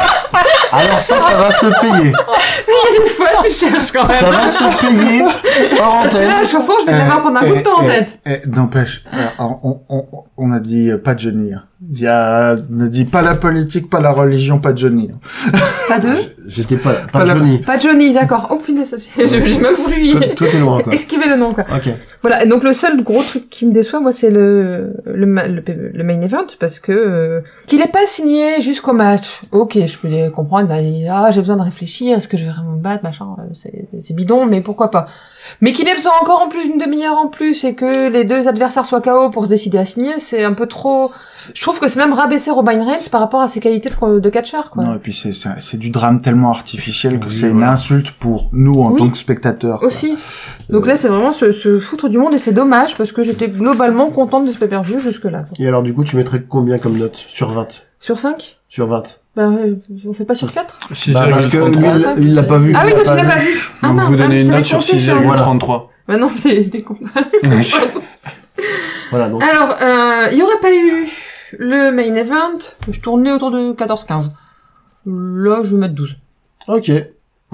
B: alors ça, ça va se payer.
C: une fois, tu cherches quand même.
B: Ça va se payer. Hors
C: Parce que là,
B: antenne.
C: la chanson, je vais l'avoir pendant un bout de temps en tête.
A: Eh, N'empêche, euh, on, on, on- on a dit euh, pas de Johnny. hein. Il y a, on a dit pas la politique, pas la religion, pas de Johnny. hein.
C: Pas deux
B: J'étais pas là. Pas
A: Pas là.
B: Johnny.
C: Pas Johnny, d'accord. Oh punaise, ça- j'ai j'ai même voulu
B: Toi, toi, t'es loin, quoi.
C: esquiver le nom, quoi.
B: Ok.
C: Voilà, et donc le seul gros truc qui me déçoit, moi, c'est le, le, ma- le, le main event, parce que euh, qu'il est pas signé jusqu'au match. Ok, je peux les comprendre, bah, il- ah, j'ai besoin de réfléchir, est-ce que je vais vraiment me battre, machin, euh, c'est c'est bidon, mais pourquoi pas. Mais qu'il ait besoin encore en plus d'une demi-heure en plus, et que les deux adversaires soient KO pour se décider à signer, c'est un peu trop... Je trouve que c'est même rabaisser Robin Reigns par rapport à ses qualités de, de catcheur, quoi.
A: Non, et puis c'est- c'est c'est du drame tellement artificiel que
D: Oui,
A: c'est une
D: voilà.
A: insulte pour nous en
C: Oui.
A: tant que spectateurs. quoi.
C: Aussi. Donc là, c'est vraiment se, se foutre du monde et c'est dommage parce que j'étais globalement contente de ce pay-per-view jusque-là. quoi.
B: Et alors, du coup, tu mettrais combien comme note Sur 20
C: Sur 5
B: Sur 20
C: Ben, euh, on fait pas sur 4
D: 6,33.
B: Bah, parce que lui, il l'a- il l'a pas vu.
C: Ah oui,
B: il l'a
C: toi, tu l'as
B: vu.
C: pas vu Ah
D: Donc
C: merde,
D: vous
C: ah,
D: donnez
C: je
D: une
C: t'avais
D: note sur
C: compté sur-
D: 6,33.
C: Bah non, c'est des cons.
B: Voilà, donc.
C: Alors, euh, il y aurait pas eu le main event, je tournais autour de 14-15. Là, je vais mettre 12.
B: Ok.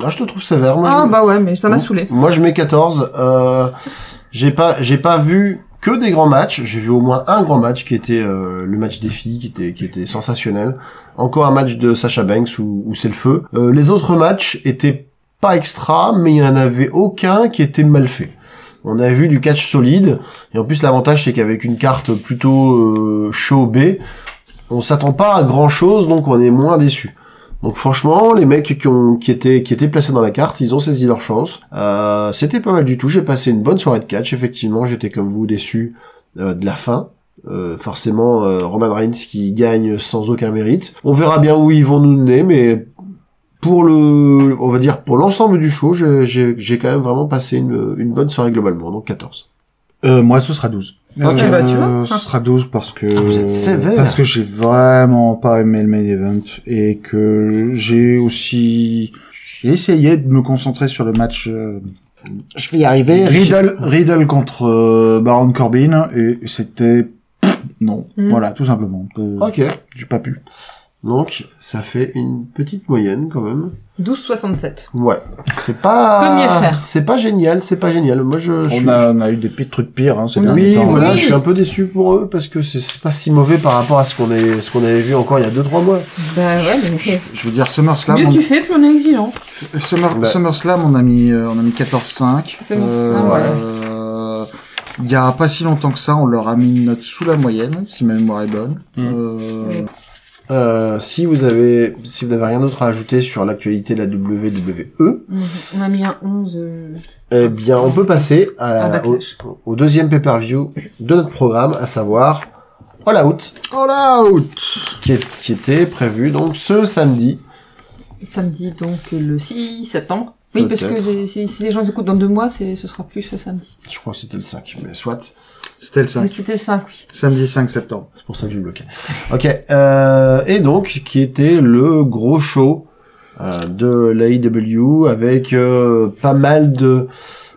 B: Là, je te trouve sévère. Moi,
C: ah
B: je...
C: bah ouais, mais ça m'a
B: Ouh.
C: saoulé.
B: Moi, je mets 14. Euh, j'ai pas, j'ai pas vu que des grands matchs. J'ai vu au moins un grand match qui était euh, le match des filles, qui était, qui était sensationnel. Encore un match de Sasha Banks où, où c'est le feu. Euh, les autres matchs étaient pas extra, mais il y en avait aucun qui était mal fait. On a vu du catch solide, et en plus l'avantage c'est qu'avec une carte plutôt euh, show B, on s'attend pas à grand chose, donc on est moins déçu. Donc franchement, les mecs qui, ont, qui, étaient, qui étaient placés dans la carte, ils ont saisi leur chance. Euh, C'était pas mal du tout. J'ai passé une bonne soirée de catch. Effectivement, j'étais comme vous déçu euh, de la fin. Euh, forcément, euh, Roman Reigns qui gagne sans aucun mérite. On verra bien où ils vont nous mener, mais pour le, on va dire pour l'ensemble du show, j'ai- j'ai j'ai quand même vraiment passé une, une bonne soirée globalement. Donc 14.
A: Euh, moi, ce sera 12.
B: Ok,
A: Euh,
C: bah, tu vois.
A: Ce sera 12 parce que...
B: Ah, vous êtes sévère.
A: Parce que j'ai vraiment pas aimé le main event et que j'ai aussi... J'ai essayé de me concentrer sur le match euh,
B: Je vais y arriver.
A: Riddle, Riddle contre euh, Baron Corbin et c'était... pff, Non,
C: Mm.
A: voilà, tout simplement. Euh,
B: Ok.
A: J'ai pas pu.
B: Donc ça fait une petite moyenne quand même.
C: 12,67.
B: Ouais, c'est pas.
C: Peut mieux faire.
B: C'est pas génial, c'est pas génial. Moi, je. je
A: On
B: suis-
A: a, on a eu des petits trucs pires hein, ces
C: On a-
A: derniers
B: Oui,
A: temps.
B: voilà,
C: Oui.
B: je suis un peu déçu pour eux parce que c'est c'est pas si mauvais par rapport à ce qu'on est, ce qu'on avait vu encore il y a deux trois mois.
C: Bah ouais, mais
A: Je, je veux dire, SummerSlam,
C: mieux
A: on,
C: tu fais, plus on est exigeant.
A: Summer,
B: Ouais.
A: SummerSlam, on a mis, euh, on a mis 14,5.
C: SummerSlam,
A: euh, Il y a pas si longtemps que ça, on leur a mis une note sous la moyenne, si ma mémoire est bonne. Euh,
B: Euh, si vous avez, si vous n'avez rien d'autre à ajouter sur l'actualité de la WWE,
C: On a mis un 11. euh,
B: eh bien, on peut passer à-
C: À Backlash.
B: au, au deuxième pay-per-view de notre programme, à savoir All Out,
A: All out!
B: qui, est- qui était prévu donc ce samedi.
C: Samedi, donc euh, le 6 septembre. Oui, parce que
B: Peut-être.
C: les- si, si les gens écoutent dans deux mois, c'est ce sera plus ce samedi.
B: Je crois que c'était le 5, mais soit.
A: C'était le 5.
C: Mais C'était le 5, oui.
A: Samedi 5 septembre.
B: C'est pour ça que je me bloquais. Ok. euh, et donc, qui était le gros show euh, de l'AEW avec euh, pas mal de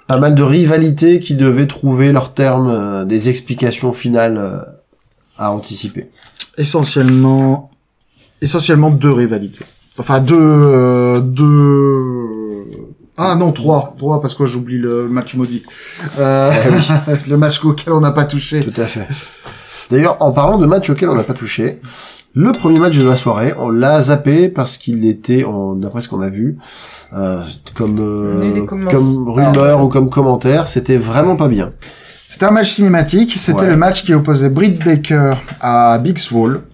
B: pas mal de rivalités qui devaient trouver leur terme, euh, des explications finales euh, à anticiper.
A: Essentiellement, essentiellement deux rivalités. Enfin, deux, euh, deux, ah non, trois, trois, parce que j'oublie le match maudit. Euh, le match auquel on n'a pas touché.
B: Tout à fait. D'ailleurs, en parlant de matchs auxquels on n'a pas touché, le premier match de la soirée, on l'a zappé parce qu'il était, on- d'après ce qu'on a vu, euh, comme euh,
C: On a eu des Ah, commence-
B: comme rumeur ou comme commentaire, c'était vraiment pas bien.
A: C'était un match cinématique. C'était
B: Ouais.
A: le match qui opposait Britt Baker à Big Swole.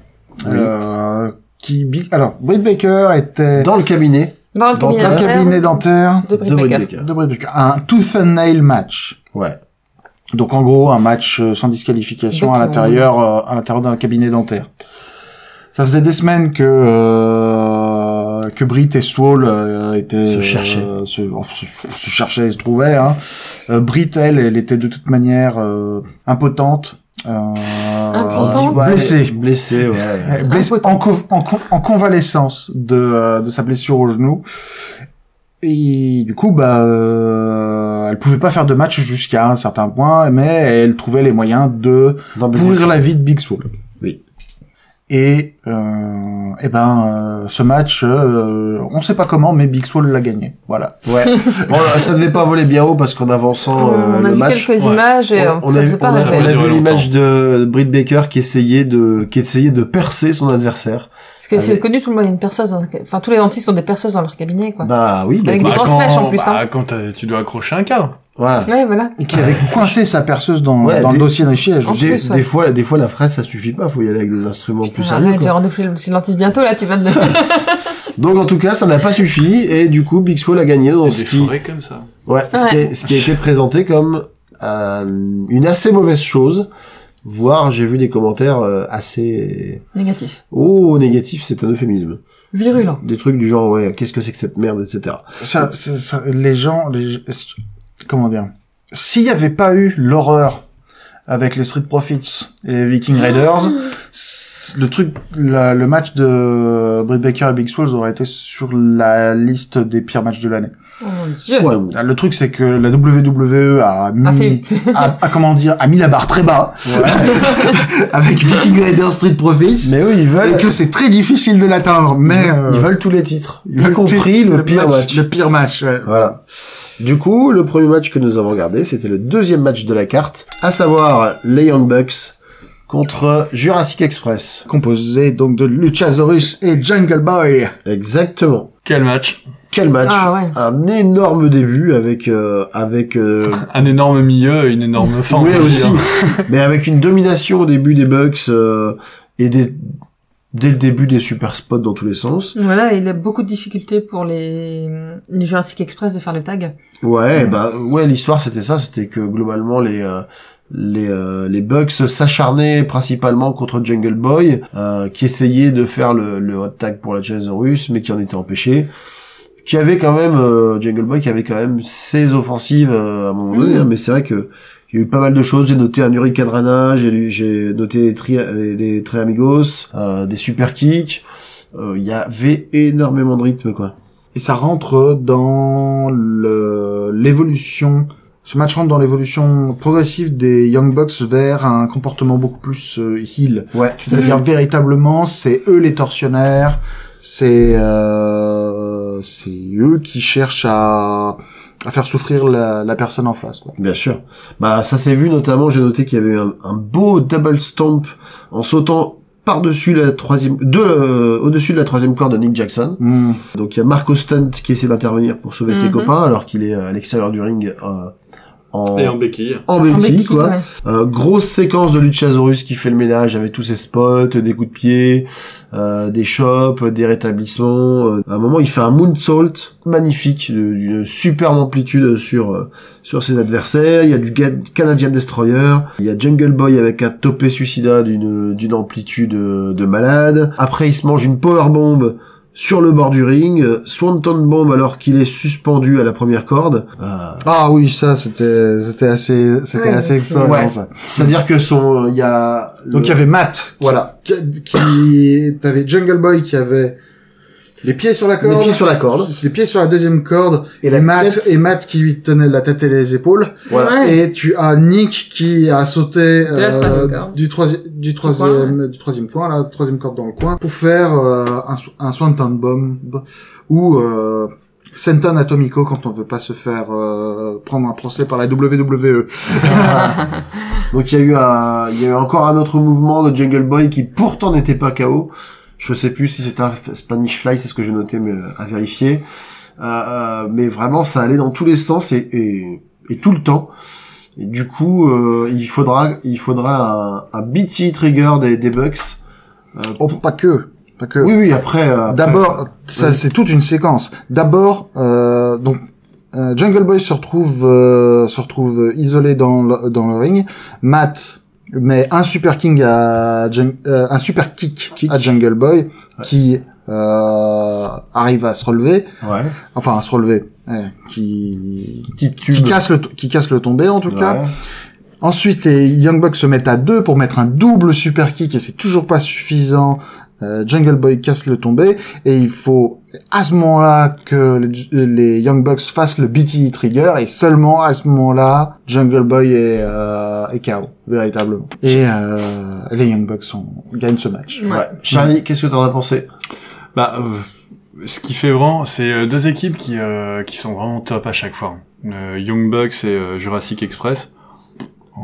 A: Euh, qui, Bi- alors, Britt Baker était
B: Dans le cabinet
C: Dans le
B: Dans
C: cabinet
A: dans le
C: dentaire
A: cabinet dentaire
C: de Britt
B: Britt
C: Baker.
B: Baker.
A: de Britt Baker. Un tooth and nail match.
B: Ouais.
A: Donc en gros, un match euh, sans disqualification à
C: D'accord.
A: l'intérieur, euh, à l'intérieur d'un cabinet dentaire. Ça faisait des semaines que euh, que Britt et Swole euh, étaient
B: Se cherchaient.
A: euh, se, oh, se, se cherchaient, et se trouvaient. Hein. Euh, Britt, elle, elle était de toute manière euh, impotente, euh,
C: Impuissante.
A: blessée,
B: Blessé, ouais.
A: euh, blessée en, co- en, con- en convalescence de euh, de sa blessure au genou. Et du coup, bah, euh, elle pouvait pas faire de match jusqu'à un certain point, mais elle trouvait les moyens de
B: Dans le
A: pourrir
B: business.
A: la vie de Big Swole.
B: Oui.
A: Et, euh, eh ben, euh, ce match, euh, on sait pas comment, mais Big Swole l'a gagné. Voilà.
B: Ouais. Bon, euh, ça devait pas voler bien haut parce qu'en avançant euh,
C: Ah, on a
B: le
C: vu
B: match,
C: quelques
D: ouais.
C: images et
B: on
C: euh,
B: a, on
C: ça
B: a vu,
C: faisait pas
B: on a-
C: rêver.
B: on a
D: Ça a
B: vu
D: duré
B: l'image de Britt Baker qui essayait de qui essayait de percer son adversaire.
C: Parce que c'est
B: Allez.
C: connu, tout le monde a une perceuse dans un ca- Enfin, tous les dentistes ont des perceuses dans leur cabinet, quoi.
B: Bah oui, bah,
C: Avec des grosses
D: quand,
C: mèches, en plus,
D: bah,
C: hein.
D: quand t'as- tu dois accrocher un cadre.
B: voilà.
C: Ouais, voilà.
A: Et qui avait coincé sa perceuse dans,
B: Ah, Ouais,
A: dans le
B: des-
A: dossier d'un siège.
C: En
B: Des,
C: plus, ouais.
B: des fois, des fois la phrase ça suffit pas, faut y aller avec des instruments plus
C: Ah,
B: sérieux.
C: arrête, hein.
B: quoi.
C: j'ai rendez-vous chez le dentiste bientôt, là, tu vas me...
B: Donc en tout cas, ça n'a pas suffi et du coup, Big Swole a gagné dans
D: Des
B: ce qui,
D: forêts comme ça.
B: ouais, ce qui, est- ce qui a été présenté comme euh, une assez mauvaise chose. Voire, j'ai vu des commentaires euh, assez
C: Négatif.
B: oh négatifs, c'est un euphémisme.
C: Virulent.
B: des trucs du genre ouais qu'est-ce que c'est que cette merde etc
A: Ça, ça- ça- les gens, les- comment dire, s'il n'y avait pas eu l'horreur avec les Street Profits et les Viking Raiders, s- le truc, la- le match de Britt Baker et Big Swole aurait été sur la liste des pires matchs de l'année.
C: Oh mon dieu.
B: ouais
A: Ah, Le truc, c'est que la WWE a
C: Ah,
A: mis, a, a, comment dire, a mis la barre très bas avec Viking Raider Street Profits,
B: mais eux ils
A: et
B: veulent
A: que c'est très difficile de l'atteindre, mais euh,
B: ils veulent tous les titres y
A: le
B: compris
A: titre,
B: le pire match,
A: le pire match. ouais.
B: voilà du coup le premier match que nous avons regardé c'était le deuxième match de la carte à savoir les Young Bucks contre Jurassic Express
A: Composé donc de Luchasaurus et Jungle Boy.
B: exactement
D: Quel match
B: quel match
C: Ah ouais.
B: un énorme début avec euh, avec euh,
D: Un énorme milieu, une énorme fin.
B: oui,
D: on peut
B: aussi
D: dire.
B: mais avec une domination au début des Bucks euh, et des dès le début des super spots dans tous les sens
C: Voilà, il a beaucoup de difficultés pour les, les Jurassic Express de faire le tag.
B: Ouais, bah ouais, l'histoire c'était ça, c'était que globalement les euh, les euh, les Bucks s'acharnaient principalement contre Jungle Boy, euh, qui essayait de faire le, le hot tag pour la chaise russe, mais qui en était empêché. Qui avait quand même euh, Jungle Boy, qui avait quand même ses offensives euh, à un moment donné,
C: Mhm.
B: hein, mais c'est vrai que il y a eu pas mal de choses. J'ai noté un Hurricane Rana, j'ai lu- j'ai noté les, tri, les, les Tres Amigos, euh, des super kicks. Euh, Il y avait énormément de rythme quoi.
A: Et ça rentre dans le- l'évolution. Ce match rentre dans l'évolution progressive des Young Bucks vers un comportement beaucoup plus euh, heel.
B: Ouais.
A: C'est-à-dire
C: Mm.
A: véritablement, c'est eux les tortionnaires, c'est euh, c'est eux qui cherchent à, à faire souffrir la, la personne en face. Quoi.
B: Bien sûr. Bah ça s'est vu notamment, j'ai noté qu'il y avait un, un beau double stomp en sautant par-dessus la troisième, de, euh, au-dessus de la troisième corde de Nick Jackson.
A: Mm.
B: Donc il y a Marco Stunt qui essaie d'intervenir pour sauver ses
C: Mhm.
B: copains alors qu'il est à l'extérieur du ring euh, en,
D: Et en béquille.
B: en
C: En
B: béquille,
C: béquille,
B: quoi.
C: ouais.
B: Euh, grosse séquence de Luchasaurus qui fait le ménage avec tous ses spots, des coups de pied, euh, des chops, des rétablissements. Euh, À un moment, il fait un moonsault magnifique de- d'une superbe amplitude sur euh, sur ses adversaires. Il y a du Ga- Canadian Destroyer. Il y a Jungle Boy avec un topé suicida d'une d'une amplitude euh, de malade. Après, il se mange une power bomb sur le bord du ring, euh, Swanton Bomb alors qu'il est suspendu à la première corde. Euh,
A: Ah oui, ça, c'était, c'était assez, c'était
C: Ouais,
A: assez
C: c'est-
A: excellent,
B: Ouais.
A: ça.
B: C'est-à-dire que son, euh, il y a... le-
A: Donc il y avait Matt,
B: Voilà.
A: qui, qui- t'avais Jungle Boy qui avait les pieds sur la corde,
B: Les pieds sur la corde.
A: les pieds sur la deuxième corde,
B: Et
A: et,
B: la
A: Matt,
B: tête.
A: et Matt qui lui tenait la tête et les épaules.
B: Voilà.
C: Ouais.
A: Et tu as Nick qui a sauté
C: la
A: euh,
C: troisième corde.
A: du, troisi- du troisième du troisième coin, là, troisième corde dans le coin, pour faire euh, un, sw- un Swanton Bomb ou euh, Senton Atomico quand on veut pas se faire euh, prendre un procès par la E. WWE.
B: Donc il y a eu un, il y a eu encore un autre mouvement de Jungle Boy qui pourtant n'était pas KO. Je sais plus si c'était un F- Spanish Fly, c'est ce que j'ai noté, mais euh, à vérifier. Euh, euh, mais vraiment, ça allait dans tous les sens et, et, et tout le temps. Et du coup, euh, il faudra, il faudra un, un BT trigger des, des Bucks. Euh,
A: Oh, pas que, pas que.
B: oui, oui. Après, euh, après-
A: D'abord, ça
B: Vas-y.
A: c'est toute une séquence. D'abord, euh, donc euh, Jungle Boy se retrouve euh, se retrouve isolé dans le, dans le ring. Matt met un super king à Jung- euh, un super kick,
B: Kick.
A: à Jungle Boy qui euh, arrive à se relever,
B: ouais.
A: enfin à se relever, ouais, qui
B: Petite tube.
A: qui casse le to- qui casse le tombé en tout cas.
B: Ouais.
A: Ensuite, les Young Bucks se mettent à deux pour mettre un double super kick et c'est toujours pas suffisant. Euh, Jungle Boy casse le tombé et il faut à ce moment-là que les, les Young Bucks fassent le BTE trigger et seulement à ce moment-là Jungle Boy est, euh, est KO véritablement. Et euh, les Young Bucks sont, gagnent ce match.
B: Ouais. Charlie, qu'est-ce que t'en as pensé
D: Bah, euh, ce qui fait vraiment, c'est euh, deux équipes qui, euh, qui sont vraiment top à chaque fois. Euh, Young Bucks et euh, Jurassic Express.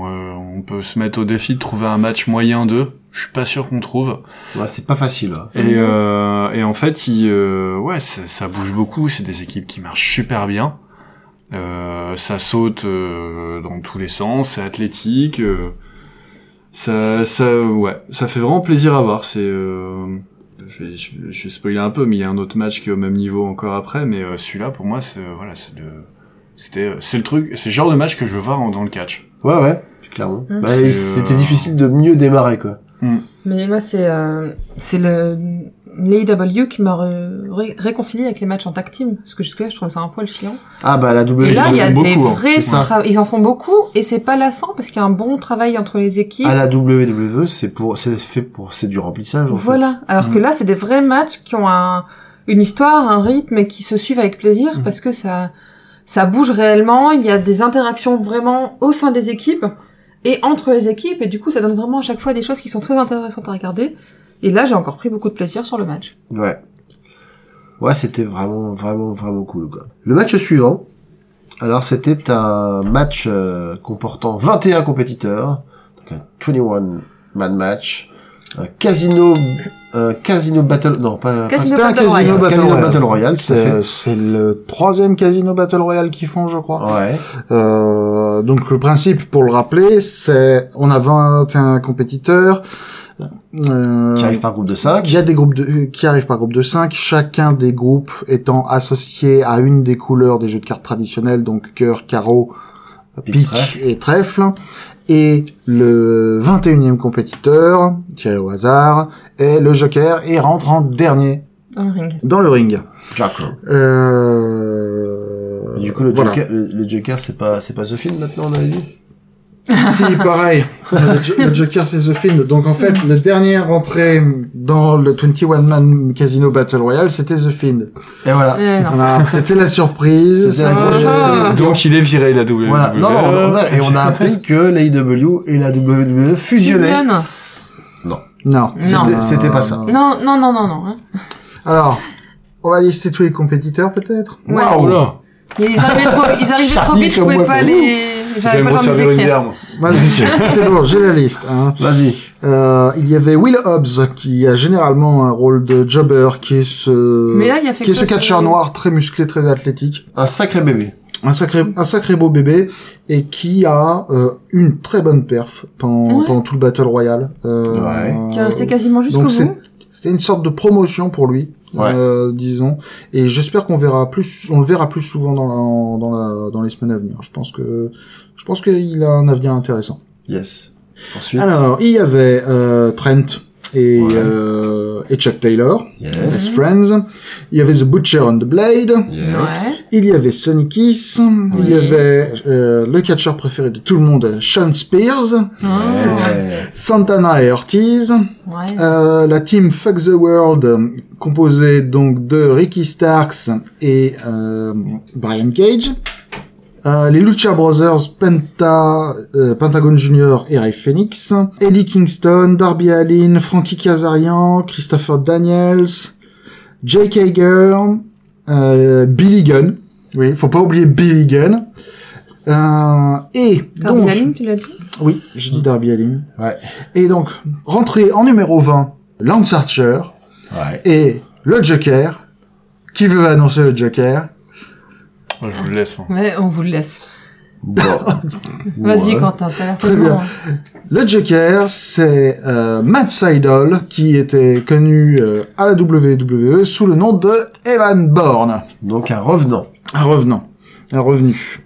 D: Euh, on peut se mettre au défi de trouver un match moyen d'eux. Je suis pas sûr qu'on trouve.
B: Ouais, c'est pas facile. hein.
C: Mhm.
D: Et, euh, et en fait, ils, euh, ouais, ça, ça bouge beaucoup. C'est des équipes qui marchent super bien. Euh, ça saute euh, dans tous les sens. C'est athlétique. euh, ça, ça, ouais, ça fait vraiment plaisir à voir. C'est, euh, je, vais, je, vais- je vais spoiler un peu, mais il y a un autre match qui est au même niveau encore après. Mais euh, celui-là, pour moi, c'est, euh, voilà, c'est de, c'était, euh, c'est le truc, c'est le genre de match que je veux voir en- dans le catch.
B: Ouais, ouais. Clairement.
C: Mm.
B: Bah,
D: C'est, euh,
B: C'était difficile de mieux démarrer quoi.
C: Mais moi, c'est euh, c'est le l'AEW qui m'a re- ré- réconcilié avec les matchs en tag team, parce que jusque-là, je trouvais ça un poil chiant.
B: Ah bah la double
C: Et
D: ils
C: là,
D: en
C: il y a
D: font
C: des
D: beaucoup, hein,
C: vrais
B: c'est ça.
C: tra- ils en font beaucoup, et c'est pas lassant parce qu'il y a un bon travail entre les équipes.
B: à la WWE, c'est pour, c'est fait pour, c'est du remplissage en
C: voilà. Alors que
D: Mm.
C: là, c'est des vrais matchs qui ont un une histoire, un rythme, et qui se suivent avec
B: Mm.
C: plaisir parce que ça ça bouge réellement. Il y a des interactions vraiment au sein des équipes et entre les équipes, et du coup, ça donne vraiment à chaque fois des choses qui sont très intéressantes à regarder. Et là, j'ai encore pris beaucoup de plaisir sur le match.
B: fait. Ouais. Ouais, c'était vraiment, vraiment, vraiment cool quoi. Le match suivant, alors c'était un match euh, comportant 21 compétiteurs, donc un 21 man match, un casino, un casino battle, non pas. pas-
C: Casino
A: C'était un
C: Battle
A: casino
C: Royale.
A: Battle
B: Casino
A: Royale.
B: Battle Royale, tout à fait.
A: C'est c'est le troisième casino Battle Royale qu'ils font, je crois.
B: Ouais.
A: Euh, donc le principe, pour le rappeler, c'est on a 21 compétiteurs. Euh,
B: Qui arrive par groupe de 5.
A: il y a des groupes de, euh, qui arrivent par groupe de 5, chacun des groupes étant associé à une des couleurs des jeux de cartes traditionnels, donc cœur, carreau,
B: Pique,
A: pique
B: trèfle.
A: et trèfle. Et le 21e compétiteur, tiré au hasard, est le joker et rentre en dernier
C: Dans le ring.
A: dans le ring.
B: Jack. hein.
A: Euh...
B: Du coup, le
A: voilà.
B: Joker, le, le Joker, c'est pas, c'est pas The Film maintenant, on avait dit.
A: si, pareil. Le, Jo- le Joker, c'est The Fiend. Donc, en fait, le dernier rentré dans le 21 Man Casino Battle Royale, c'était The Fiend.
B: Et voilà.
C: Et alors,
A: Voilà, c'était la surprise. Euh,
B: C'était la
A: C'était-
B: grosse surprise.
D: Donc il est viré la WWE.
B: Ah. Voilà. Non, non, on a- et on a appris que l'AEW et la WWE fusionnaient.
C: fusionne.
A: Non.
B: C'était- c'était pas ça.
C: Non, non, non, non, non. hein.
A: Alors, on va lister tous les compétiteurs, peut-être
C: Ouais.
D: Oh
C: Ah,
D: là,
C: Mais Ils arrivaient trop, ils arrivaient trop
B: Charlie,
C: vite, je
B: comme
C: pouvais
B: moi,
C: pas
B: fait,
C: les, j'avais pas le
D: j'aimerais
C: temps de
D: servir
C: les
D: une
C: écrire.
D: bière. moi.
A: Voilà, C'est bon, j'ai la liste. Hein.
B: Vas-y.
A: Euh, il y avait Will Hobbs, qui a généralement un rôle de jobber, qui est ce...
C: Mais là, il y a
A: Euh,
C: fait
A: qui est
C: que
A: ce
C: ça. euh,
A: catcheur noir très musclé, très athlétique.
B: Un sacré bébé.
A: un sacré un sacré beau bébé et qui a euh, une très bonne perf pendant,
C: Ouais.
A: pendant tout le battle royale. Euh,
B: Ouais.
C: Qui est resté quasiment jusqu'au
A: donc c'est-
C: bout.
A: c'était une sorte de promotion pour lui,
B: Ouais.
A: euh, disons. Et j'espère qu'on verra plus, on le verra plus souvent dans la, en- dans la, dans les semaines à venir. Je pense que je pense qu'il a un avenir intéressant.
B: Yes. Ensuite.
A: Alors il y avait euh, Trent et, euh, et Chuck Taylor,
B: Yes.
A: Friends. Il y avait The Butcher and the Blade.
B: Yes.
C: Ouais.
A: Il y avait Sonic Kiss. Il y avait euh, le catcheur préféré de tout le monde, Sean Spears.
B: Ouais.
A: Santana et Ortiz.
C: Ah, Ouais.
A: Euh, la team Fuck the World, euh, composée donc de Ricky Starks et euh, Brian Cage. Euh, les Lucha Brothers, Penta, euh, Pentagon Junior et Ray Phoenix. Eddie Kingston, Darby Allin, Frankie Kazarian, Christopher Daniels, Jake Hager, euh, Billy Gunn. Oui, faut pas oublier Billy Gunn. Euh, et
C: Darby
A: donc...
C: Allin, tu l'as dit
A: Oui, je dis Darby Allin.
B: Ouais.
A: Et donc, rentré en numéro 20, Lance Archer
B: Ouais.
A: et le Joker. Qui veut annoncer le Joker
D: Moi, je vous le laisse, moi.
C: Ouais, on vous le laisse.
B: Bon.
C: Vas-y,
B: Ouais.
C: Quentin, t'as l'air
A: Très
C: tellement-
A: bien. Le Joker, c'est euh, Matt Seidel, qui était connu euh, à la WWE sous le nom de Evan Bourne.
B: Donc un revenant.
A: Un revenant. Un revenu.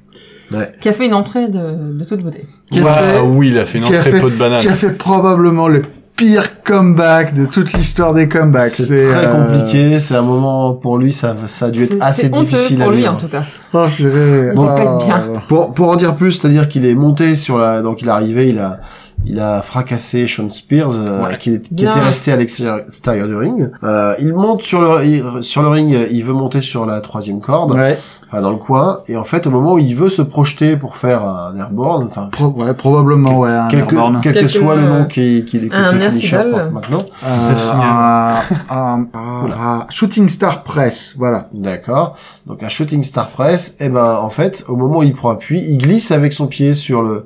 B: Ouais.
C: Qui a fait une entrée de, de toute beauté.
A: Qui a
D: Ouah,
A: fait-
D: oui, il a fait une
A: qui a
D: entrée
A: fait-
D: pot de banane.
A: Qui a fait probablement le pire comeback de toute l'histoire des comebacks.
B: C'est très
A: euh,
B: compliqué. C'est un moment pour lui. Ça, ça a dû être
C: C'est-
B: assez
C: c'est honteux
B: difficile
C: pour
B: à
C: lui,
B: vivre.
C: en tout cas.
A: Oh, purée.
C: Bon,
A: Ah.
C: pas bien.
B: Pour, pour en dire plus, c'est-à-dire qu'il est monté sur la, donc il est arrivé, il a, il a fracassé Sean Spears, euh, qui, qui
C: Bien.
B: était resté à l'extérieur extérieur du ring. Euh, il monte sur le, il- sur le ring, euh, il veut monter sur la troisième corde,
A: Ouais.
B: enfin dans le coin, et en fait au moment où il veut se projeter pour faire un airborne, enfin
A: Pro- ouais, probablement, ouais. hein, un
B: quel que,
A: Airborne.
B: quel que
C: Quelque-
B: soit le nom qui, qui, que
C: euh, un
B: ce
C: air
B: finisher
C: sidal.
B: porte maintenant,
A: Euh, un- un-
B: Ah.
A: un- un Shooting Star Press, voilà.
B: D'accord. Donc un shooting star press, et ben en fait, au moment où il prend appui, il glisse avec son pied sur le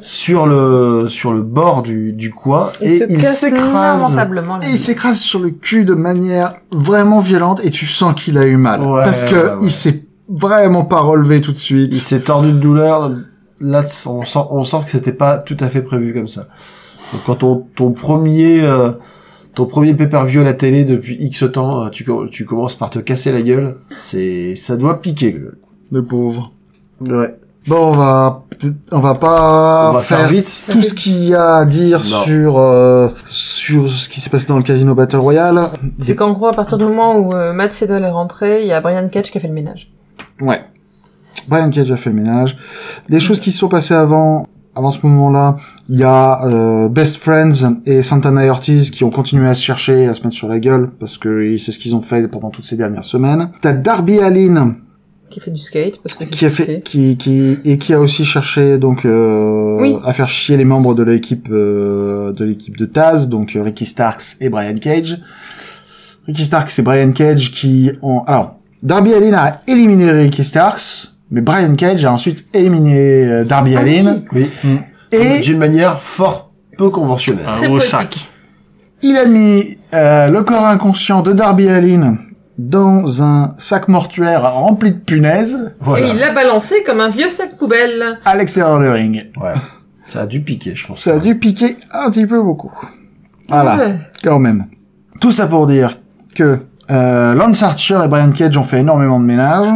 B: sur le sur le bord du du coin
C: Ah, Il
B: et
C: se
B: il
C: casse
B: s'écrase.
C: lamentablement. la
A: Et il s'écrase sur le cul de manière vraiment violente et tu sens qu'il a eu mal.
B: Ouais,
A: parce que
B: ouais, ouais.
A: il s'est vraiment pas relevé tout de
B: Il
A: suite.
B: s'est tordu de douleur. Là, on sent on sent que c'était pas tout à fait prévu comme ça. Donc quand ton ton premier euh, ton premier pay-per-view à la télé depuis X temps, euh, tu com- tu commences par te casser la gueule. C'est ça doit piquer.
A: Le pauvre.
B: Ouais.
A: Bon, on va, on va pas
B: On va faire vite.
A: tout ce qu'il y a à dire
B: Non.
A: sur, euh, sur ce qui s'est passé dans le casino Battle Royale.
C: C'est qu'en gros, à partir du moment où euh, Matt Sedol est rentré, il y a Brian Cage qui a fait le ménage.
A: Brian Cage a fait le ménage. Des choses qui se sont passées avant, avant ce moment-là, il y a euh, Best Friends et Santana et Ortiz qui ont continué à se chercher, et à se mettre sur la gueule, parce que c'est ce qu'ils ont fait pendant toutes ces dernières semaines. T'as Darby Allin
C: Qui a fait du skate, parce que
A: qui a fait, qui, qui et qui a aussi cherché donc euh,
C: Oui.
A: à faire chier les membres de l'équipe euh, de l'équipe de Taz, donc euh, Ricky Starks et Brian Cage. Ricky Starks et Brian Cage qui ont alors Darby Allin a éliminé Ricky Starks, mais Brian Cage a ensuite éliminé euh, Darby Allin
B: Oui.
A: et Ah.
B: D'une manière fort peu conventionnelle.
D: Un
C: Très
D: gros
C: poétique.
D: sac.
A: il a mis euh, le corps inconscient de Darby Allin dans un sac mortuaire rempli de punaises
B: Voilà.
C: Et il l'a balancé comme un vieux sac poubelle.
A: à l'extérieur du ring.
B: Ouais. Ça a dû piquer, je pense.
A: Ça a dû piquer un petit peu beaucoup. Voilà,
C: Ouais.
A: quand même. Tout ça pour dire que euh, Lance Archer et Brian Cage ont fait énormément de ménage.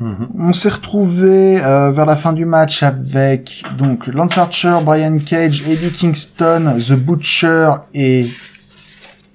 B: Mhm.
A: On s'est retrouvé euh, vers la fin du match avec donc Lance Archer, Brian Cage, Eddie Kingston, The Butcher et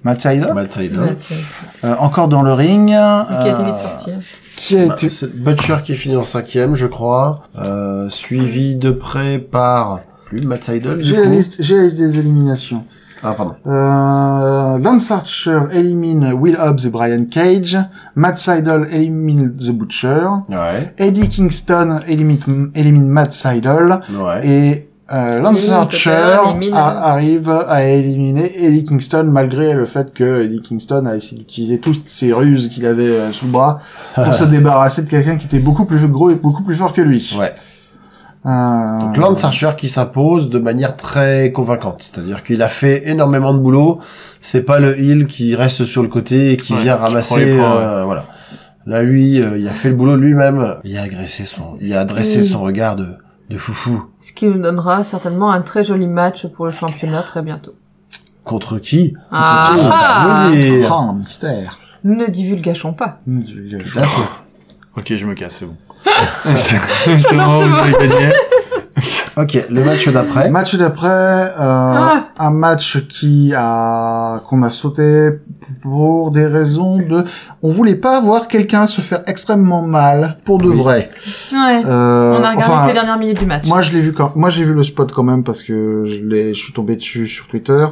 A: Matt Taylor
B: Matt Taylor.
C: Ouais, tiens.
A: euh, encore dans le ring.
C: Donc, il a été
A: euh,
C: vite sorti. hein.
A: qui a
B: Bah,
A: été-
B: c'est Butcher qui finit en cinquième, je crois, euh, suivi de près par plus Matt Seidel. du
A: J'ai la
B: coup.
A: liste, j'ai la liste des éliminations.
B: Ah pardon.
A: Euh, Lance Archer élimine Will Hobbs et Brian Cage. Matt Seidel élimine The Butcher.
B: Ouais,
A: Eddie Kingston élimine, élimine Matt Seidel.
B: ouais.
A: Et euh, Lance
C: Élimine
A: Archer
C: Tata, élimine-
A: a- arrive à éliminer Eddie Kingston malgré le fait que Eddie Kingston a essayé d'utiliser toutes ses ruses qu'il avait euh, sous le bras pour se débarrasser de quelqu'un qui était beaucoup plus gros et beaucoup plus fort que lui.
B: Ouais.
A: Euh,
B: Donc Lance Archer qui s'impose de manière très convaincante, c'est-à-dire qu'il a fait énormément de boulot. C'est pas le heel qui reste sur le côté et qui
D: Ouais,
B: vient
D: qui prend
B: ramasser,
D: les points,
B: euh, voilà. Là lui, euh, il a fait le boulot lui-même. Il a agressé son, il a adressé son regard de de foufou
C: Ce qui nous donnera certainement un très joli match pour le championnat très bientôt.
B: contre qui Contre
C: Ah,
B: qui Bah, On va
C: ah.
B: pas le dire.
A: Ah, mystère.
C: Ne divulgachons pas.
A: Hum, je- je- je-
B: Tout à fait.
D: Ok, je me casse, c'est bon. c'est bon, vous avez gagné.
B: Ok, le match d'après.
A: Match d'après, euh,
C: Ah.
A: un match qui a qu'on a sauté pour des raisons de, on voulait pas voir quelqu'un se faire extrêmement mal pour de vrai.
C: Ouais.
A: Euh,
C: On a regardé
A: enfin,
C: que les dernières minutes du match.
A: Moi, je l'ai vu quand, moi j'ai vu le spot quand même parce que je l'ai, je suis tombé dessus sur Twitter.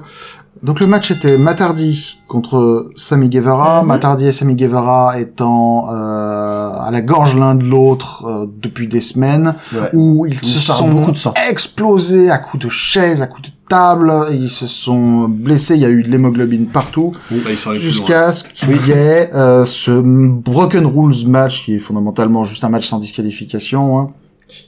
A: Donc le match était Matardi contre Sami Guevara.
C: Mhm.
A: Matardi et Sami Guevara étant euh, à la gorge l'un de l'autre euh, depuis des semaines,
B: Ouais.
A: où ils
B: Ils
A: se
B: se
A: sont
B: parlent beaucoup de sang.
A: explosés à coups de chaises, à coups de table. Ils se sont blessés. Il y a eu de l'hémoglobine partout
D: Bah, ils sont allés plus loin.
A: jusqu'à ce qu'il y ait euh, ce Broken Rules match qui est fondamentalement juste un match sans disqualification. hein.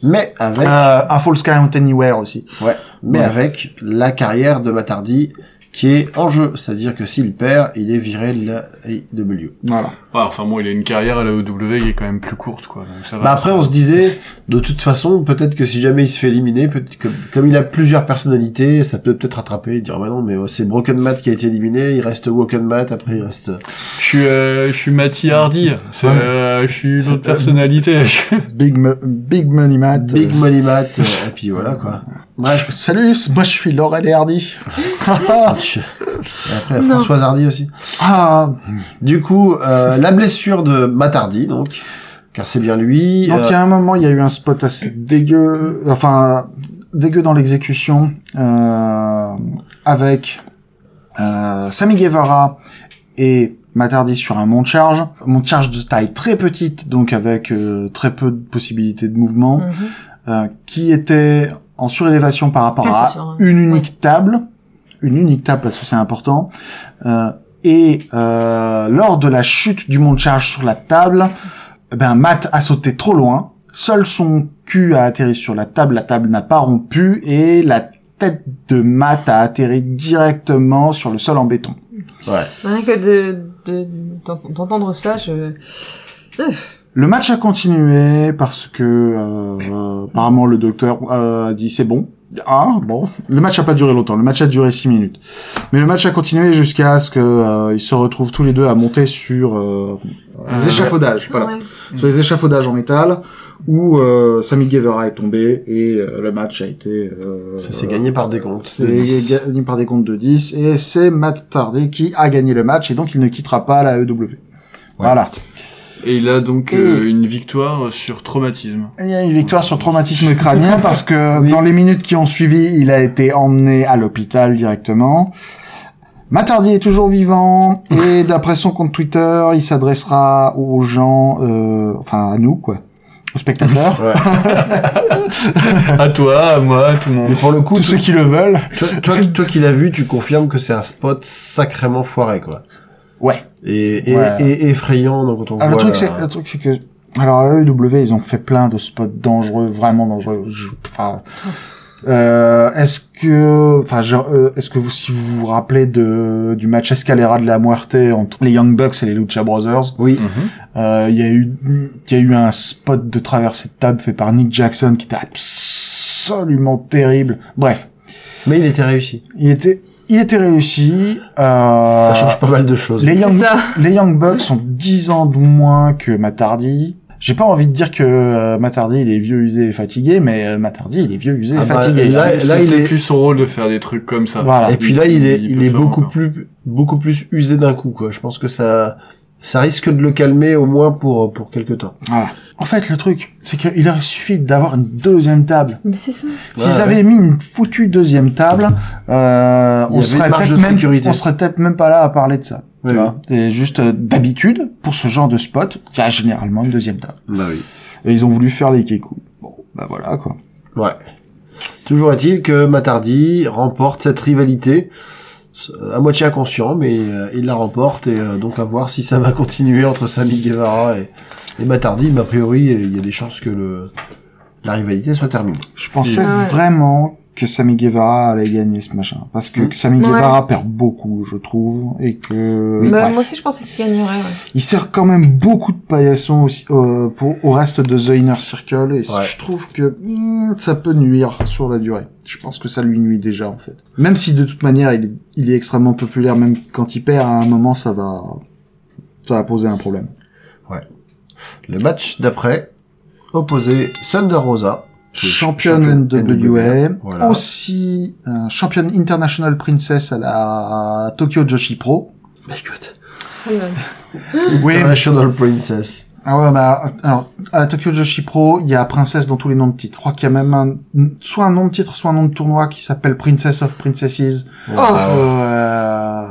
B: Mais avec,
A: Euh, un False Count Anywhere aussi.
B: ouais, mais
A: ouais.
B: avec la carrière de Matardi qui est en jeu. C'est-à-dire que s'il perd, il est viré de la AEW.
A: Voilà.
D: Ouais, enfin bon, il a une carrière à la OW qui est quand même plus courte, quoi. Donc ça va.
B: Bah après, on se disait, de toute façon, peut-être que si jamais il se fait éliminer, peut-être que, comme il a plusieurs personnalités, ça peut peut-être rattraper et dire, bah non, mais euh, c'est Broken Matt qui a été éliminé, il reste Woken Matt, après il reste...
D: Je suis, euh, je suis Matty Hardy. C'est, euh, je suis une autre personnalité. Euh,
A: Big, Mo- Big Money Matt.
B: Big Money Matt, euh, et puis voilà, quoi. Bref. Ah,
A: Bref, salut, c- moi je suis Laurel et Hardy.
B: Et après,
C: Non.
B: Françoise Hardy aussi.
A: ah,
B: Du coup, euh, la blessure de Matt Hardy, donc, car c'est bien lui.
A: donc il y
B: euh,
A: a un moment, il y a eu un spot assez dégueu, enfin dégueu dans l'exécution, euh, avec euh, Sammy Guevara et Matardi sur un mont charge, mont charge de taille très petite, donc avec euh, très peu de possibilités de mouvement.
C: Mhm.
A: euh, qui était en surélévation par rapport
C: Ouais,
A: à
C: c'est sûr, hein.
A: une unique table, une unique table parce que c'est important. Euh, et euh, lors de la chute du monde charge sur la table, eh ben Matt a sauté trop loin. Seul son cul a atterri sur la table, la table n'a pas rompu et la tête de Matt a atterri directement sur le sol en béton.
C: Rien que de, de- d'en- d'entendre ça, je...
A: Le match a continué parce que euh, apparemment le docteur euh, a dit c'est bon. Ah bon. Le match a pas duré longtemps. Le match a duré six minutes. Mais le match a continué jusqu'à ce que euh, ils se retrouvent tous les deux à monter sur euh, les échafaudages. Voilà.
C: Ouais.
A: Sur les échafaudages en métal où euh, Sammy Guevara est tombé et euh, le match a été. euh,
B: Ça s'est gagné par des comptes.
A: c'est gagné par des comptes de 10 et c'est Matt Tardy qui a gagné le match et donc il ne quittera pas la EW. Voilà.
D: Et il a donc euh, une victoire sur traumatisme.
A: Il y a une victoire sur traumatisme crânien parce que dans les minutes qui ont suivi, il a été emmené à l'hôpital directement. Matardi est toujours vivant et d'après son compte Twitter, il s'adressera aux gens, euh, enfin à nous quoi, aux spectateurs,
D: à toi, à moi, à tout le monde.
B: Mais pour le coup,
A: tous ceux qui le veulent.
B: toi, toi, toi qui l'as vu, tu confirmes que c'est un spot sacrément foiré, quoi.
A: Ouais.
B: Et, et,
A: Ouais.
B: et effrayant, donc, quand on
A: Alors, Ah, le
B: voit
A: truc
B: la-
A: c'est, le truc c'est que, alors à l'EW, ils ont fait plein de spots dangereux, vraiment dangereux. Je- Enfin, euh, est-ce que, enfin, genre, euh, est-ce que vous, si vous vous rappelez de du match Escalera de la Muerte entre les Young Bucks et les Lucha Brothers,
B: Oui.
D: Mhm.
A: euh, il y a eu, il y a eu un spot de traversée de table fait par Nick Jackson qui était absolument terrible. Bref,
B: Mais il était réussi.
A: il était, il était réussi. Euh,
B: Ça change pas mal de choses.
A: les
C: C'est
A: Young,
C: ça.
A: les Young Bucks ont 10 ans de moins que Matardi. J'ai pas envie de dire que euh, Matardi il est vieux usé et fatigué, mais euh, Matardi il est vieux usé et
B: Ah bah,
A: fatigué.
B: là-
A: C'est-
B: là,
D: C'était
B: il est-
D: plus son rôle de faire des trucs comme ça.
A: Voilà.
B: Et puis là, il est, il,
D: peut
B: est
D: faire
B: beaucoup
D: encore.
B: plus, beaucoup plus usé d'un coup, quoi. Je pense que ça, ça risque de le calmer au moins pour, pour quelques temps.
A: Voilà. En fait, le truc, c'est qu'il aurait suffi d'avoir une deuxième table.
C: Mais c'est ça.
A: S'ils
B: ouais.
A: avaient mis une foutue deuxième table, euh,
B: Il y
A: on
B: avait
A: serait
B: une marge
A: peut-être
B: de
A: même,
B: sécurité.
A: on serait peut-être même pas là à parler de ça.
B: Oui,
A: tu vois. C'est juste euh, d'habitude pour ce genre de spot, il y a généralement une deuxième table.
B: Bah oui.
A: Et ils ont voulu faire les kékous. Bon, bah voilà quoi.
B: Ouais. Toujours est-il que Matardi remporte cette rivalité euh, à moitié inconscient, mais euh, il la remporte et euh, donc à voir si ça va continuer entre Sami Guevara et, et Matardi. Mais a priori, euh, il y a des chances que le la rivalité soit terminée.
A: Je pensais
C: Ah ouais.
A: vraiment que Sami Guevara allait gagner ce machin. Parce que Sami
C: Mm. Ouais.
A: Guevara perd beaucoup, je trouve, et que...
C: Bah,
A: Bref.
C: moi aussi, je pensais qu'il gagnerait. Ouais.
A: Il sert quand même beaucoup de paillassons aussi, euh, pour, au reste de The Inner Circle, et
B: Ouais.
A: je trouve que hmm, ça peut nuire sur la durée. Je pense que ça lui nuit déjà, en fait. Même si, de toute manière, il est, il est extrêmement populaire, même quand il perd, à un moment, ça va... Ça va poser un problème.
B: Le match d'après opposait Thunder Rosa
A: championne
B: Championne
A: NWA,
B: voilà.
A: aussi euh, championne international princess à la à Tokyo Joshi Pro.
B: My God.
A: Oui.
B: International Princess.
A: Ah ouais, mais alors, alors, à la Tokyo Joshi Pro, il y a princesse dans tous les noms de titres. Je crois qu'il y a même un, soit un nom de titre, soit un nom de tournoi qui s'appelle Princess of Princesses.
B: Ah
C: Oh,
A: Euh,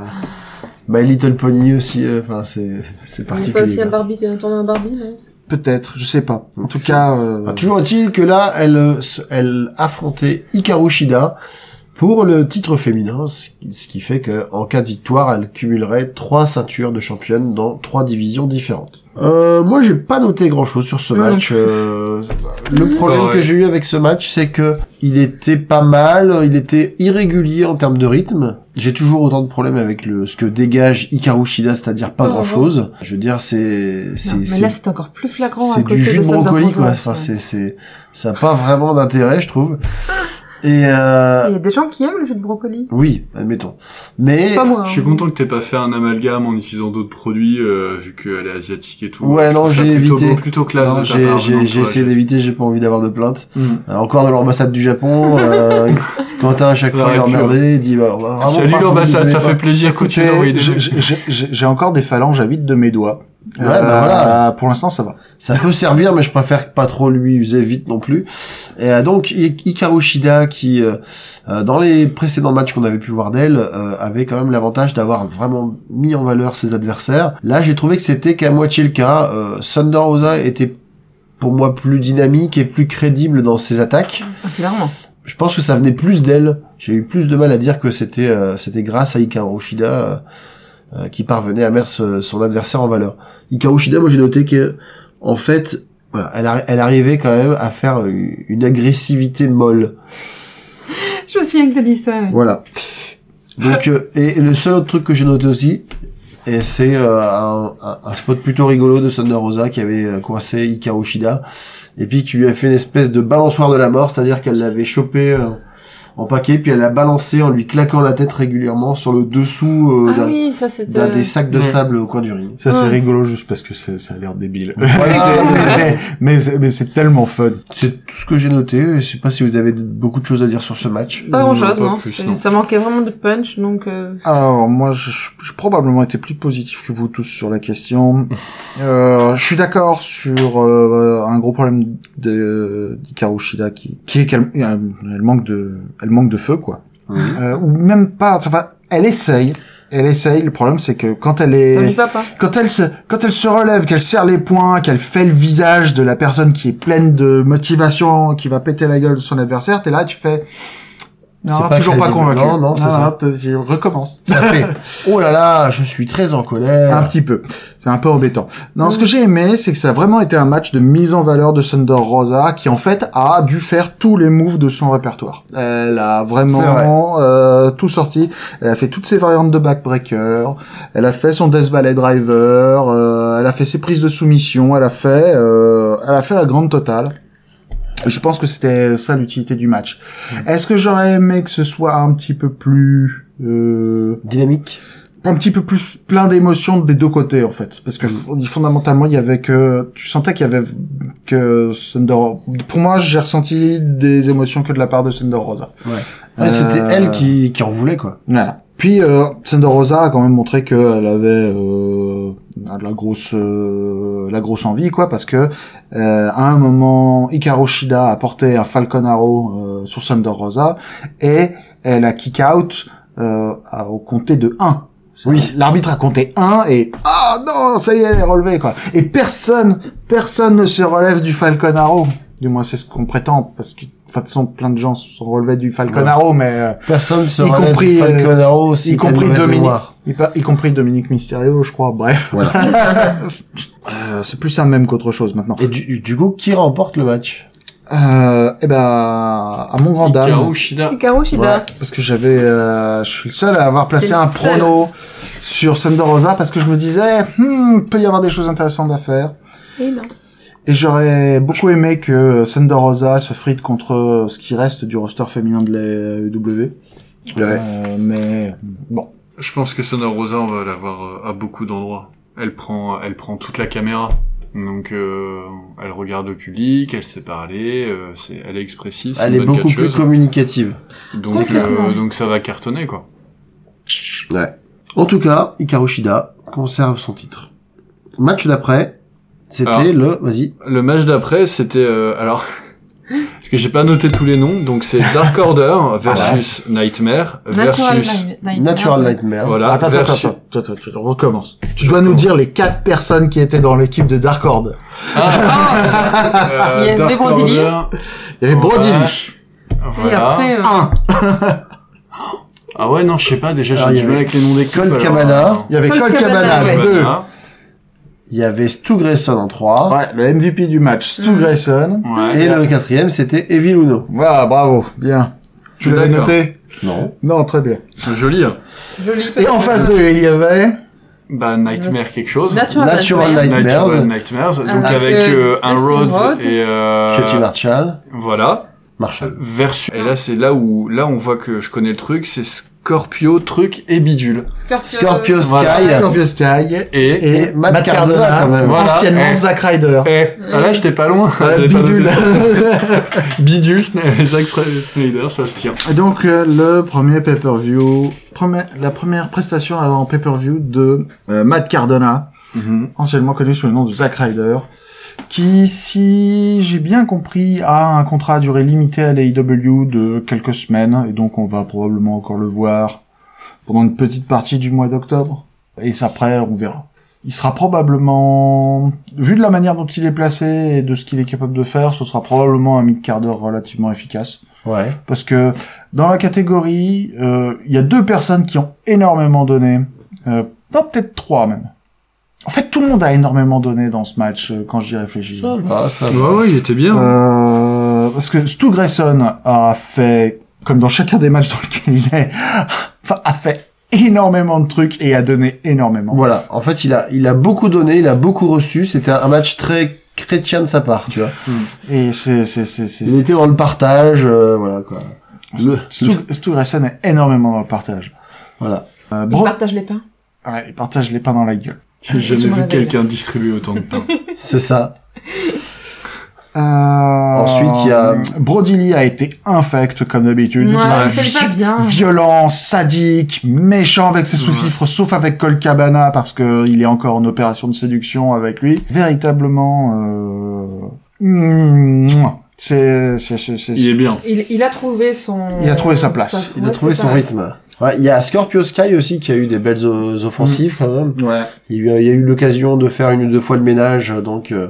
B: My Little Pony aussi, euh, enfin, c'est, c'est
C: on est pas
B: particulier.
C: aussi un
B: quoi.
C: Barbie, un tournoi à Barbie, non
A: Peut-être, je sais pas. En tout cas, euh,
B: Enfin, Ah, toujours est-il que là, elle, euh, s- elle affrontait Hikaru Shida pour le titre féminin, ce qui- ce qui fait que, en cas de victoire, elle cumulerait trois ceintures de championne dans trois divisions différentes. Euh, moi, j'ai pas noté grand chose sur ce
C: Non, non
B: match. euh,
C: Mm.
B: le problème
D: Pareil.
B: que j'ai eu avec ce match, c'est que il était pas mal, il était irrégulier en termes de rythme. J'ai toujours autant de problèmes avec le, ce que dégage Hikaru Shida, c'est-à-dire pas
C: Oh,
B: grand chose. Je veux dire, c'est,
C: Non,
B: c'est,
C: Mais
B: c'est
C: là, c'est encore plus flagrant. à
B: c'est
C: côté
B: du jus de
C: Thunder
B: brocoli, quoi.
C: Rosa,
B: Enfin,
C: ouais.
B: c'est, c'est, ça a pas vraiment d'intérêt, je trouve. Et
C: Il
B: euh,
C: y a des gens qui aiment le jus de brocoli.
B: oui, admettons. Mais
C: Pas moi.
D: Je
C: hein.
D: suis content que t'aies pas fait un amalgame en utilisant d'autres produits, euh, vu qu'elle est asiatique et tout.
B: Ouais,
D: Je
B: non,
D: trouve ça
B: j'ai
D: plutôt
B: Oh, évité.
D: beau, plutôt classe
B: non,
D: de ta
B: j'ai,
D: part,
B: j'ai,
D: non,
B: j'ai
D: toi,
B: essayé d'éviter. J'ai pas envie d'avoir de plainte.
A: hmm.
B: Euh, encore de l'ambassade du Japon. Euh, Quentin à chaque fois
D: Ouais,
B: il est
D: puis,
B: emmerdé, il dit bah, on va vraiment.
D: Salut
B: pas, vous
D: l'ambassade,
B: aimez
D: ça
B: pas.
D: fait plaisir,
A: Écoutez,
D: continue oui,
A: j'ai- j'ai- j'ai- j'ai j'ai encore des phalanges à vide de mes doigts. Euh,
B: Ouais, bah voilà.
A: Pour l'instant, ça va.
B: Ça peut servir, mais je préfère pas trop lui user vite non plus. Et euh, donc I- Hikaru Shida, qui euh, euh, dans les précédents matchs qu'on avait pu voir d'elle, euh, avait quand même l'avantage d'avoir vraiment mis en valeur ses adversaires. Là, j'ai trouvé que c'était qu'à moitié le cas. Euh, Thunder Rosa était pour moi plus dynamique et plus crédible dans ses attaques.
C: Ah, Clairement.
B: Je pense que ça venait plus d'elle. J'ai eu plus de mal à dire que c'était euh, c'était grâce à Hikaru Shida euh, euh, qui parvenait à mettre ce- son adversaire en valeur. Hikaru Shida, moi j'ai noté que en fait, voilà, elle, arri- elle arrivait quand même à faire une une agressivité molle.
C: Je me souviens que t'as dit ça. ouais.
B: Voilà. Donc euh, et le seul autre truc que j'ai noté aussi, et c'est euh, un, un- un spot plutôt rigolo de Thunder Rosa qui avait euh, coincé Hikaru Shida et puis qui lui a fait une espèce de balançoire de la mort, c'est-à-dire qu'elle l'avait chopé euh, en paquet puis elle l'a balancé en lui claquant la tête régulièrement sur le dessous euh,
C: Ah
B: d'un-
C: oui, ça c'était. euh,
B: d'un des sacs de
A: Ouais.
B: sable au coin du ring.
A: Ça, c'est
C: Ouais.
A: rigolo juste parce que c'est- ça a l'air débile.
B: Voilà.
A: C'est- mais c'est- mais c'est- mais c'est tellement fun.
B: C'est tout ce que j'ai noté. Je sais pas si vous avez beaucoup de choses à dire sur ce match.
C: Pas grand chose,
D: Non, pas
C: non.
D: plus,
C: c'est-
D: non.
C: Ça manquait vraiment de punch, donc. euh,
A: Alors moi, je- je- j'ai probablement été plus positif que vous tous sur la question. Euh, je suis d'accord sur euh, un gros problème de d'Hikaru Shida qui, qui est qu'elle euh, elle manque de, elle manque de feu quoi.
B: Oui.
A: Euh, ou même pas. Enfin, elle essaye, elle essaye. Le problème c'est que quand elle
C: Ça lui
A: est,
C: va pas.
A: quand elle se, quand elle se relève, qu'elle serre les poings, qu'elle fait le visage de la personne qui est pleine de motivation, qui va péter la gueule de son adversaire, t'es là, tu fais.
B: C'est
A: Non,
B: pas
A: toujours pas
B: crédible.
A: convaincu.
B: Non, non, c'est ça.
A: t'es- tu recommences.
B: Ça fait. Oh là là, je suis très en
A: Un
B: colère.
A: petit peu. C'est un peu embêtant. Non, ce que j'ai aimé, c'est que ça a vraiment été un match de mise en valeur de Thunder Rosa, qui en fait a dû faire tous les moves de son répertoire. Elle a
B: C'est
A: vraiment euh, tout sorti. Elle a fait toutes ses variantes de backbreaker. Elle a fait son Death Valley Driver. euh, elle a fait ses prises de soumission. Elle a fait, euh, elle a fait la grande totale. Je pense que c'était ça l'utilité du match. Est-ce que j'aurais aimé que ce soit un petit peu plus euh,
B: Dynamique.
A: un petit peu plus plein d'émotions des deux côtés en fait parce que f- fondamentalement il y avait que tu sentais qu'il y avait que Thunder pour moi j'ai ressenti des émotions que de la part de Thunder Rosa
B: Ouais, C'était
A: Euh,
B: elle qui, qui en voulait, quoi.
A: voilà puis euh, Thunder Rosa a quand même montré que elle avait euh, la grosse euh, la grosse envie quoi parce que euh, à un moment Hikaru Shida a porté un Falcon Arrow euh, sur Thunder Rosa et elle a kick out euh, à- au compté de 1
B: Oui.
A: L'arbitre a compté 1 et ah non, ça y est, elle est relevée quoi. Et personne, personne ne se relève du Falcon Arrow. Du moins, c'est ce qu'on prétend parce que de toute façon, plein de gens se sont relevés du Falcon
B: Ouais.
A: Arrow, mais euh,
B: Personne se
A: Y
B: relève
A: compris,
B: du Falcon
A: euh,
B: Arrow
A: y
B: si t'as une
A: compris
B: mauvaise
A: Dominique.
B: mémoire.
A: y, pa- y compris Dominique Mysterio, je crois. Bref, Euh, c'est plus un même qu'autre chose maintenant.
B: Et du, du coup, qui remporte le match
A: Euh, eh ben, à mon grand dame,
D: Hikaru Shida.
C: Hikaru Shida.
A: parce que j'avais, euh, je suis le seul à avoir placé
C: T'es le
A: un
C: seul.
A: prono sur Thunder Rosa parce que je me disais, hmm, peut y avoir des choses intéressantes à faire.
C: Et non.
A: Et j'aurais beaucoup aimé que Thunder Rosa se frite contre euh, ce qui reste du roster féminin de la EW. Euh, mais bon.
D: Je pense que Sonor Rosa, on va la voir euh, à beaucoup d'endroits. Elle prend, elle prend euh, toute la caméra. Donc euh, elle regarde le public, elle sait parler, euh, c'est, elle est expressive, c'est
B: Elle
D: une
B: est
D: bonne
B: beaucoup plus
D: catcheuse.
B: communicative.
F: Ouais,
D: donc,
F: clairement.
D: euh, donc ça va cartonner quoi.
B: Ouais. En tout cas, Hikaru Shida conserve son titre. Match d'après, c'était
D: Alors.
B: le... Vas-y.
D: Le match d'après c'était euh, alors parce que j'ai pas noté tous les noms donc c'est Dark
B: Ah,
D: Order versus Nightmare
C: Natural
D: Euh, versus
C: Night- Nightmare.
B: Natural Nightmare.
D: voilà
A: attends, attends,
D: versus-
A: attends, attends, attends, attends, on recommence. Tu dois nous dire les quatre personnes qui étaient dans l'équipe de Dark Horde.
D: Euh,
C: Il y avait
D: Dark
C: Brandilly.
D: Order,
A: Il y avait Brody
D: Ouais.
A: Lee.
C: Et
D: voilà.
C: après, euh,
A: Un.
D: Ah ouais non je sais pas déjà
B: Alors, il y
D: j'ai du mal
B: avait
D: avec les noms des
B: Colt
D: couples, alors. Ah,
B: Cabana.
A: Il y avait
C: Colt
A: Cole Cabana,
C: Cabana, ouais. Hein Ah.
A: deux.
D: Cabana.
B: Il y avait Stu Grayson en 3.
A: Ouais, le MVP du match, Stu
C: Mm.
A: Grayson.
D: Ouais.
B: Et le quatrième, c'était Evil Uno.
A: Voilà, bravo, bien. Tu l'avais
D: D'accord.
A: noté
B: Non.
A: Non, très bien.
D: C'est joli. hein.
C: joli
A: Et
C: petit-
A: en face d'eux, il y avait...
D: Bah Nightmare quelque chose.
C: Natural,
B: Natural
C: Nightmare.
B: Nightmares.
D: Natural Nightmares. Donc
C: Avec,
D: avec
C: euh,
D: euh, un
C: Dustin
D: Rhodes
C: Rhodes.
D: et euh,
B: Cutie Marshall.
D: voilà
B: Marshall.
D: versus. Et là c'est là où là on voit que je connais le truc, c'est Scorpio truc et bidule.
C: Scorpio.
B: Ah, Scorpio Sky.
D: voilà.
A: Scorpio Sky
D: Et
A: et,
B: Matt
A: Matt, Cardona,
B: Cardona, quand même.
D: Voilà.
A: anciennement
D: Et-
A: Zack Ryder.
D: eh, ah là j'étais pas loin.
A: Euh,
D: J'avais pas noté.
A: bidule.
D: Bidule, Sna- Zack Stra- Snyder, ça se tient.
A: Et donc euh, le premier pay-per-view, premier- la première prestation en pay-per-view de euh, Matt Cardona,
B: Mhm.
A: anciennement connu sous le nom de Zack Ryder, qui, si j'ai bien compris, a un contrat à durée limitée à l'AEW de quelques semaines, et donc on va probablement encore le voir pendant une petite partie du mois d'octobre, et après on verra. Il sera probablement, vu de la manière dont il est placé et de ce qu'il est capable de faire, ce sera probablement un mid-quart d'heure relativement efficace
B: Ouais.
A: parce que dans la catégorie, euh, il y a deux personnes qui ont énormément donné, euh, non peut-être trois même. En fait, tout le monde a énormément donné dans ce match euh, quand j'y réfléchis.
B: Ah, ça va.
D: Ouais, ouais, il était bien.
A: Euh, parce que Stu Grayson a fait, comme dans chacun des matchs dans lesquels il est, enfin, a fait énormément de trucs et a donné énormément.
B: Voilà. En fait, il a, il a beaucoup donné, il a beaucoup reçu. C'était un match très chrétien de sa part, tu vois.
A: Et c'est c'est c'est c'est-
B: Il était dans le partage, euh, voilà, quoi. Le-
A: Stu, Stu Grayson est énormément dans le partage.
B: Voilà.
A: Euh,
C: Il
A: Bro-
C: partage les pains.
A: Ouais, il partage les pains dans la gueule.
D: J'ai
C: Je
D: jamais
C: me
D: vu
C: réveille.
D: quelqu'un distribuer autant de pain.
B: C'est ça.
A: Euh,
B: Ensuite, il y a-
A: Brody Lee a été infect comme d'habitude.
C: Ouais,
A: Enfin,
C: c'est pas bien.
A: Violent, sadique, méchant avec ses sous-fifres, sauf avec Cole Cabana parce que il est encore en opération de séduction avec lui. Véritablement, euh... mouah. c'est c'est c'est c'est-
D: Il est bien.
C: Il, il a trouvé son.
A: Il a trouvé sa place.
B: Il a
C: ouais,
B: trouvé
C: c'est
B: son
C: ça.
B: rythme. Ouais, il y a Scorpio Sky aussi qui a eu des belles o- offensives quand même.
A: ouais.
B: Il y a, il y a eu l'occasion de faire une ou deux fois le ménage, euh, donc euh,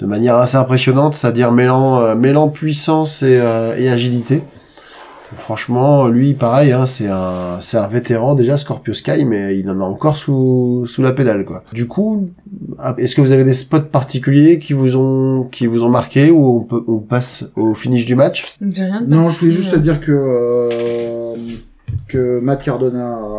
B: de manière assez impressionnante, c'est-à-dire mêlant, euh, mêlant puissance et, euh, et agilité. Donc, Franchement, lui, pareil, hein, c'est un, c'est un vétéran déjà, Scorpio Sky, mais il en a encore sous, sous la pédale, quoi. Du coup, ah, est-ce que vous avez des spots particuliers qui vous ont, qui vous ont marqué ou on peut, on passe au finish du match
C: J'ai rien de
A: Non, je voulais juste te
C: particulier.
A: dire que euh, que Matt Cardona. euh,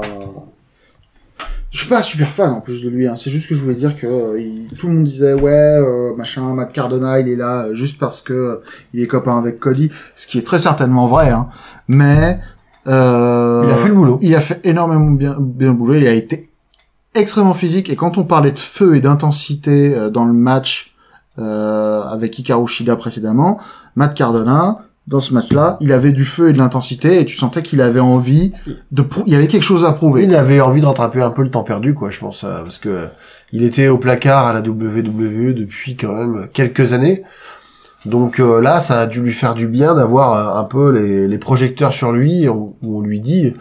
A: Je suis pas super fan en plus de lui. Hein. C'est juste que je voulais dire que euh, il- tout le monde disait ouais euh, machin Matt Cardona il est là euh, juste parce que euh, il est copain avec Cody, ce qui est très certainement vrai. Hein. Mais euh,
B: Il a fait le boulot.
A: il a fait énormément bien, bien le boulot. Il a été extrêmement physique. Et quand on parlait de feu et d'intensité euh, dans le match euh, avec Hikaru Shida précédemment, Matt Cardona, dans ce match-là, il avait du feu et de l'intensité. Et tu sentais qu'il avait envie de... prou- Il y avait quelque chose à prouver.
B: Il avait envie de rattraper un peu le temps perdu, quoi, je pense, euh, parce que euh, il était au placard à la WWE depuis quand même quelques années. Donc euh, là, ça a dû lui faire du bien d'avoir euh, un peu les, les projecteurs sur lui, et on- où on lui dit,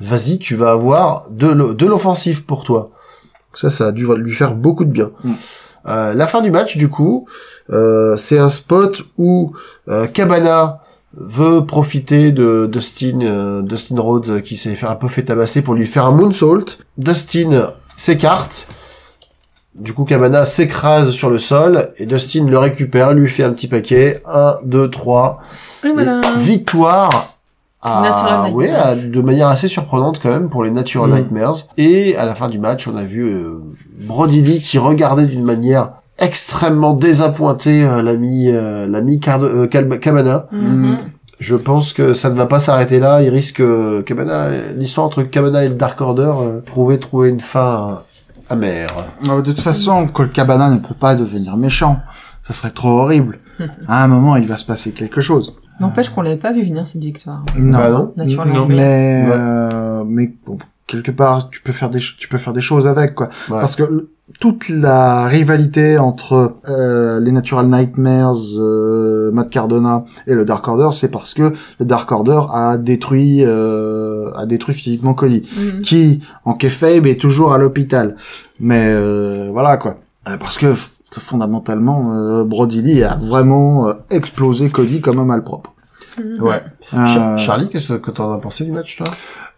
B: vas-y, tu vas avoir de l'o- de l'offensive pour toi. Donc ça, ça a dû lui faire beaucoup de bien.
A: Mm.
B: Euh, la fin du match, du coup, euh, c'est un spot où euh, Cabana veut profiter de Dustin, euh, Dustin Rhodes euh, qui s'est fait un peu fait tabasser pour lui faire un moonsault. Dustin s'écarte. Du coup, Cabana s'écrase sur le sol et Dustin le récupère, lui fait un petit paquet. 1, 2, 3.
C: Et voilà.
B: Victoire à,
C: Natural
B: ouais,
C: Nightmares.
B: à- de manière assez surprenante quand même pour les Natural
A: Mm.
B: Nightmares. Et à la fin du match, on a vu euh, Brody Lee qui regardait d'une manière extrêmement désappointée euh, l'ami euh, l'ami Card- euh, Calb- Cabana.
C: Mhm.
B: Je pense que ça ne va pas s'arrêter là. Il risque euh, Cabana, l'histoire entre Cabana et le Dark Order, euh, trouver trouver une fin euh, amer.
A: Euh, De toute façon, Colt Cabana ne peut pas devenir méchant. Ce serait trop horrible. À un moment, il va se passer quelque chose.
C: N'empêche qu'on l'avait pas vu venir cette victoire.
A: Non.
B: Bah non.
C: Naturellement.
D: Non,
A: mais
B: Ouais.
A: euh, mais bon, quelque part tu peux faire des ch- tu peux faire des choses avec quoi
B: Ouais.
A: parce que l- toute la rivalité entre euh, les Natural Nightmares euh, Matt Cardona et le Dark Order c'est parce que le Dark Order a détruit euh, a détruit physiquement Cody
C: Mhm.
A: qui en kayfabe est toujours à l'hôpital mais euh, voilà quoi Euh, parce que f- fondamentalement euh, Brody Lee a vraiment euh, explosé Cody comme un malpropre
B: Ouais.
A: Euh,
B: Char- Charlie, qu'est-ce que t'en as pensé du match, toi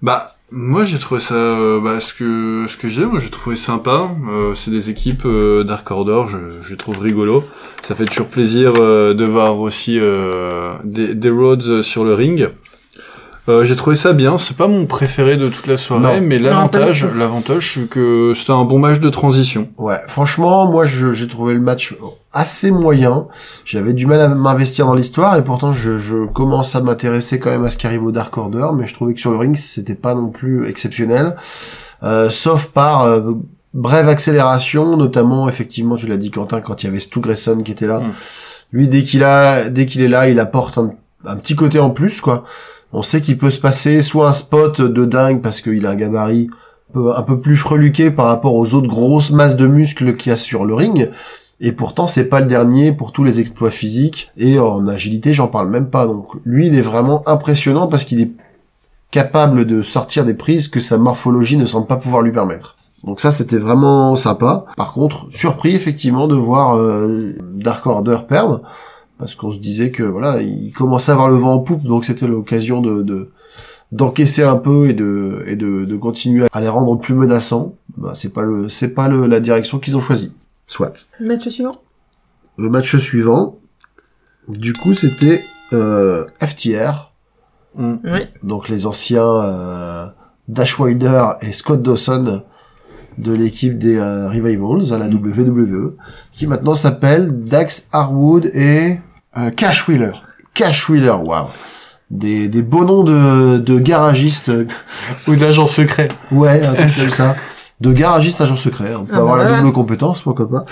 D: Bah, moi j'ai trouvé ça, euh, bah, ce que ce que je disais, moi j'ai trouvé sympa. Euh, c'est des équipes euh, Dark Order, je, je les trouve rigolo. Ça fait toujours plaisir euh, de voir aussi euh, des, des Rhodes euh, sur le ring. Euh, j'ai trouvé ça bien. C'est pas mon préféré de toute la soirée,
B: Non.
D: mais
C: Non, pas
D: l'avantage, l'avantage, c'est que c'était un bon match de transition.
B: Ouais, franchement, moi, je- j'ai trouvé le match assez moyen. J'avais du mal à m'investir dans l'histoire, et pourtant, je, je commence à m'intéresser quand même à ce qui arrive au Dark Order, mais je trouvais que sur le ring, c'était pas non plus exceptionnel. Euh, sauf par euh, brève accélération, notamment, effectivement, tu l'as dit, Quentin, quand il y avait Stu Grayson qui était là.
D: Mm.
B: Lui, dès qu'il a, dès qu'il est là, il apporte un, un petit côté en plus, quoi. On sait qu'il peut se passer soit un spot de dingue parce qu'il a un gabarit peu- un peu plus freluqué par rapport aux autres grosses masses de muscles qu'il y a sur le ring. Et pourtant, c'est pas le dernier pour tous les exploits physiques. Et en agilité, j'en parle même pas. Donc, lui, il est vraiment impressionnant parce qu'il est capable de sortir des prises que sa morphologie ne semble pas pouvoir lui permettre. Donc ça, c'était vraiment sympa. Par contre, surpris effectivement de voir euh, Dark Order perdre parce qu'on se disait que voilà, il commençait à avoir le vent en poupe, donc c'était l'occasion de, de d'encaisser un peu et de et de, de continuer à les rendre plus menaçants, bah, c'est pas le c'est pas le, la direction qu'ils ont choisie. Soit.
C: Match suivant.
B: Le match suivant, du coup, c'était euh, FTR,
C: Oui.
B: donc les anciens euh, Dash Wilder et Scott Dawson de l'équipe des euh, Revivals à la WWE, qui maintenant s'appelle Dax Harwood et
A: euh, Cash Wheeler
B: Cash Wheeler. Waouh. Des, des beaux noms de, de garagistes
D: Ou d'agent secret.
B: Ouais, un truc comme ça. De garagiste agent secret. hein. On peut
C: Ah bah
B: avoir la
C: voilà.
B: double compétence, pourquoi pas.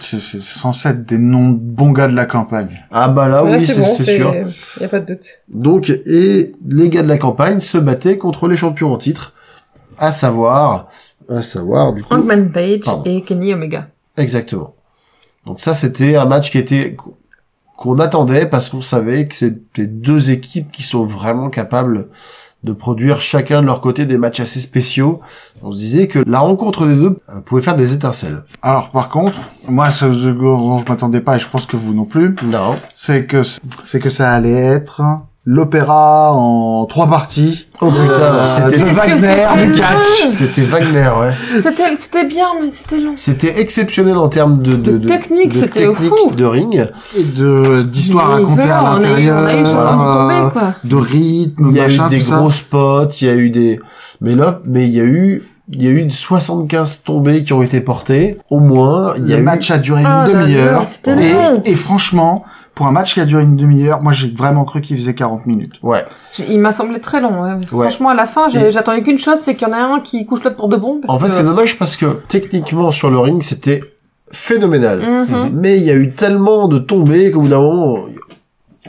A: C'est c'est censé être des noms de bons gars de la campagne.
B: Ah bah là,
C: Ouais,
B: oui, c'est
C: bon,
B: c'est sûr.
C: Y a pas de doute.
B: Donc, et les gars de la campagne se battaient contre les champions en titre. À savoir, à savoir, du coup.
C: Hangman Page
B: Pardon.
C: et Kenny Omega.
B: Exactement. Donc ça, c'était un match qui était, qu'on attendait parce qu'on savait que c'était deux équipes qui sont vraiment capables de produire chacun de leur côté des matchs assez spéciaux. On se disait que la rencontre des deux euh, pouvait faire des étincelles.
A: Alors par contre, moi ce dont je m'attendais pas et je pense que vous non plus,
B: Non.
A: c'est que c'est que ça allait être l'opéra en trois parties.
B: Oh putain,
A: Euh,
B: c'était
A: de
C: Qu'est-ce que
A: Wagner,
C: c'est
A: du
C: que
A: catch.
B: C'était Wagner, ouais.
C: C'était, c'était bien, mais c'était long.
B: C'était exceptionnel en termes de, de,
C: De technique,
B: de,
C: c'était
B: technique,
C: fou.
B: de ring.
A: Et de d'histoires
C: Mais
A: racontées
C: voilà,
A: à
C: on a eu-
A: l'intérieur.
C: On a eu 60
A: euh,
C: tombées, quoi.
A: de rythme,
B: Il y a
A: machin,
B: eu des
A: tout ça.
B: gros spots, il y a eu des, mais là, mais il y a eu, il y a eu 75 tombées qui ont été portées, au moins. Il y a
A: le
B: eu,
A: match a duré une
C: Ah là là,
A: demi-heure.
C: c'était long.
A: et, et franchement, pour un match qui a duré une demi-heure, moi j'ai vraiment cru qu'il faisait 40 minutes.
B: ouais.
C: J'ai- Il m'a semblé très long. ouais. Franchement, à la fin, j'ai-
B: Et-
C: j'attendais qu'une chose, c'est qu'il y en a un qui couche l'autre pour de bon. Parce
B: En fait,
C: que...
B: c'est dommage parce que techniquement sur le ring, c'était phénoménal.
C: Mhm.
B: Mais il y a eu tellement de tombées qu'au bout d'un moment,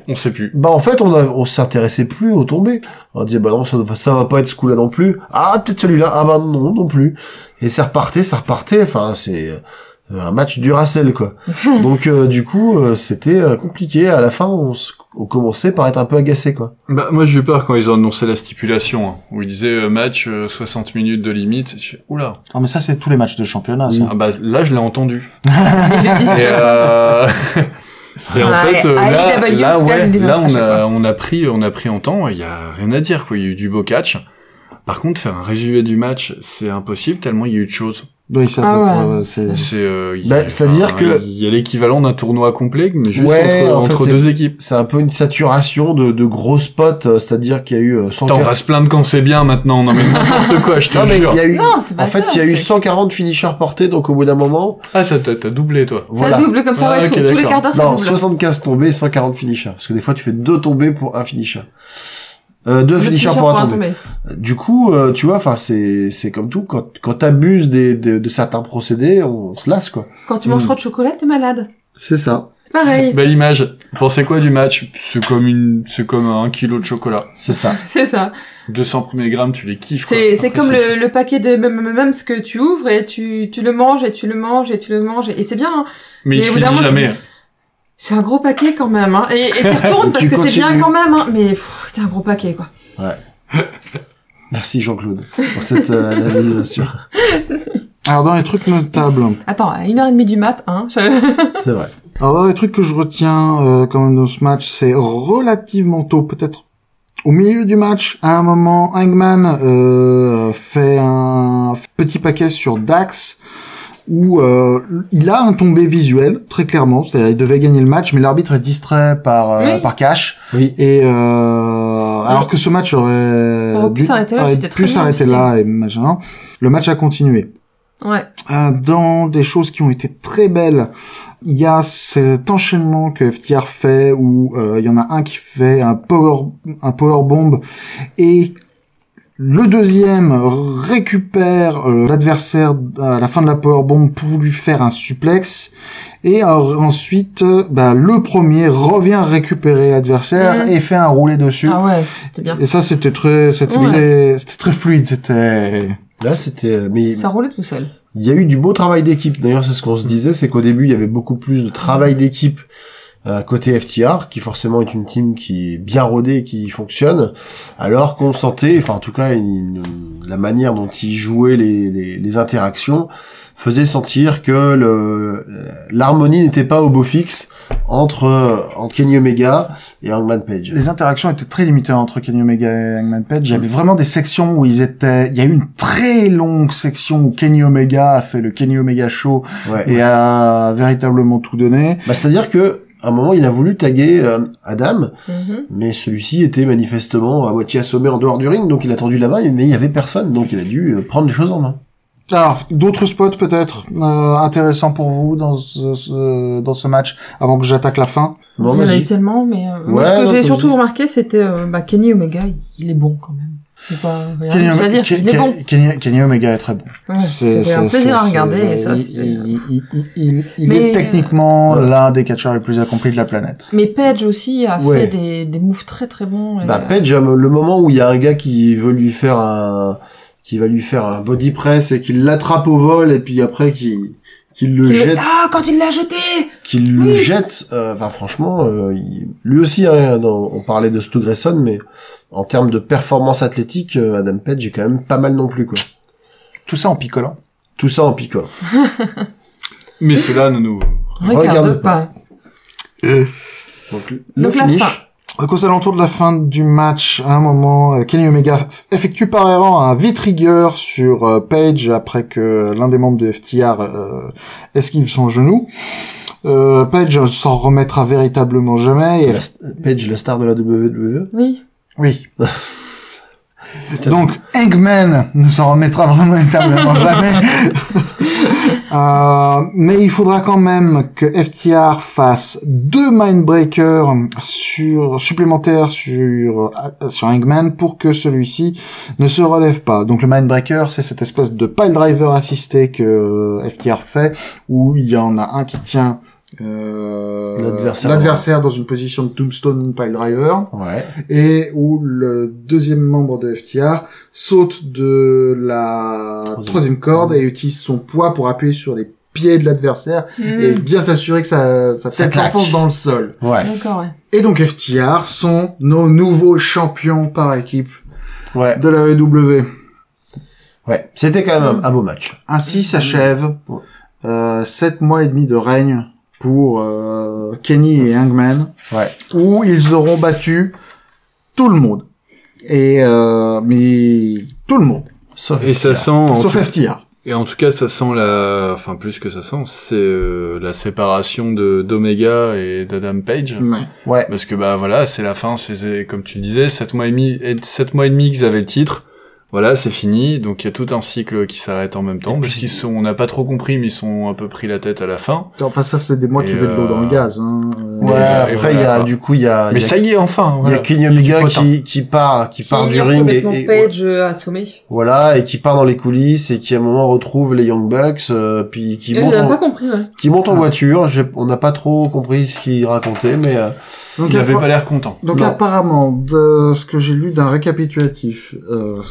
D: On sait plus.
B: Bah en fait on a, on s'intéressait plus aux tombées. On disait bah non ça, doit- ça va pas être ce coup-là non plus. Ah peut-être celui-là. Ah bah non non plus. Et ça repartait, ça repartait. Enfin c'est euh, un match Duracell quoi. Donc euh, du coup euh, c'était euh, compliqué. À la fin on, s- on commençait par être un peu agacé quoi.
D: Bah, moi j'ai eu peur quand ils ont annoncé la stipulation, hein, où ils disaient euh, match euh, 60 minutes de limite. Je fais, Oula.
A: Ah mais ça c'est tous les matchs de championnat. Ça.
D: Ah bah là je l'ai entendu.
C: Ils le
B: Ah.
D: Et,
C: disent-
D: euh, et en
C: Ah, Ouais,
D: fait, euh,
C: à
D: là,
C: AEW,
D: là,
C: en tout cas,
D: ouais,
C: ils disent
D: là,
C: à
D: on
C: chaque
D: a,
C: fois.
D: on a pris, on a pris en temps. Il y a rien à dire, quoi. Il y a eu du beau catch. Par contre, faire un résumé du match, c'est impossible tellement il y a eu de choses.
A: Oui, c'est à
C: Ah
A: peu
C: ouais.
A: près, ouais, c'est-
D: C'est, euh, il y
B: Bah,
D: a-
B: c'est-à-dire
D: enfin,
B: que-
D: il y a l'équivalent d'un tournoi complet, mais juste
B: Ouais,
D: entre,
B: en fait,
D: entre
B: c'est-
D: deux équipes.
B: C'est un peu une saturation de, de gros spots. euh, C'est-à-dire qu'il y a eu euh,
D: Putain, on
B: 140.
D: va se plaindre quand c'est bien maintenant. Non mais n'importe quoi, je te
B: Non, mais
D: jure.
B: il y a eu.
C: Non, c'est pas
B: En fait
C: ça,
B: il y a eu
C: c'est-
B: 140 finishers portés donc au bout d'un moment
D: Ah, ça t'a t'as doublé toi.
B: voilà.
C: Ça double comme ça,
D: Ah,
C: ouais,
D: ok,
C: tous- tous les
D: d'accord.
C: quarts d'heure, ça
B: Non,
C: double.
B: 75 tombées, 140 finishers. Parce que des fois, tu fais deux tombées pour un finisher. Euh, deux finishers pour un tombé. Du coup, euh, tu vois, enfin, c'est c'est comme tout. Quand quand t'abuses des, des- de certains procédés, on se lasse quoi.
C: Quand tu manges trop de chocolat, t'es malade.
A: C'est ça.
C: Pareil.
D: Belle image. Vous Pensez quoi du match C'est comme une, c'est comme un kilo de chocolat.
B: C'est ça.
C: C'est ça.
D: 200 premiers grammes, tu les kiffes. quoi.
C: C'est c'est
D: Après,
C: comme le, le paquet de MMMs que tu ouvres et tu, tu le manges et tu le manges et tu le manges et c'est bien. hein.
D: Mais il
C: mais
D: se
C: au bout d'un
D: finit
C: moment,
D: jamais.
C: C'est un gros paquet quand même. Hein. Et, et tu retournes
B: Et
C: parce
B: tu
C: que c'est bien
B: continues.
C: quand même. Hein. Mais pff, c'était un gros paquet quoi.
B: Merci Jean-Claude pour cette euh, analyse sur.
A: Alors dans les trucs notables,
C: Attends, à une heure et demie du mat, hein. je-
B: C'est vrai.
A: alors dans les trucs que je retiens euh, quand même dans ce match, c'est relativement tôt, peut-être au milieu du match, à un moment, Hangman euh, fait un petit paquet sur Dax où euh, il a un tombé visuel très clairement, c'est-à-dire il devait gagner le match, mais l'arbitre est distrait par euh,
C: Oui.
A: par Cash.
B: Oui.
A: Et euh, alors que ce match aurait
C: aurait pu
A: dû-
C: s'arrêter là,
A: aurait
C: c'était
A: pu
C: très bien
A: s'arrêter
C: fini.
A: là et machin. Le match a continué.
C: Ouais.
A: Euh, Dans des choses qui ont été très belles, il y a cet enchaînement que FTR fait où euh, il y en a un qui fait un power un power bomb et le deuxième récupère euh, l'adversaire à la fin de la powerbomb pour lui faire un suplex. Et euh, ensuite, euh, bah, le premier revient récupérer l'adversaire
C: Mhm.
A: et fait un roulé dessus.
C: Ah ouais, c'était bien.
A: Et ça, c'était très, c'était
C: Ouais.
A: très, c'était très fluide, c'était...
B: Là, c'était. euh, Mais
C: Ça roulait tout seul.
B: Il y a eu du beau travail d'équipe. D'ailleurs, c'est ce qu'on se disait, c'est qu'au début, il y avait beaucoup plus de travail d'équipe euh, côté FTR, qui forcément est une team qui est bien rodée et qui fonctionne, alors qu'on sentait, enfin en tout cas, une- la manière dont ils jouaient les, les- les interactions faisait sentir que le- l'harmonie n'était pas au beau fixe entre, euh, entre Kenny Omega et Hangman Page.
A: Les interactions étaient très limitées entre Kenny Omega et Hangman Page. Il y avait vraiment des sections où ils étaient... Il y a eu une très longue section où Kenny Omega a fait le Kenny Omega Show
B: Ouais.
A: et a véritablement tout donné.
B: Bah, C'est-à-dire que à un moment, il a voulu taguer euh, Adam,
C: Mhm.
B: Mais celui-ci était manifestement à moitié assommé en dehors du ring, donc il a tendu la main, mais il y avait personne, donc il a dû euh, prendre les choses en main.
A: Alors, d'autres spots peut-être euh, intéressants pour vous dans ce, ce- dans ce match, avant que j'attaque la fin.
B: Bon,
C: Il y en a eu
B: vas-y.
C: tellement, mais euh, moi
B: Ouais,
C: ce que
B: non,
C: j'ai
B: comme
C: surtout
B: je dis.
C: remarqué, c'était euh, bah, Kenny Omega, il- il est bon quand même. C'est pas rien de plus à
A: Omega-
C: dire,
A: Ke-
C: il est
A: Ke-
C: bon.
A: Kenny- Kenny Omega est très bon.
C: Ouais, C'était un
A: c'est-
C: plaisir à
A: c'est-
C: regarder.
A: c'est-
C: et ça,
A: il,
C: c'était-
A: il- il- il- il- il
C: Mais, euh,
A: est techniquement l'un des catcheurs les plus accomplis de la planète.
C: Mais Page aussi a
B: Ouais.
C: fait des, des moves très très bons. et,
B: Bah,
C: euh,
B: Page, euh, le moment où il y a un gars qui veut lui faire un, qui va lui faire un body press et qu'il l'attrape au vol et puis après qui, qui le
C: qu'il-
B: jette,
C: Ah, quand il l'a jeté
B: qui le jette, euh, enfin franchement, euh, il- lui aussi, hein, dans- on parlait de Stu Grayson, mais en termes de performance athlétique, euh, Adam Page est quand même pas mal non plus quoi.
A: Tout ça en picolant.
B: Tout ça en picolant.
D: Mais cela ne nous.
C: Regarde,
B: Regarde
C: pas.
B: Donc, le
C: Donc, la
B: finish.
C: fin.
A: Donc, Aux alentours de la fin du match, à un moment, euh, Kenny Omega f- effectue par erreur un vite-rigueur sur euh, Page après que l'un des membres de FTR euh, esquive son genou. Euh, Page euh, s'en remettra véritablement jamais. Et...
B: La st- Page, la star de la E. WWE.
C: Oui.
A: Oui. Donc Hangman ne s'en remettra vraiment éternellement jamais. Euh, mais il faudra quand même que FTR fasse deux Mindbreakers sur, supplémentaires sur, euh, sur Hangman pour que celui-ci ne se relève pas. Donc le Mindbreaker, c'est cette espèce de pile driver assisté que euh, FTR fait, où il y en a un qui tient euh,
B: L'adversaire.
A: l'adversaire dans une position de tombstone pile driver
B: Ouais.
A: et où le deuxième membre de FTR saute de la troisième,
B: Troisième.
A: corde et utilise son poids pour appuyer sur les pieds de l'adversaire
C: Mm. Hmm.
A: et bien s'assurer que ça, ça
B: Ça
A: tête
B: claque.
A: s'enfonce dans le sol.
B: Ouais.
C: D'accord, ouais.
A: Et donc FTR sont nos nouveaux champions par équipe
B: Ouais.
A: de la E EW.
B: Ouais. C'était quand même un, un beau match.
A: Ainsi s'achève euh, sept mois et demi de règne pour euh, Kenny et Hangman.
B: Ouais.
A: où ils auront battu tout le monde. Et euh, mais tout le monde,
B: Sauf
D: Et ça sent. en
A: sauf
D: tout-
A: FTR.
D: Et en tout cas, ça sent la. Enfin, plus que ça sent, c'est euh, la séparation de d'Omega et d'Adam Page.
B: Mm. Ouais.
D: Parce que bah voilà, c'est la fin, c'est comme tu le disais, 7 mois et demi, et- sept mois et demi qu'ils avaient le titre. Voilà, c'est fini. Donc il y a tout un cycle qui s'arrête en même temps. Parce qu'ils sont, on n'a pas trop compris, mais ils sont un peu pris la tête à la fin.
A: Enfin ça c'est des mois
D: Et,
A: qui veulent de l'eau dans le
D: euh,
A: gaz. Hein. Euh,
B: Ouais,
D: Et, euh, et
B: après, il y
D: voilà.
B: a, du coup, il y a,
J: Mais
B: Bah, il y a-
J: ça y est, enfin.
B: il y a
J: voilà.
B: Kenny Omega
J: potin.
B: qui, qui part, qui part
C: Qui
B: du
C: est
B: ring et,
C: complètement
B: et-
C: page euh, assommé.
B: voilà, et qui part dans les coulisses et qui à un moment retrouve les Young Bucks, euh, puis qui
C: Et
B: monte,
C: J'avais
B: en,
C: pas compris, ouais.
B: qui monte en voiture. J'ai- On n'a pas trop compris ce qu'il racontait, mais euh,
A: Donc,
D: Il avait
A: appara-
D: pas l'air content.
A: donc
B: Non.
A: apparemment, de ce que j'ai lu d'un récapitulatif, euh,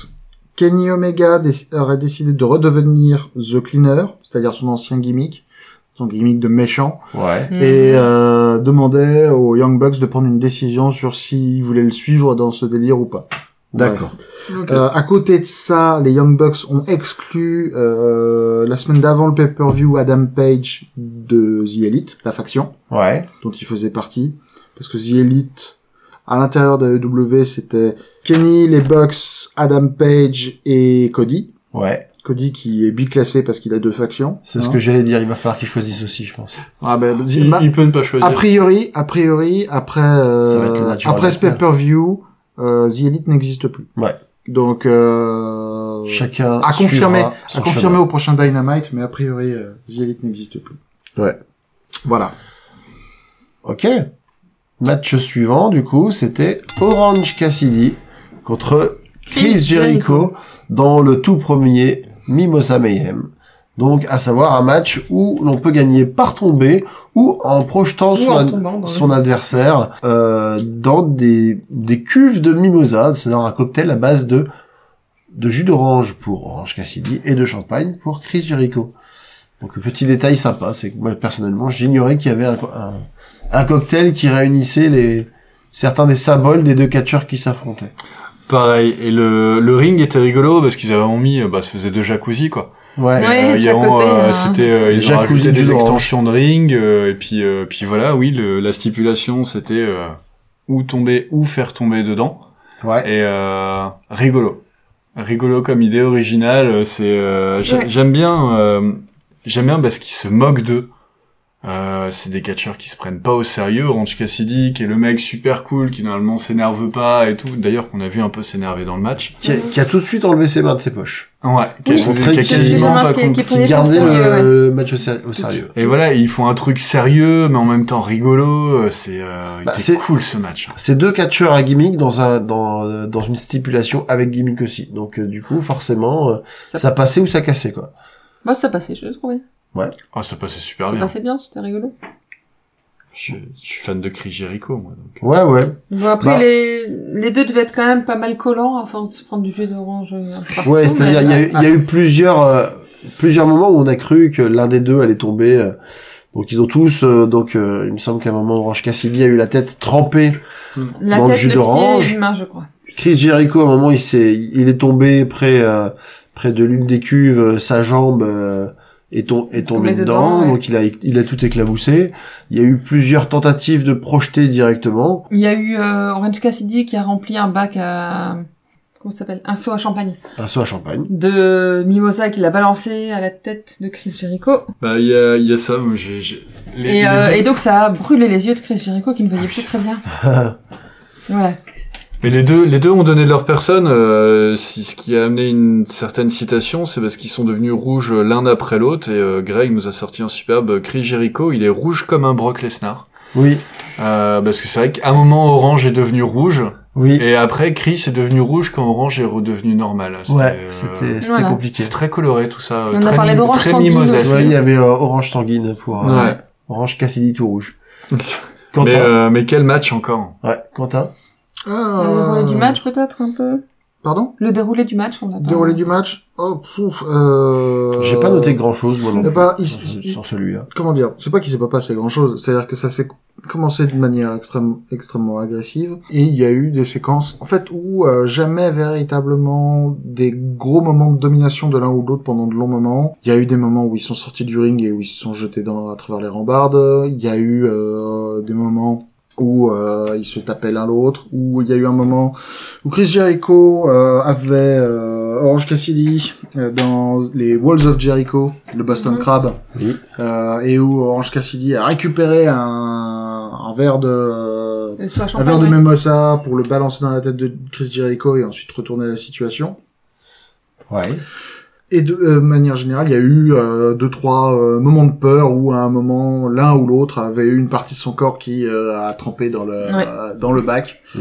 A: Kenny Omega déc- aurait décidé de redevenir The Cleaner, c'est-à-dire son ancien gimmick, son gimmick de méchant,
B: ouais.
C: Hmm.
A: et euh, demandait aux Young Bucks de prendre une décision sur s'ils voulaient le suivre dans ce délire ou pas.
B: D'accord.
A: Euh, à côté de ça, les Young Bucks ont exclu euh, la semaine d'avant le pay-per-view Adam Page de The Elite, la faction
B: Ouais.
A: dont il faisait partie, parce que The Elite à l'intérieur de AEW c'était Kenny, les Bucks, Adam Page et Cody.
B: Ouais.
A: Cody qui est biclassé parce qu'il a deux factions.
B: C'est
A: hein.
B: ce que j'allais dire. Il va falloir qu'il choisisse aussi, je pense.
A: Ah ben,
D: Il,
A: ma-
D: il peut ne pas choisir.
A: a priori, a priori, après, euh,
B: Ça va être le naturel
A: après ce
B: Wrestler.
A: pay-per-view, euh, The Elite n'existe plus.
B: Ouais.
A: Donc, euh,
B: Chacun
A: à confirmer,
B: suivra son
A: à confirmer au prochain Dynamite, mais a priori, euh, The Elite n'existe plus.
B: Ouais.
A: Voilà.
B: chemin. Ok. Match suivant, du coup, c'était Orange Cassidy contre Chris
C: Chris
B: Jericho dans le tout premier Mimosa Mayhem. Donc, à savoir un match où l'on peut gagner par tombée ou en projetant son,
C: en
B: ad-
C: tombant dans le-
B: son adversaire euh, dans des, des cuves de mimosa, c'est-à-dire un cocktail à base de de jus d'orange pour Orange Cassidy et de champagne pour Chris Jericho. Donc le petit détail sympa, c'est que moi personnellement j'ignorais qu'il y avait un, co- un, un cocktail qui réunissait les certains des symboles des deux catcheurs qui s'affrontaient.
D: Pareil. Et le, le ring était rigolo parce qu'ils avaient mis, euh, bah, ça faisait deux jacuzzi, quoi.
B: Ouais.
C: Ouais,
D: Euh,
C: de
D: il y
C: chaque
D: a,
C: côté,
D: euh,
C: hein.
D: c'était euh,
B: Des
D: ils ont
B: jacuzzis
D: rajouté
B: du
D: des
B: orange.
D: extensions de ring euh, et puis euh, puis voilà oui le, la stipulation c'était euh, ou tomber ou faire tomber dedans
B: Ouais.
D: et euh, rigolo rigolo comme idée originale euh, c'est euh, j'a-
C: Ouais.
D: j'aime bien euh, j'aime bien parce qu'ils se moquent d'eux euh, c'est des catcheurs qui se prennent pas au sérieux Orange Cassidy qui est le mec super cool qui normalement s'énerve pas et tout d'ailleurs qu'on a vu un peu s'énerver dans le match
B: Qui, a, qui a tout de suite enlevé ses mains de ses poches.
D: ouais qui a,
C: Oui,
D: qui a
B: j'ai
D: quasiment pas
C: remarqué, qui
D: compris
C: prenait
B: Qui
C: les
B: gardait
C: chansons,
B: le,
C: ouais, ouais.
B: le match au, sé- au sérieux.
D: Et voilà, ils font un truc sérieux, mais en même temps rigolo. euh, C'est euh, il
B: Bah,
D: était
B: c'est-
D: cool ce match.
B: C'est deux catcheurs à gimmick dans un dans euh, dans une stipulation avec gimmick aussi. Donc euh, du coup forcément euh,
C: Ça-
B: ça passait ou ça cassait quoi.
C: Moi, Bah, ça passait, je le trouvais.
D: Oh, ça passait super
C: Ça
D: bien.
C: passait bien, c'était rigolo.
D: Je, je suis fan de Chris Jericho, moi. Donc.
B: Ouais ouais.
C: Bon, après,
B: Bah.
C: les, les deux devaient être quand même pas mal collants à force de se prendre du jus d'orange. euh, partout,
B: Ouais, c'est-à-dire il y, a eu- il y a eu plusieurs euh, plusieurs moments où on a cru que l'un des deux allait tomber. euh, donc ils ont tous euh, donc euh, il me semble qu'à un moment Orange Cassidy a eu la tête trempée.
C: La
B: dans le
C: tête,
B: jus
C: le pied
B: d'orange.
C: et une main, je crois.
B: Chris Jericho à un moment il s'est il est tombé près euh, près de l'une des cuves, euh, sa jambe euh, est, tom- est tombée
C: Tombée
B: dedans,
C: dedans, ouais.
B: donc il a il a tout éclaboussé. Il y a eu plusieurs tentatives de projeter directement.
C: Il y a eu euh, Orange Cassidy qui a rempli un bac à... Comment ça s'appelle Un seau à champagne.
B: Un saut à champagne.
C: De Mimosa qui l'a balancé à la tête de Chris Jericho.
D: Bah il y a, il y a ça. moi, J'ai, j'ai... les-
C: Et,
D: les
C: euh,
D: deux-
C: et donc ça a brûlé les yeux de Chris Jericho qui ne voyait
D: Ah oui,
C: plus très
D: ça-
C: bien. voilà.
D: Mais les deux, les deux ont donné de leur personne. euh, si- ce qui a amené une certaine citation, c'est parce qu'ils sont devenus rouges l'un après l'autre. Et euh, Greg nous a sorti un superbe Chris Jericho. Il est rouge comme un Brock Lesnar.
B: Oui,
D: Euh, parce que c'est vrai qu'à un moment, Orange est devenu rouge.
B: oui.
D: Et après, Chris est devenu rouge quand Orange est redevenu normal. C'était,
B: ouais,
D: euh,
B: c'était c'était
C: Voilà.
B: compliqué.
D: C'est très coloré tout ça.
C: On a
D: très
C: parlé
D: mi-
C: d'orange
D: Très
C: sanguine
D: mimosesque.
C: aussi.
B: Ouais, il y avait euh, Orange Sanguine pour euh,
D: Ouais.
B: Orange Cassidy tout rouge. Quentin.
D: Mais, euh, mais quel match encore
B: Ouais, Quentin.
C: Le déroulé
A: Ah,
C: du match peut-être un peu
A: Pardon
C: Le déroulé du match, on a pas...
A: Déroulé du match Oh, pouf, euh...
B: J'ai pas noté grand chose, moi non
A: Eh
B: plus.
A: ben, il-
B: sur, sur celui-là.
A: comment dire, c'est pas qu'il s'est pas passé grand chose, c'est-à-dire que ça s'est commencé de manière extrême, extrêmement agressive, et il y a eu des séquences, en fait, où euh, jamais véritablement des gros moments de domination de l'un ou de l'autre pendant de longs moments. Il y a eu des moments où ils sont sortis du ring et où ils se sont jetés dans, à travers les rambardes, il y a eu euh, des moments où euh, ils se tapaient l'un l'autre, où il y a eu un moment où Chris Jericho euh, avait euh, Orange Cassidy euh, dans les Walls of Jericho, le Boston
C: Mhm.
A: Crab,
B: Oui.
A: euh, et où Orange Cassidy a récupéré un, un verre de
C: Le
A: un
C: soir Euh, champagne,
A: verre de
C: ouais.
A: mimosa pour le balancer dans la tête de Chris Jericho et ensuite retourner à la situation.
B: Ouais.
A: Et de euh, manière générale, il y a eu euh, deux trois euh, moments de peur où à un moment l'un ou l'autre avait eu une partie de son corps qui euh, a trempé dans le
C: Ouais.
A: euh, dans le bac.
B: Mm.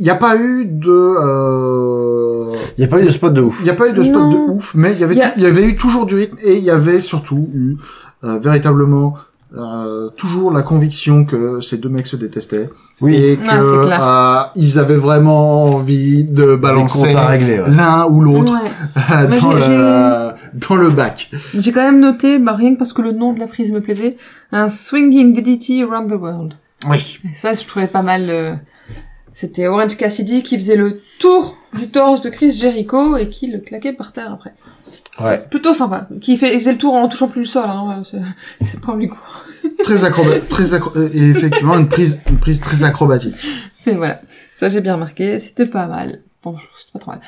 A: Il n'y a pas eu de euh,
B: Il n'y a pas eu de spot de ouf.
A: il n'y a pas eu de spot
C: Non.
A: de ouf, mais il y avait
C: Il y a-
A: tout- il y avait eu toujours du rythme et il y avait surtout eu euh, véritablement euh, toujours la conviction que ces deux mecs se détestaient
B: Oui.
A: et
C: Ah, c'est
A: que
C: clair.
A: euh, ils avaient vraiment envie de
B: Les
A: balancer
B: comptes à régler, ouais.
A: l'un ou l'autre
C: Ouais. Mais
A: dans,
C: j'ai-
A: le, dans le bac.
C: J'ai quand même noté, bah, rien que parce que le nom de la prise me plaisait, un Swinging DDT Around the World.
A: Oui.
C: Et ça, je trouvais pas mal. euh, C'était Orange Cassidy qui faisait le tour du torse de Chris Jericho et qui le claquait par terre après.
B: Ouais.
C: Plutôt sympa. Qui fait, il faisait le tour en touchant plus le sol. Hein. C'est- C'est pas du coup.
A: Très acrobatique, très acro- euh, et effectivement une prise, une prise très acrobatique.
C: C'est voilà. Ça j'ai bien remarqué. C'était pas mal. Bon, c'est pas trop mal.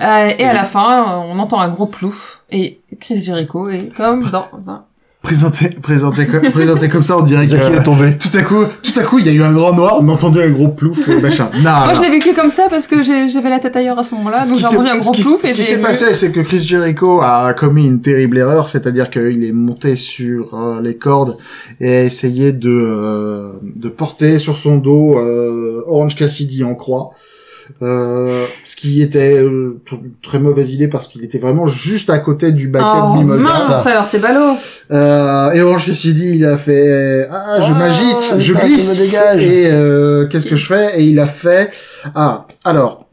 C: Euh, et à la fin, euh, on entend un gros plouf et Chris Jericho est comme dans un.
A: Présenté, présenté, co- présenté comme ça, on dirait que
B: Jackie est tombé.
A: tout à coup, tout à coup, il y a eu un grand noir, on a entendu un gros plouf, euh, machin. Non,
C: Moi,
A: non.
C: je l'ai vécu comme ça parce que j'ai- j'avais la tête ailleurs à ce moment-là,
A: Ce
C: donc
A: qui
C: j'ai
A: s'est-
C: entendu
A: ce
C: un gros
A: qui-
C: plouf
A: Ce
C: et
A: qui
C: j'ai.
A: s'est
C: vu-
A: passé, c'est que Chris Jericho a commis une terrible erreur, c'est-à-dire qu'il est monté sur euh, les cordes et a essayé de, euh, de porter sur son dos euh, Orange Cassidy en croix. Euh, ce qui était euh, t- très mauvaise idée parce qu'il était vraiment juste à côté du baquet
C: Oh,
A: de Mimosa.
C: mince, alors c'est ballot.
A: Euh, et Orange Cassidy, il a fait ah je
B: Ah,
A: m'agite, je
B: ça, tu
A: glisse
B: me dégages.
A: et euh, qu'est-ce que je fais Et il a fait ah alors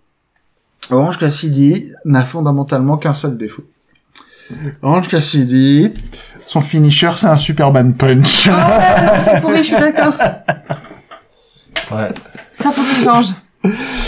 A: Orange Cassidy n'a fondamentalement qu'un seul défaut. Orange Cassidy, son finisher c'est un Superman punch.
C: Ah, c'est pourri, je suis d'accord.
B: Ouais.
C: Ça faut qu'il change.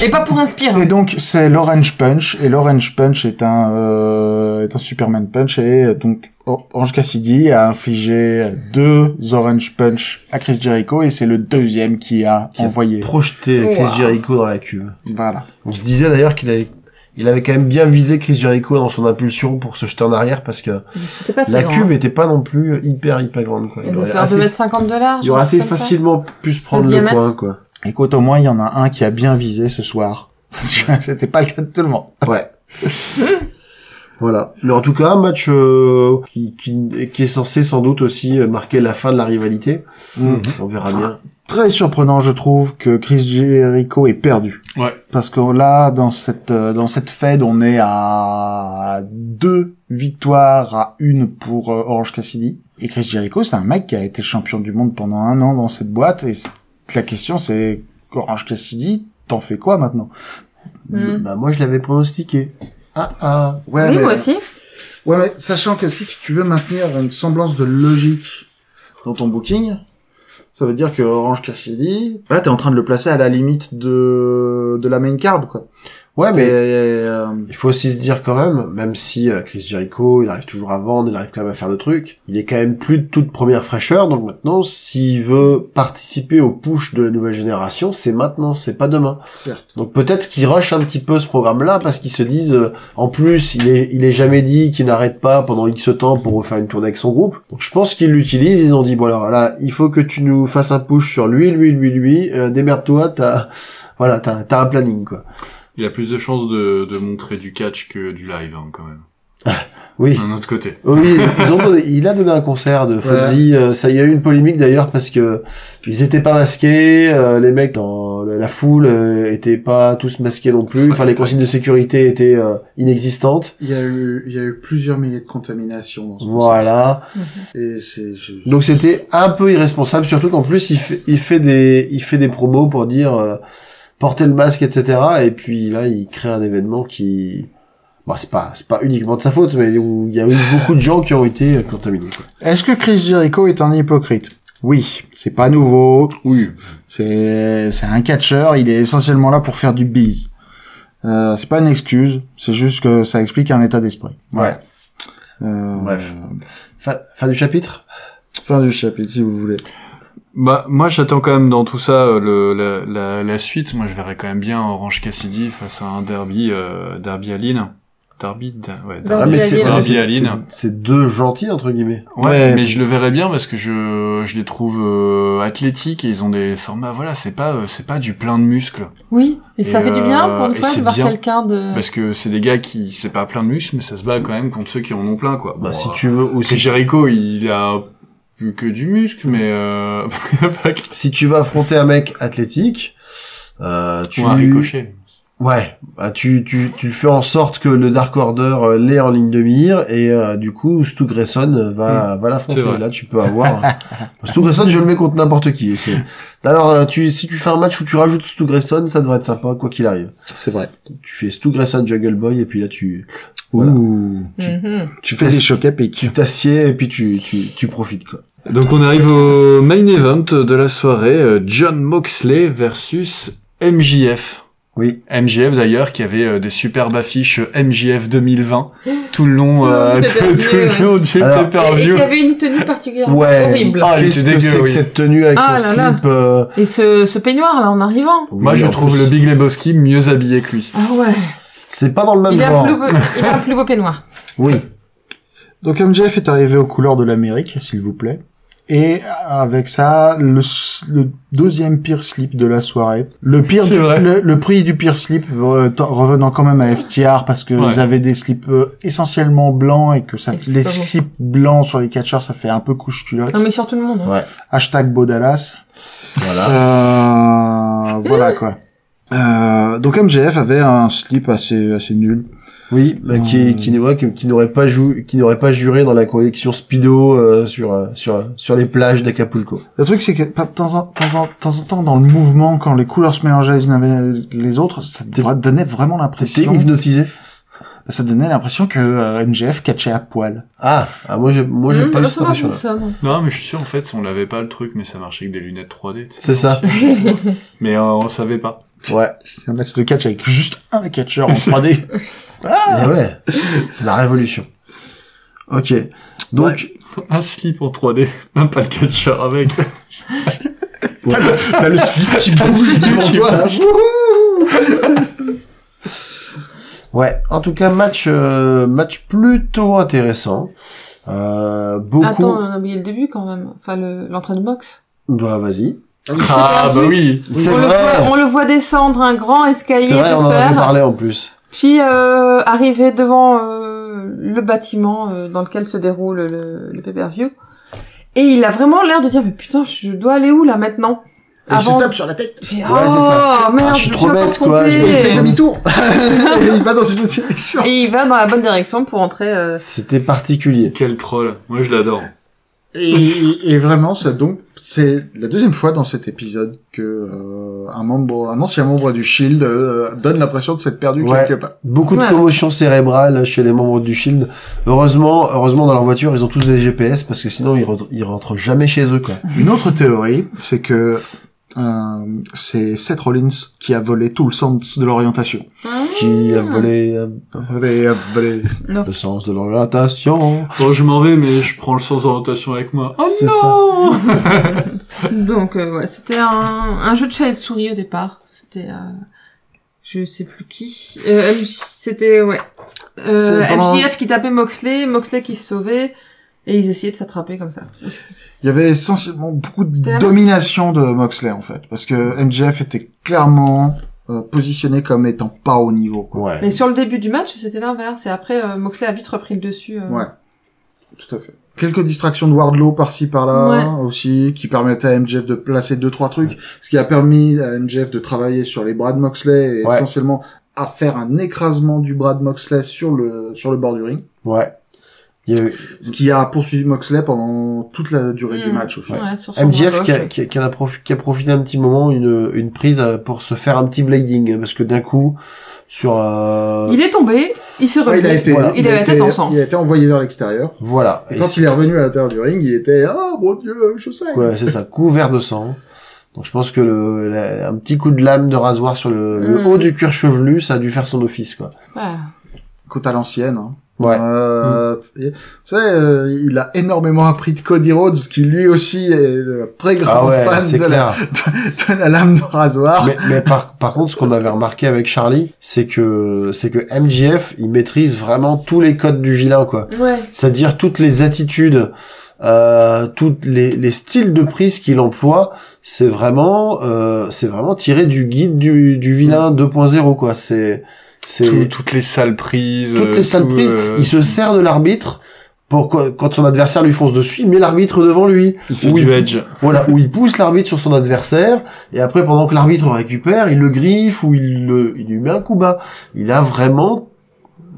C: Et pas pour inspirer.
A: Et donc c'est l'Orange Punch et l'Orange Punch est un euh, est un Superman Punch et euh, donc Or- Orange Cassidy a infligé deux Orange Punch à Chris Jericho et c'est le deuxième qui a
B: a
A: envoyé.
B: Projeté Chris
C: Ouah.
B: Jericho dans la cuve.
A: Voilà.
B: On se disait d'ailleurs qu'il avait, il avait quand même bien visé Chris Jericho dans son impulsion pour se jeter en arrière parce que
C: C'était pas très
B: la
C: grand.
B: cuve était pas non plus hyper hyper grande quoi.
C: Il
B: Il
C: doit
B: aurait
C: faire
B: assez,
C: 2m50 de large.
B: il aurait
C: un
B: assez
C: truc comme ça.
B: facilement pu se prendre
C: Le
B: le,
C: diamètre.
B: coin quoi.
A: Écoute, au moins, il y en a un qui a bien visé ce soir. Parce que c'était pas le cas de tout le monde.
B: Ouais. voilà. Mais en tout cas, un match euh, qui, qui, qui est censé sans doute aussi marquer la fin de la rivalité. On verra
C: Ah.
B: bien.
A: Très surprenant, je trouve, que Chris Jericho est perdu.
D: Ouais.
A: Parce que là, dans cette, euh, dans cette fed, on est à deux victoires à une pour euh, Orange Cassidy. Et Chris Jericho, c'est un mec qui a été champion du monde pendant un an dans cette boîte. Et c- la question, c'est, Orange Cassidy, t'en fais quoi maintenant?
C: Mm.
B: Bah moi je l'avais pronostiqué. Ah ah.
A: Ouais,
C: Oui, moi aussi.
A: Ouais, mais sachant que si tu veux maintenir une semblance de logique dans ton booking, ça veut dire que Orange Cassidy, là, t'es en train de le placer à la limite de, de la main card, quoi.
B: Ouais
A: Mais,
B: mais
A: euh,
B: il faut aussi se dire quand même, même si euh, Chris Jericho il arrive toujours à vendre, il arrive quand même à faire de trucs, il est quand même plus de toute première fraîcheur. Donc maintenant, s'il veut participer au push de la nouvelle génération, c'est maintenant, c'est pas demain.
A: certes.
B: Donc peut-être qu'ils rushent un petit peu ce programme-là parce qu'ils se disent, euh, en plus, il est, il est jamais dit qu'il n'arrête pas pendant X temps pour refaire une tournée avec son groupe. Donc je pense qu'ils l'utilisent, ils ont dit, bon alors là, il faut que tu nous fasses un push sur lui, lui, lui, lui, euh, démerde-toi, t'as, voilà, t'as, t'as un planning, quoi.
D: Il a plus de chances de, de montrer du catch que du live, hein, quand même.
B: Oui.
D: D'un autre côté.
B: Oui, ils ont donné- il a donné un concert de Fonzie. euh, ça y a eu une polémique d'ailleurs parce que ils étaient pas masqués, euh, les mecs dans le- la foule euh, étaient pas tous masqués non plus. Enfin, les consignes de sécurité étaient euh, inexistantes.
A: Il y a eu, il y a eu plusieurs milliers de contaminations dans ce
B: Voilà.
A: concert. Et c'est, je-
B: Donc c'était un peu irresponsable, surtout qu'en plus il fait, il fait des il fait des promos pour dire euh, portez le masque, etc. Et puis là il crée un événement qui bon c'est pas c'est pas uniquement de sa faute, mais où il y a eu beaucoup de gens qui ont été euh, contaminés. quoi.
A: Est-ce que Chris Jericho est un hypocrite Oui, c'est pas nouveau. Oui, c'est c'est un catcheur. Il est essentiellement là pour faire du bise. Euh, c'est pas une excuse. C'est juste que ça explique un état d'esprit.
B: Ouais.
A: Euh,
B: Bref. Fin, fin du chapitre.
A: Fin du chapitre, si vous voulez.
D: Bah, moi, j'attends quand même dans tout ça euh, le, la, la, la suite. Moi, je verrais quand même bien Orange Cassidy face à un derby, euh, derby à Lille. Darby, Da- ouais,
C: Ah,
D: Darby.
B: Ah, mais c'est,
C: Darby
B: mais
D: Allin.
B: c'est-
D: Darby
B: c'est-
D: Allin.
B: c'est deux gentils, entre guillemets.
D: Ouais,
E: Ouais.
D: mais je le verrais bien parce que je, je les trouve euh, athlétiques et ils ont des formats, voilà, c'est pas, euh, c'est pas du plein de muscles.
C: Oui, et, ça
D: Et,
C: fait du bien
D: euh,
C: pour une
D: et
C: fois
D: c'est
C: de voir
D: bien. Bah,
C: quelqu'un de...
D: Parce que c'est des gars qui, c'est pas plein de muscles, mais ça se bat quand même contre ceux qui en ont plein, quoi.
B: Bah,
D: Bon,
B: si
D: euh,
B: tu veux,
D: Parce que
B: aussi,
D: Jericho, il a plus que du muscle, mais euh... pas que-
B: si tu vas affronter un mec athlétique, euh, tu
D: ou un ricochet.
B: Ouais, bah, tu, tu, tu fais en sorte que le Dark Order euh, l'ait en ligne de mire et euh, du coup Stu Grayson euh, va, va l'affronter.
D: C'est vrai.
B: Là, tu peux avoir Stu Grayson, je le mets contre n'importe qui. c'est- Alors, euh, tu, si tu fais un match où tu rajoutes Stu Grayson, ça devrait être sympa quoi qu'il arrive.
E: C'est vrai.
B: Tu fais Stu Grayson Jungle Boy et puis là tu voilà.
E: Ouh.
C: Mhm.
E: Tu fais des chocs épiques.
B: tu t'assieds et puis tu, tu tu profites quoi.
D: Donc on arrive au main event de la soirée, euh, John Moxley versus MJF.
B: Oui.
D: MJF d'ailleurs qui avait euh, des superbes affiches euh, MJF 2020 tout le long,
C: Tout le long
D: euh,
C: du
D: tout,
C: pay-per-view,
D: tout le
C: ouais.
D: long du
B: Alors-
C: Et, et
D: pay-per-view.
C: qui avait une tenue particulièrement
B: Ouais.
C: horrible.
D: Ah, il
B: Qu'est-ce
D: était
B: que
D: dégueu,
B: c'est que
D: oui.
B: cette tenue avec
C: Ah là
B: son
C: là.
B: slip euh,
C: Et ce, ce peignoir, là, en arrivant.
B: oui,
D: Moi je
B: en
D: trouve
B: plus,
D: le Big Lebowski mieux habillé que lui.
C: Ah ouais.
B: C'est pas dans le même
C: Il a, un
B: genre.
C: plus beau, il a un plus beau peignoir.
B: Oui.
E: Donc MJF est arrivé aux couleurs de l'Amérique, s'il vous plaît. Et avec ça, le, s- le deuxième pire slip de la soirée. Le pire,
D: C'est
E: du-
D: vrai.
E: le, le prix du pire slip euh, t- revenant quand même à FTR parce que
D: Ouais.
E: ils avaient des slips euh, essentiellement blancs et que ça,
C: Et c'est
E: les
C: pas beau.
E: slips blancs sur les catchers, ça fait un peu couche culotte.
C: Non, mais sur tout le monde. hein.
E: Hashtag Bodalas.
B: Voilà.
E: Euh, voilà quoi. Euh, donc MJF avait un slip assez assez nul.
B: Oui, bah, qui, qui, ouais, qui, qui n'aurait pas jou- qui n'aurait pas juré dans la collection Speedo euh, sur euh, sur euh, sur les plages d'Acapulco.
E: Le truc c'est que pas- de temps en, de temps en, de temps en temps dans le mouvement, quand les couleurs se mélangeaient les unes avec les autres, ça dra- donnait vraiment
B: T'étais
E: l'impression.
B: hypnotisé.
E: Ça donnait l'impression que euh, MJF catchait à poil.
B: Ah, ah moi j'ai moi j'ai
C: Mhm,
B: pas eu
C: bah,
B: cette
C: ça marche,
B: impression là.
C: ça, non.
D: Non mais je suis sûr en fait on l'avait pas le truc mais ça marchait avec des lunettes 3D. tu sais.
B: C'est ça.
D: Mais euh, on savait pas.
B: Ouais.
E: Il y en a qui te catchent avec juste un catcheur en 3D.
B: Mais Eh ouais. La révolution. Ok. Donc
D: Un slip en 3D, même pas le catcher avec.
E: T'as le slip qui bouge devant toi. là.
B: ouais. En tout cas match euh, match plutôt intéressant. Euh, beaucoup.
C: Attends, on a oublié le début, quand même. Enfin, le- l'entrée de boxe.
B: Bah vas-y.
D: Ah bah oui.
B: C'est
C: on, le
B: vrai.
C: voit, on le voit descendre un grand escalier
B: C'est vrai,
C: de
B: on en avait
C: fer.
B: parlé en plus.
C: Puis euh, arrivé devant euh, le bâtiment euh, dans lequel se déroule le, le pay-per-view, et il a vraiment l'air de dire mais putain je dois aller où là maintenant
A: Il se
C: Avant,
A: tape sur la tête.
C: il fait, oh
B: Ouais, c'est ça.
C: merde,
B: Ah, je suis
C: me
B: trop
C: encore
B: bête, quoi, je
C: trompée.
B: me
A: Il fait demi-tour. Et il va dans une autre direction.
C: Et il va dans la bonne direction pour entrer. euh,
B: C'était particulier.
D: Quel troll. Moi je l'adore.
A: Et, et vraiment, ça donc c'est la deuxième fois dans cet épisode que euh, un membre, un ancien membre du Shield euh, donne l'impression de s'être perdu
B: Ouais.
A: quelque part.
B: Beaucoup de
C: Ouais.
B: commotion cérébrale chez les membres du Shield. Heureusement, heureusement dans leur voiture, ils ont tous des GPS parce que sinon ils, rentrent- ils rentrent jamais chez eux quoi.
E: Une autre théorie, c'est que euh, c'est Seth Rollins qui a volé tout le sens de l'orientation.
C: hein.
B: Qui a volé euh,
A: Ah.
E: Volé, euh, volé.
B: le sens de l'orientation.
D: Bon, je m'en vais, mais je prends le sens d'orientation avec moi. Oh
B: C'est
D: non
C: Donc euh, ouais, c'était un, un jeu de chat et de souris au départ. C'était euh, je sais plus qui. Euh, MJ c'était ouais. Euh,
A: C'est pendant-
C: MJF qui tapait Moxley, Moxley qui se sauvait et ils essayaient de s'attraper comme ça.
E: Il y avait essentiellement beaucoup
C: C'était la
E: de domination de Moxley en fait, parce que MJF était clairement euh, positionné comme étant pas au niveau. Quoi.
B: Ouais.
C: Mais sur le début du match, c'était l'inverse. Et après, euh, Moxley a vite repris le dessus. euh.
A: Ouais. Tout à fait. Quelques distractions de Wardlow par-ci par-là aussi, qui permettaient à MJF de placer deux trois trucs, ce qui a permis à MJF de travailler sur les bras de Moxley et
B: Ouais.
A: essentiellement à faire un écrasement du bras de Moxley sur le sur le bord du ring.
B: Ouais. Il y a eu
A: Ce qui a poursuivi Moxley pendant toute la durée du
C: Mm.
A: match, au final.
C: Ouais, sur son bras
B: MJF
C: gauche,
B: qui a,
C: ouais.
B: qui, a- qui en a profi- qui a profité un petit moment une, une prise euh, pour se faire un petit blading parce que d'un coup sur euh,
C: Il est tombé, il s'est
A: Ouais,
C: relevé.
A: il a été,
B: voilà.
C: il avait la
A: a
C: tête
A: été-
C: ensemble.
A: Il a été envoyé vers l'extérieur.
B: voilà
A: Et
B: Et
A: quand il est revenu à l'intérieur du ring, il était, ah, mon dieu, je sais.
B: Ouais, c'est ça, couvert de sang. Donc je pense que le, la- un petit coup de lame de rasoir sur le, le
C: Mm.
B: haut du cuir chevelu, ça a dû faire son office quoi.
C: Ouais.
A: Côte à l'ancienne, hein.
B: Ouais.
C: Hmm.
A: Euh, Tu sais, euh, il a énormément appris de Cody Rhodes, qui lui aussi est euh, très grand
B: Ah ouais,
A: fan
B: c'est
A: de la, Ah.
B: clair.
A: de, de la lame de rasoir.
B: Mais, mais par, par contre, ce qu'on avait remarqué avec Charlie, c'est que, c'est que MJF, il maîtrise vraiment tous les codes du vilain, quoi.
C: Ouais.
B: C'est-à-dire toutes les attitudes, euh, toutes les, les styles de prise qu'il emploie, c'est vraiment, euh, c'est vraiment tiré du guide du, du vilain 2.0, quoi. C'est, c'est,
D: Tout- toutes les sales prises.
B: toutes
D: euh,
B: les sales
D: tout,
B: prises.
D: euh,
B: Il se sert de l'arbitre pour que- quand son adversaire lui fonce dessus, il met l'arbitre devant lui.
D: il fait
B: Ou
D: du
B: il-
D: edge.
B: Voilà, où il pousse l'arbitre sur son adversaire, et après, pendant que l'arbitre récupère, il le griffe ou il, le, il lui met un coup bas. Il a vraiment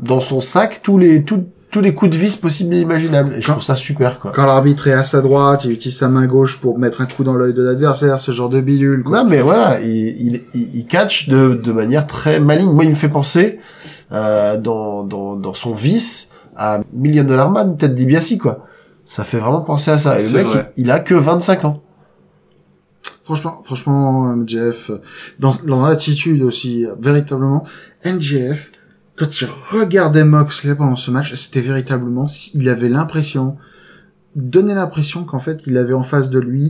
B: dans son sac tous les tous, tous les coups de vis possibles et imaginables. Et je trouve ça super, quoi.
A: Quand l'arbitre est à sa droite, il utilise sa main gauche pour mettre un coup dans l'œil de l'adversaire, ce genre de bidule. Quoi.
B: Non, mais voilà, il, il, il- il catch de, de manière très maligne. Moi, il me fait penser euh, dans, dans, dans son vice à Million Dollar Man, tête DiBiase, quoi. Ça fait vraiment penser à ça. Et le
D: C'est
B: mec,
D: vrai.
B: il, il a que 25 ans.
A: Franchement, franchement, MJF, dans, dans l'attitude aussi, euh, véritablement, MJF, quand il regardait Moxley pendant ce match, c'était véritablement, il avait l'impression, il donnait l'impression qu'en fait, il avait en face de lui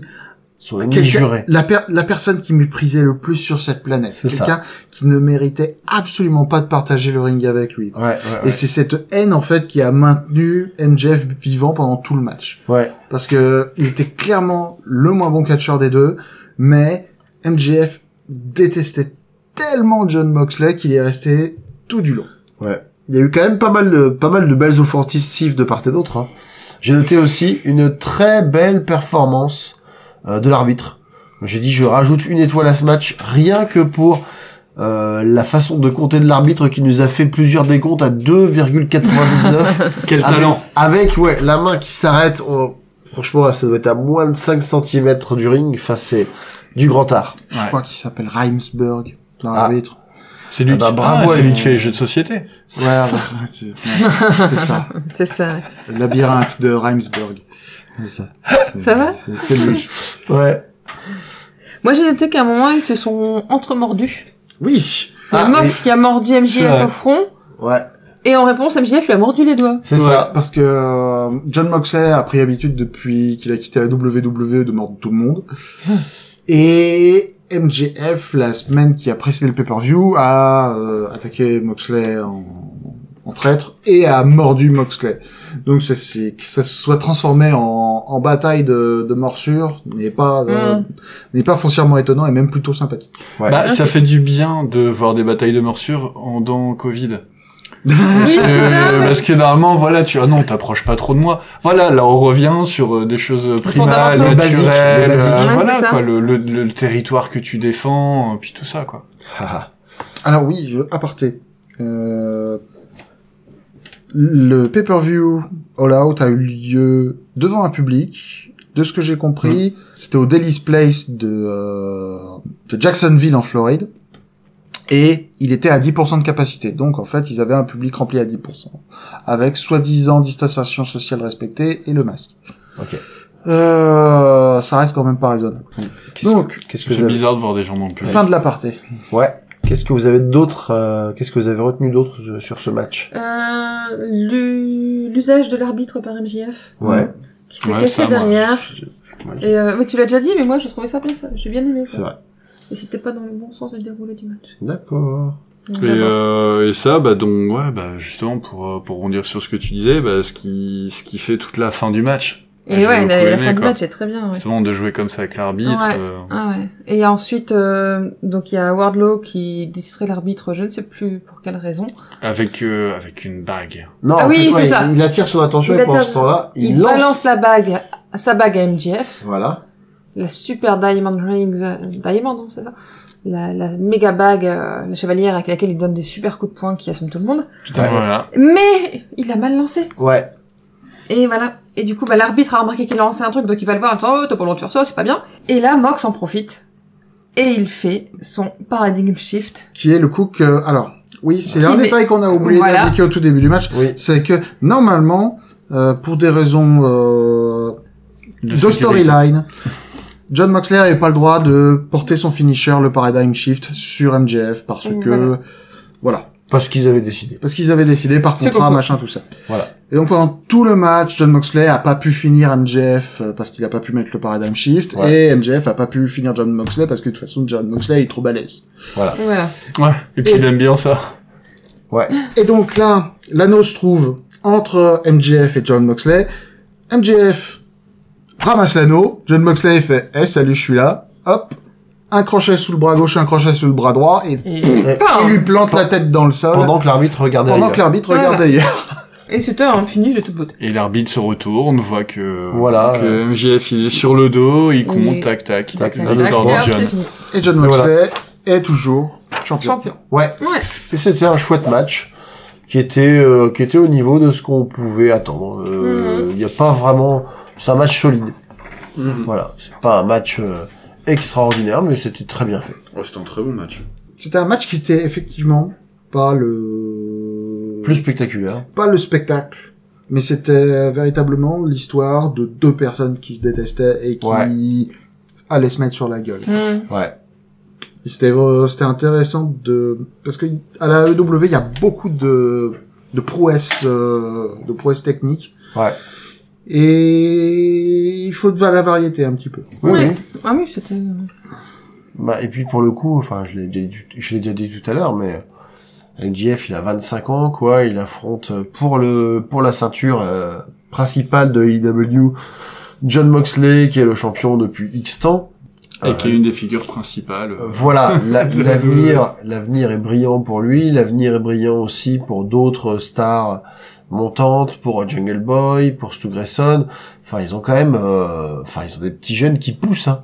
B: Son ennemi
A: quelqu'un-
B: juré.
A: la, per- la personne qui méprisait le plus sur cette planète.
B: C'est ça.
A: Quelqu'un qui ne méritait absolument pas de partager le ring avec lui.
B: Ouais, ouais,
A: Et
B: ouais.
A: c'est cette haine, en fait, qui a maintenu MJF vivant pendant tout le match
B: ouais.
A: parce que il était clairement le moins bon catcheur des deux, mais MJF détestait tellement John Moxley qu'il est resté tout du long.
B: Ouais. Il y a eu quand même pas mal de, pas mal de belles offensives de part et d'autre. hein. J'ai noté aussi une très belle performance euh, de l'arbitre. J'ai dit, je rajoute une étoile à ce match rien que pour euh, la façon de compter de l'arbitre qui nous a fait plusieurs décomptes à 2,99.
D: Quel
B: avec,
D: talent
B: avec, ouais, la main qui s'arrête. on- Franchement, ça doit être à moins de 5 cm du ring. Enfin, c'est du grand art.
A: Je
D: Ouais.
A: crois qu'il s'appelle Reimsburg dans
B: Ah.
A: l'arbitre.
D: C'est lui,
B: Ah bah,
D: qui...
B: bravo,
D: ah, c'est lui
B: elle-
D: qui fait les jeux de société.
B: Ouais, ouais.
A: C'est c'est ça.
C: C'est ça.
A: Le labyrinthe de Reimsburg. C'est ça. C'est-
C: Ça va
A: c'est- C'est lui.
B: Ouais.
C: Moi, j'ai noté qu'à un moment, ils se sont entremordus.
B: Oui.
C: Il y a
B: Ah,
C: Mox qui a mordu
D: C'est
C: MJF
D: vrai.
C: au front,
B: oui. Ouais.
C: et en réponse, MJF lui a mordu les doigts.
B: C'est
D: Ouais.
B: ça.
A: Parce que euh, John Moxley a pris habitude depuis qu'il a quitté la WWE de mordre tout le monde. Et MJF, la semaine qui a précédé le pay-per-view, a euh, attaqué Moxley en, en traître et a mordu Moxley. Donc ça, c'est que ça se soit transformé en, en bataille de, de morsures n'est pas euh, n'est pas foncièrement étonnant et même plutôt sympathique.
B: Ouais.
D: Bah, ça fait du bien de voir des batailles de morsures en dans Covid.
C: Oui,
D: Parce
C: c'est ça,
D: que-
C: mais-
D: Parce que normalement, voilà, tu ah non, t'approches pas trop de moi. Voilà, là, on revient sur euh, des choses primales,
C: fondamentaux.
B: Les basiques, les
D: naturelles,
B: basiques.
D: euh,
C: Ouais,
D: voilà,
C: c'est ça.
D: quoi, le, le, le territoire que tu défends, euh, puis tout ça, quoi.
A: Alors oui, je aparté. Euh, le pay-per-view All Out a eu lieu devant un public. De ce que j'ai compris, c'était au Daily's Place de, euh, de Jacksonville en Floride. Et il était à 10% de capacité. Donc en fait, ils avaient un public rempli à 10%. Avec soi-disant distanciation sociale respectée et le masque.
B: Ok.
A: Euh, ça reste quand même pas raisonnable.
B: Qu'est-ce
A: Donc,
B: que- qu'est-ce que
D: C'est
B: vous avez
D: bizarre de voir des gens dans le public.
A: Fin de l'aparté.
B: Ouais. Qu'est-ce que vous avez d'autre euh, Qu'est-ce que vous avez retenu d'autre euh, sur ce match
C: Euh, l'u- l'usage de l'arbitre par MJF,
B: Ouais.
C: qui s'est
D: Ouais,
C: caché
D: ça, moi,
C: derrière.
B: Je- je- moi, je-
C: Et euh, mais tu l'as déjà dit, mais moi, j'ai trouvé ça bien, ça. J'ai bien aimé
B: C'est
C: ça.
B: vrai.
C: Et c'était pas dans le bon sens de déroulé du match.
B: D'accord.
C: Donc,
D: Et,
C: vraiment.
D: euh, et ça, bah donc ouais, bah justement pour euh, pour rebondir sur ce que tu disais, bah ce qui ce qui fait toute la fin du match.
C: Et
D: J'ai
C: ouais,
D: beaucoup
C: la, la
D: aimé,
C: fin du
D: quoi.
C: match est très bien. ouais.
D: Justement de jouer comme ça avec l'arbitre.
C: Ouais.
D: euh,
C: Ah ouais. Et ensuite, euh, donc il y a Wardlow qui distrait l'arbitre, je ne sais plus pour quelle raison.
D: Avec euh, avec une bague.
B: Non,
C: Ah
B: en
C: oui,
B: fait,
C: c'est
B: ouais,
C: ça.
B: Il, il attire son attention
C: Il
B: et pendant
C: attire-
B: ce temps-là, il,
C: Il,
B: lance.
C: balance la bague, sa bague à MJF,
B: Voilà.
C: la super Diamond Rings, euh, Diamond, hein, c'est ça la, la méga bague, euh, la chevalière avec laquelle il donne des super coups de poing qui assomment tout le monde.
B: Tout à fait.
D: Voilà.
C: Mais il a mal lancé.
B: Ouais.
C: Et voilà. Et du coup, bah, l'arbitre a remarqué qu'il a lancé un truc, donc il va le voir, attends, oh, t'as pas le droit de faire ça, c'est pas bien. Et là, Mox en profite. Et il fait son paradigm shift.
A: qui est le coup que... Alors, oui, c'est un
C: Qui-
A: détail qu'on a oublié
C: Voilà.
A: d'indiquer au tout début du match.
B: Oui.
A: C'est que, normalement, euh, pour des raisons euh,
D: De
A: de
D: sécurité.
A: storyline, John Moxley n'avait pas le droit de porter son finisher, le Paradigm Shift, sur MJF, parce que...
C: Mmh, Voilà.
A: Voilà.
B: Parce qu'ils avaient décidé.
A: Parce qu'ils avaient décidé par
C: C'est
A: contrat,
C: beaucoup.
A: machin, tout ça.
B: Voilà.
A: Et donc pendant tout le match, John Moxley a pas pu finir MJF euh, parce qu'il a pas pu mettre le Paradigm Shift
B: Ouais.
A: et MJF a pas pu finir John Moxley parce que de toute façon John Moxley est trop balèze.
C: Voilà.
D: Ouais, et puis il aime bien ça.
B: Ouais.
A: Et donc là, l'anneau se trouve entre MJF et John Moxley. MJF ramasse l'anneau, John Moxley fait "Eh salut, je suis là." Hop. Un crochet sous le bras gauche, un crochet sous le bras droit et
C: Et, hein.
A: il
C: Bam
A: lui plante la tête dans le sol
B: Pendant que l'arbitre regardait
A: pendant
B: ailleurs.
A: que l'arbitre
C: Voilà.
A: regarde ailleurs.
C: et c'était un fini, j'ai tout beauté.
D: Et l'arbitre se retourne, voit que,
B: Voilà,
D: que
B: euh.
D: MJF il est sur le dos, il compte,
C: Il est-
D: tac tac,
C: Tac, tac, tac,
D: victoire de
C: et hop,
D: John.
C: c'est fini.
A: Et John
B: Et
A: Moxley
B: voilà.
A: est toujours champion.
C: Champion.
B: Ouais.
C: Ouais.
B: Et c'était un chouette match qui était euh, qui était au niveau de ce qu'on pouvait attendre. Euh, Il
C: Mhm.
B: n'y a pas vraiment. C'est un match solide. Voilà. C'est pas un match euh, extraordinaire, mais c'était très bien fait.
D: Oh, c'était un très bon match.
A: C'était un match qui était effectivement pas le
B: Plus spectaculaire.
A: pas le spectacle, mais c'était euh, véritablement l'histoire de deux personnes qui se détestaient et qui
B: Ouais.
A: allaient se mettre sur la gueule.
C: Mmh.
B: Ouais.
A: Et C'était euh, c'était intéressant de parce que à la EW il y a beaucoup de de prouesses euh, de prouesses techniques
B: Ouais.
A: et il faut de la variété un petit peu.
B: Oui,
C: Ouais.
B: oui.
C: Ah oui, c'était...
B: Bah, et puis pour le coup, enfin, je l'ai déjà, dit- je l'ai déjà dit tout à l'heure, mais MJF, il a 25 ans, quoi. Il affronte euh, pour le pour la ceinture euh, principale de IW John Moxley, qui est le champion depuis X temps.
D: Et qui est une des figures principales.
B: Euh, Voilà, la- l'avenir, l'avenir est brillant pour lui. L'avenir est brillant aussi pour d'autres stars montantes, pour Jungle Boy, pour Stu Grayson. Enfin, ils ont quand même, euh, enfin, ils ont des petits jeunes qui poussent. hein.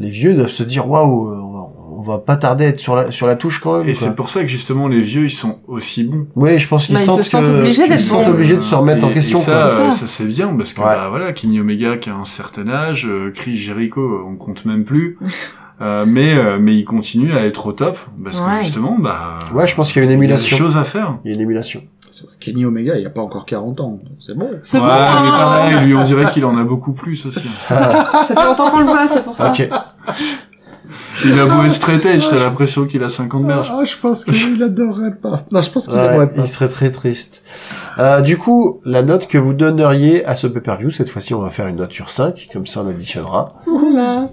B: Les vieux doivent se dire, waouh, euh, on va- on va pas tarder à être sur la sur la touche quand même.
D: et
B: quoi.
D: c'est pour ça que justement les vieux ils sont aussi bons.
B: Oui, je pense qu'ils
C: Bah, ils
B: sentent,
C: se sentent
B: que-
C: obligés
B: qu'ils
C: d'être
B: se sentent
C: bons.
B: obligés de se remettre
D: Et-
B: en question.
D: Et ça,
B: quoi.
C: quoi.
D: euh,
C: C'est ça.
D: ça c'est bien parce que
B: Ouais.
D: bah, voilà, Kenny Omega qui a un certain âge, euh, Chris Jericho, on compte même plus. Euh, mais euh, mais il continue à être au top parce
C: Ouais.
D: que justement bah
B: Ouais, je pense qu'il y a une
D: il y a des
B: émulation.
D: choses à faire.
B: Il y a une émulation.
A: C'est vrai, Kenny Omega il y a pas encore 40 ans, c'est bon.
C: C'est
D: ouais,
C: bon,
D: mais
C: hein.
D: pareil, lui on dirait qu'il en a beaucoup plus aussi.
C: ça fait longtemps qu'on le voit, c'est pour ça.
B: Ok.
D: Il a beau être straight edge, t'as l'impression qu'il a 50 merges.
A: Ah, je pense qu'il adorerait pas. Non, je pense qu'il
B: Ouais,
A: adorerait pas.
B: il serait très triste. Euh, du coup, la note que vous donneriez à ce pay-per-view, cette fois-ci, on va faire une note sur 5, comme ça on additionnera.
C: Voilà.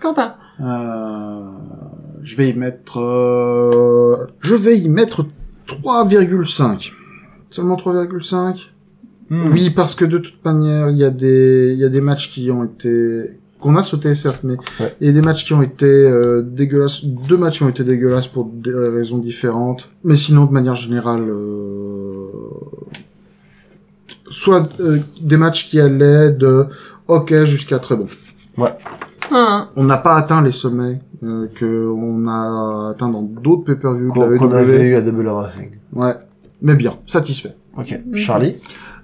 C: Quentin.
A: Euh, je vais y mettre euh, je vais y mettre 3,5. Seulement 3,5.
D: Hmm.
A: Oui, parce que de toute manière, il y a des il y a des matchs qui ont été qu'on a sauté certes, mais
B: Ouais.
A: il y a des matchs qui ont été euh, dégueulasses, deux matchs qui ont été dégueulasses pour des raisons différentes, mais sinon de manière générale euh, soit euh, des matchs qui allaient de OK jusqu'à très bon
D: Euh,
C: Hein.
A: on n'a pas atteint les sommets euh, que on a atteint dans d'autres pay-per-view de la
B: Qu'on qu'on avait
A: WWE.
B: eu à Double or Nothing.
A: Ouais. Mais bien, satisfait.
B: Ok. Charlie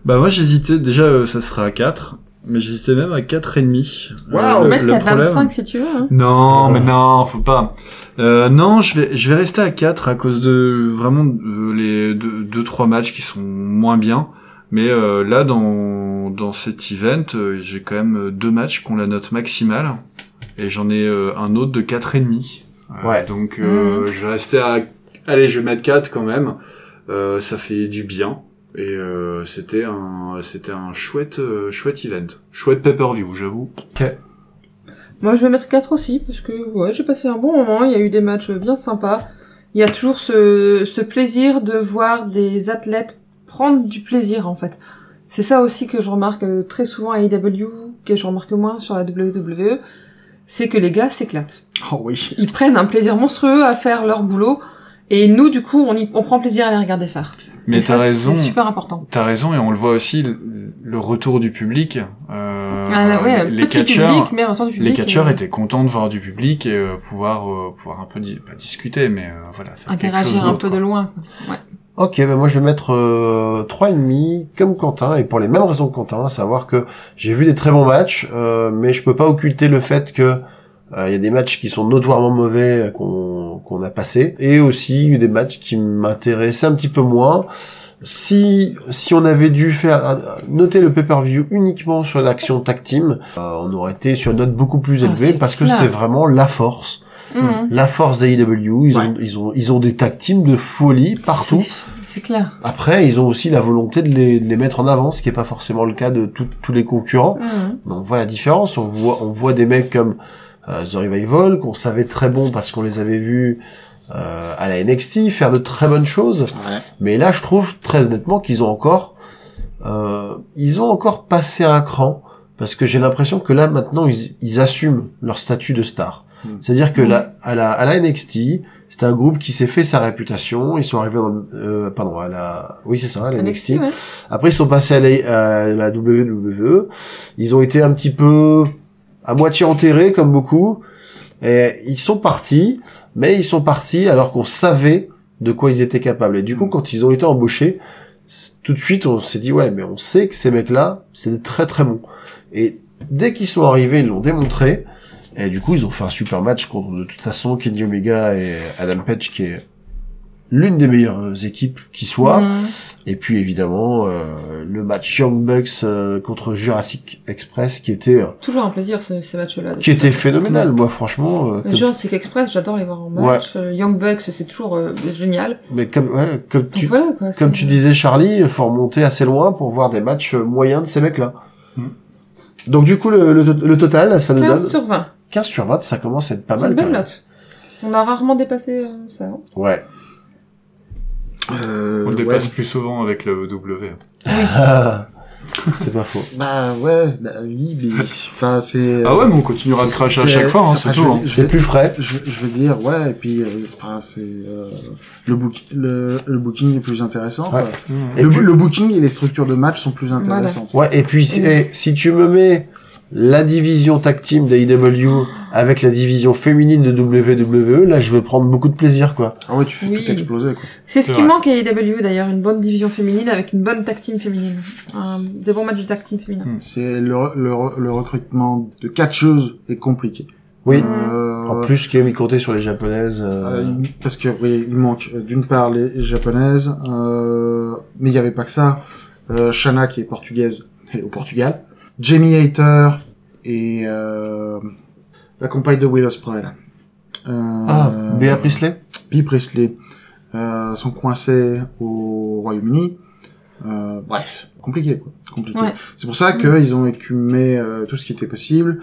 D: Bah moi j'hésitais, déjà euh, ça serait à 4, mais j'hésitais même à 4,5.
C: On peut mettre 4,25 si tu veux. hein.
D: Non, mais non, faut pas. Euh, non, je vais, je vais rester à 4 à cause de vraiment euh, les deux, deux, trois matchs qui sont moins bien. Mais euh, là, dans, dans cet event, euh, j'ai quand même euh, deux matchs qui ont la note maximale. Et j'en ai euh, un autre de 4,5. Euh,
B: Ouais.
D: Donc euh, je vais rester à... Allez, je vais mettre 4 quand même. Euh, ça fait du bien. Et euh, c'était un, c'était un chouette, euh, chouette event. Chouette pay-per-view, j'avoue.
C: Moi, je vais mettre 4 aussi, parce que ouais, j'ai passé un bon moment. Il y a eu des matchs bien sympas. Il y a toujours ce, ce plaisir de voir des athlètes prendre du plaisir, en fait. C'est ça aussi que je remarque euh, très souvent à IW, que je remarque moins sur la WWE, c'est que les gars s'éclatent.
A: Oh oui.
C: Ils prennent un plaisir monstrueux à faire leur boulot, et nous, du coup, on, y, on prend plaisir à les regarder faire. Et
D: Mais
C: ça,
D: t'as raison.
C: C'est super important.
D: T'as raison et on le voit aussi le le retour du public. Euh,
C: Ah, là, ouais,
D: les
C: petit
D: catcheurs,
C: public, mais en même temps du public.
D: les catcheurs
C: euh,
D: étaient contents de voir du public et euh, pouvoir euh, pouvoir un peu di- pas discuter mais euh, voilà faire quelque
C: interagir
D: chose
C: un peu
D: d'autre,
C: de loin.
B: Ok, ben moi je vais mettre euh, 3,5 comme Quentin, et pour les mêmes raisons que Quentin, à savoir que j'ai vu des très bons matchs, euh, mais je peux pas occulter le fait que euh, il y a des matchs qui sont notoirement mauvais euh, qu'on qu'on a passé, et aussi des matchs qui m'intéressaient un petit peu moins. Si si on avait dû faire euh, noter le pay-per-view uniquement sur l'action tag team, euh, on aurait été sur une note beaucoup plus
C: Ah,
B: élevée
C: c'est
B: parce que
C: clair.
B: c'est vraiment la force.
C: Mhm.
B: la force des IW.
A: Ouais.
B: Ils, ont, ils, ont, ils ont des tag teams de folie partout.
C: C'est- C'est clair.
B: Après, ils ont aussi la volonté de les, de les mettre en avant, ce qui n'est pas forcément le cas de tout- tous les concurrents.
C: Mhm.
B: Mais On voit la différence. On voit, on voit des mecs comme euh, The Revival, qu'on savait très bon parce qu'on les avait vus euh, à la NXT faire de très bonnes choses.
A: Ouais.
B: Mais là, je trouve très honnêtement qu'ils ont encore, euh, ils ont encore passé un cran parce que j'ai l'impression que là maintenant ils, ils assument leur statut de star.
A: Mm.
B: C'est-à-dire que là, à la, à la NXT, c'était un groupe qui s'est fait sa réputation. Ils sont arrivés dans, le- euh, pardon, à la, oui c'est ça, à la NXT.
C: NXT, ouais.
B: Après, ils sont passés à la, à la WWE. Ils ont été un petit peu à moitié enterrés, comme beaucoup. Et ils sont partis, mais ils sont partis alors qu'on savait de quoi ils étaient capables. Et du coup, quand ils ont été embauchés, c- tout de suite, on s'est dit, ouais, mais on sait que ces mecs-là, c'est des très très bons. Et dès qu'ils sont arrivés, ils l'ont démontré. Et du coup, ils ont fait un super match contre, de toute façon, Kenny Omega et Adam Page, qui est l'une des meilleures équipes qui soit.
C: Mhm.
B: Et puis évidemment euh, le match Young Bucks euh, contre Jurassic Express qui était euh,
C: Toujours un plaisir ce- ces matchs-là.
B: qui était phénoménal. Moi franchement, euh,
C: Le
B: comme-
C: Jurassic Express, j'adore les voir en match. Euh, Young Bucks, c'est toujours euh, génial.
B: mais comme ouais, comme
C: Donc
B: tu
C: voilà quoi.
B: comme
C: c'est-
B: tu disais Charlie, euh, faut remonter assez loin pour voir des matchs euh, moyens de ces mecs là.
D: Mm.
B: Donc du coup le, le, to- le total ça nous
C: 15
B: donne
C: sur 20.
B: 15 sur 20, ça commence à être pas
C: C'est
B: mal.
C: une belle
B: quand même.
C: note. On a rarement dépassé euh, ça. hein.
B: Ouais.
A: Euh,
D: On le
A: ouais. Euh,
D: dépasse plus souvent avec la EW.
B: C'est pas faux.
A: Bah ouais, bah oui, mais enfin c'est. euh,
D: Ah ouais, mais on continuera de cracher à chaque fois, hein,
A: ça-
D: c'est tout.
A: je-
D: hein.
A: je-
B: C'est plus frais.
A: je, je veux dire, ouais, et puis, euh, enfin, c'est euh, le, book, le, le booking est plus intéressant. quoi.
B: Ouais.
A: Le,
B: Et puis-
A: le booking et les structures de match sont plus
C: Voilà.
A: intéressantes.
B: Ouais, et puis si, eh, si tu me mets la division tag team d'AEW avec la division féminine de WWE, là je vais prendre beaucoup de plaisir quoi.
A: Ah ouais, tu fais
C: Oui.
A: tout exploser, quoi.
C: C'est ce
D: C'est
C: qui
D: vrai.
C: manque à AEW d'ailleurs, une bonne division féminine avec une bonne tag team féminine. Un- des bons matchs de tag team féminin.
A: C'est le, le, le recrutement de catcheuses est compliqué.
B: Oui.
A: Euh,
B: En plus, Kémy comptait sur les japonaises. euh,
A: euh, il- parce que oui, il manque euh, d'une part les japonaises, euh, mais il n'y avait pas que ça. Euh, Shana qui est portugaise, elle est au Portugal. Jamie Hater et euh, la compagne de Will Ospreay. là. Euh,
B: Ah, Béa Priestley
A: Puis Presley euh, sont coincés au Royaume-Uni. Euh, bref, compliqué quoi. Compliqué.
C: Ouais.
A: C'est pour ça qu'ils ont écumé euh, tout ce qui était possible.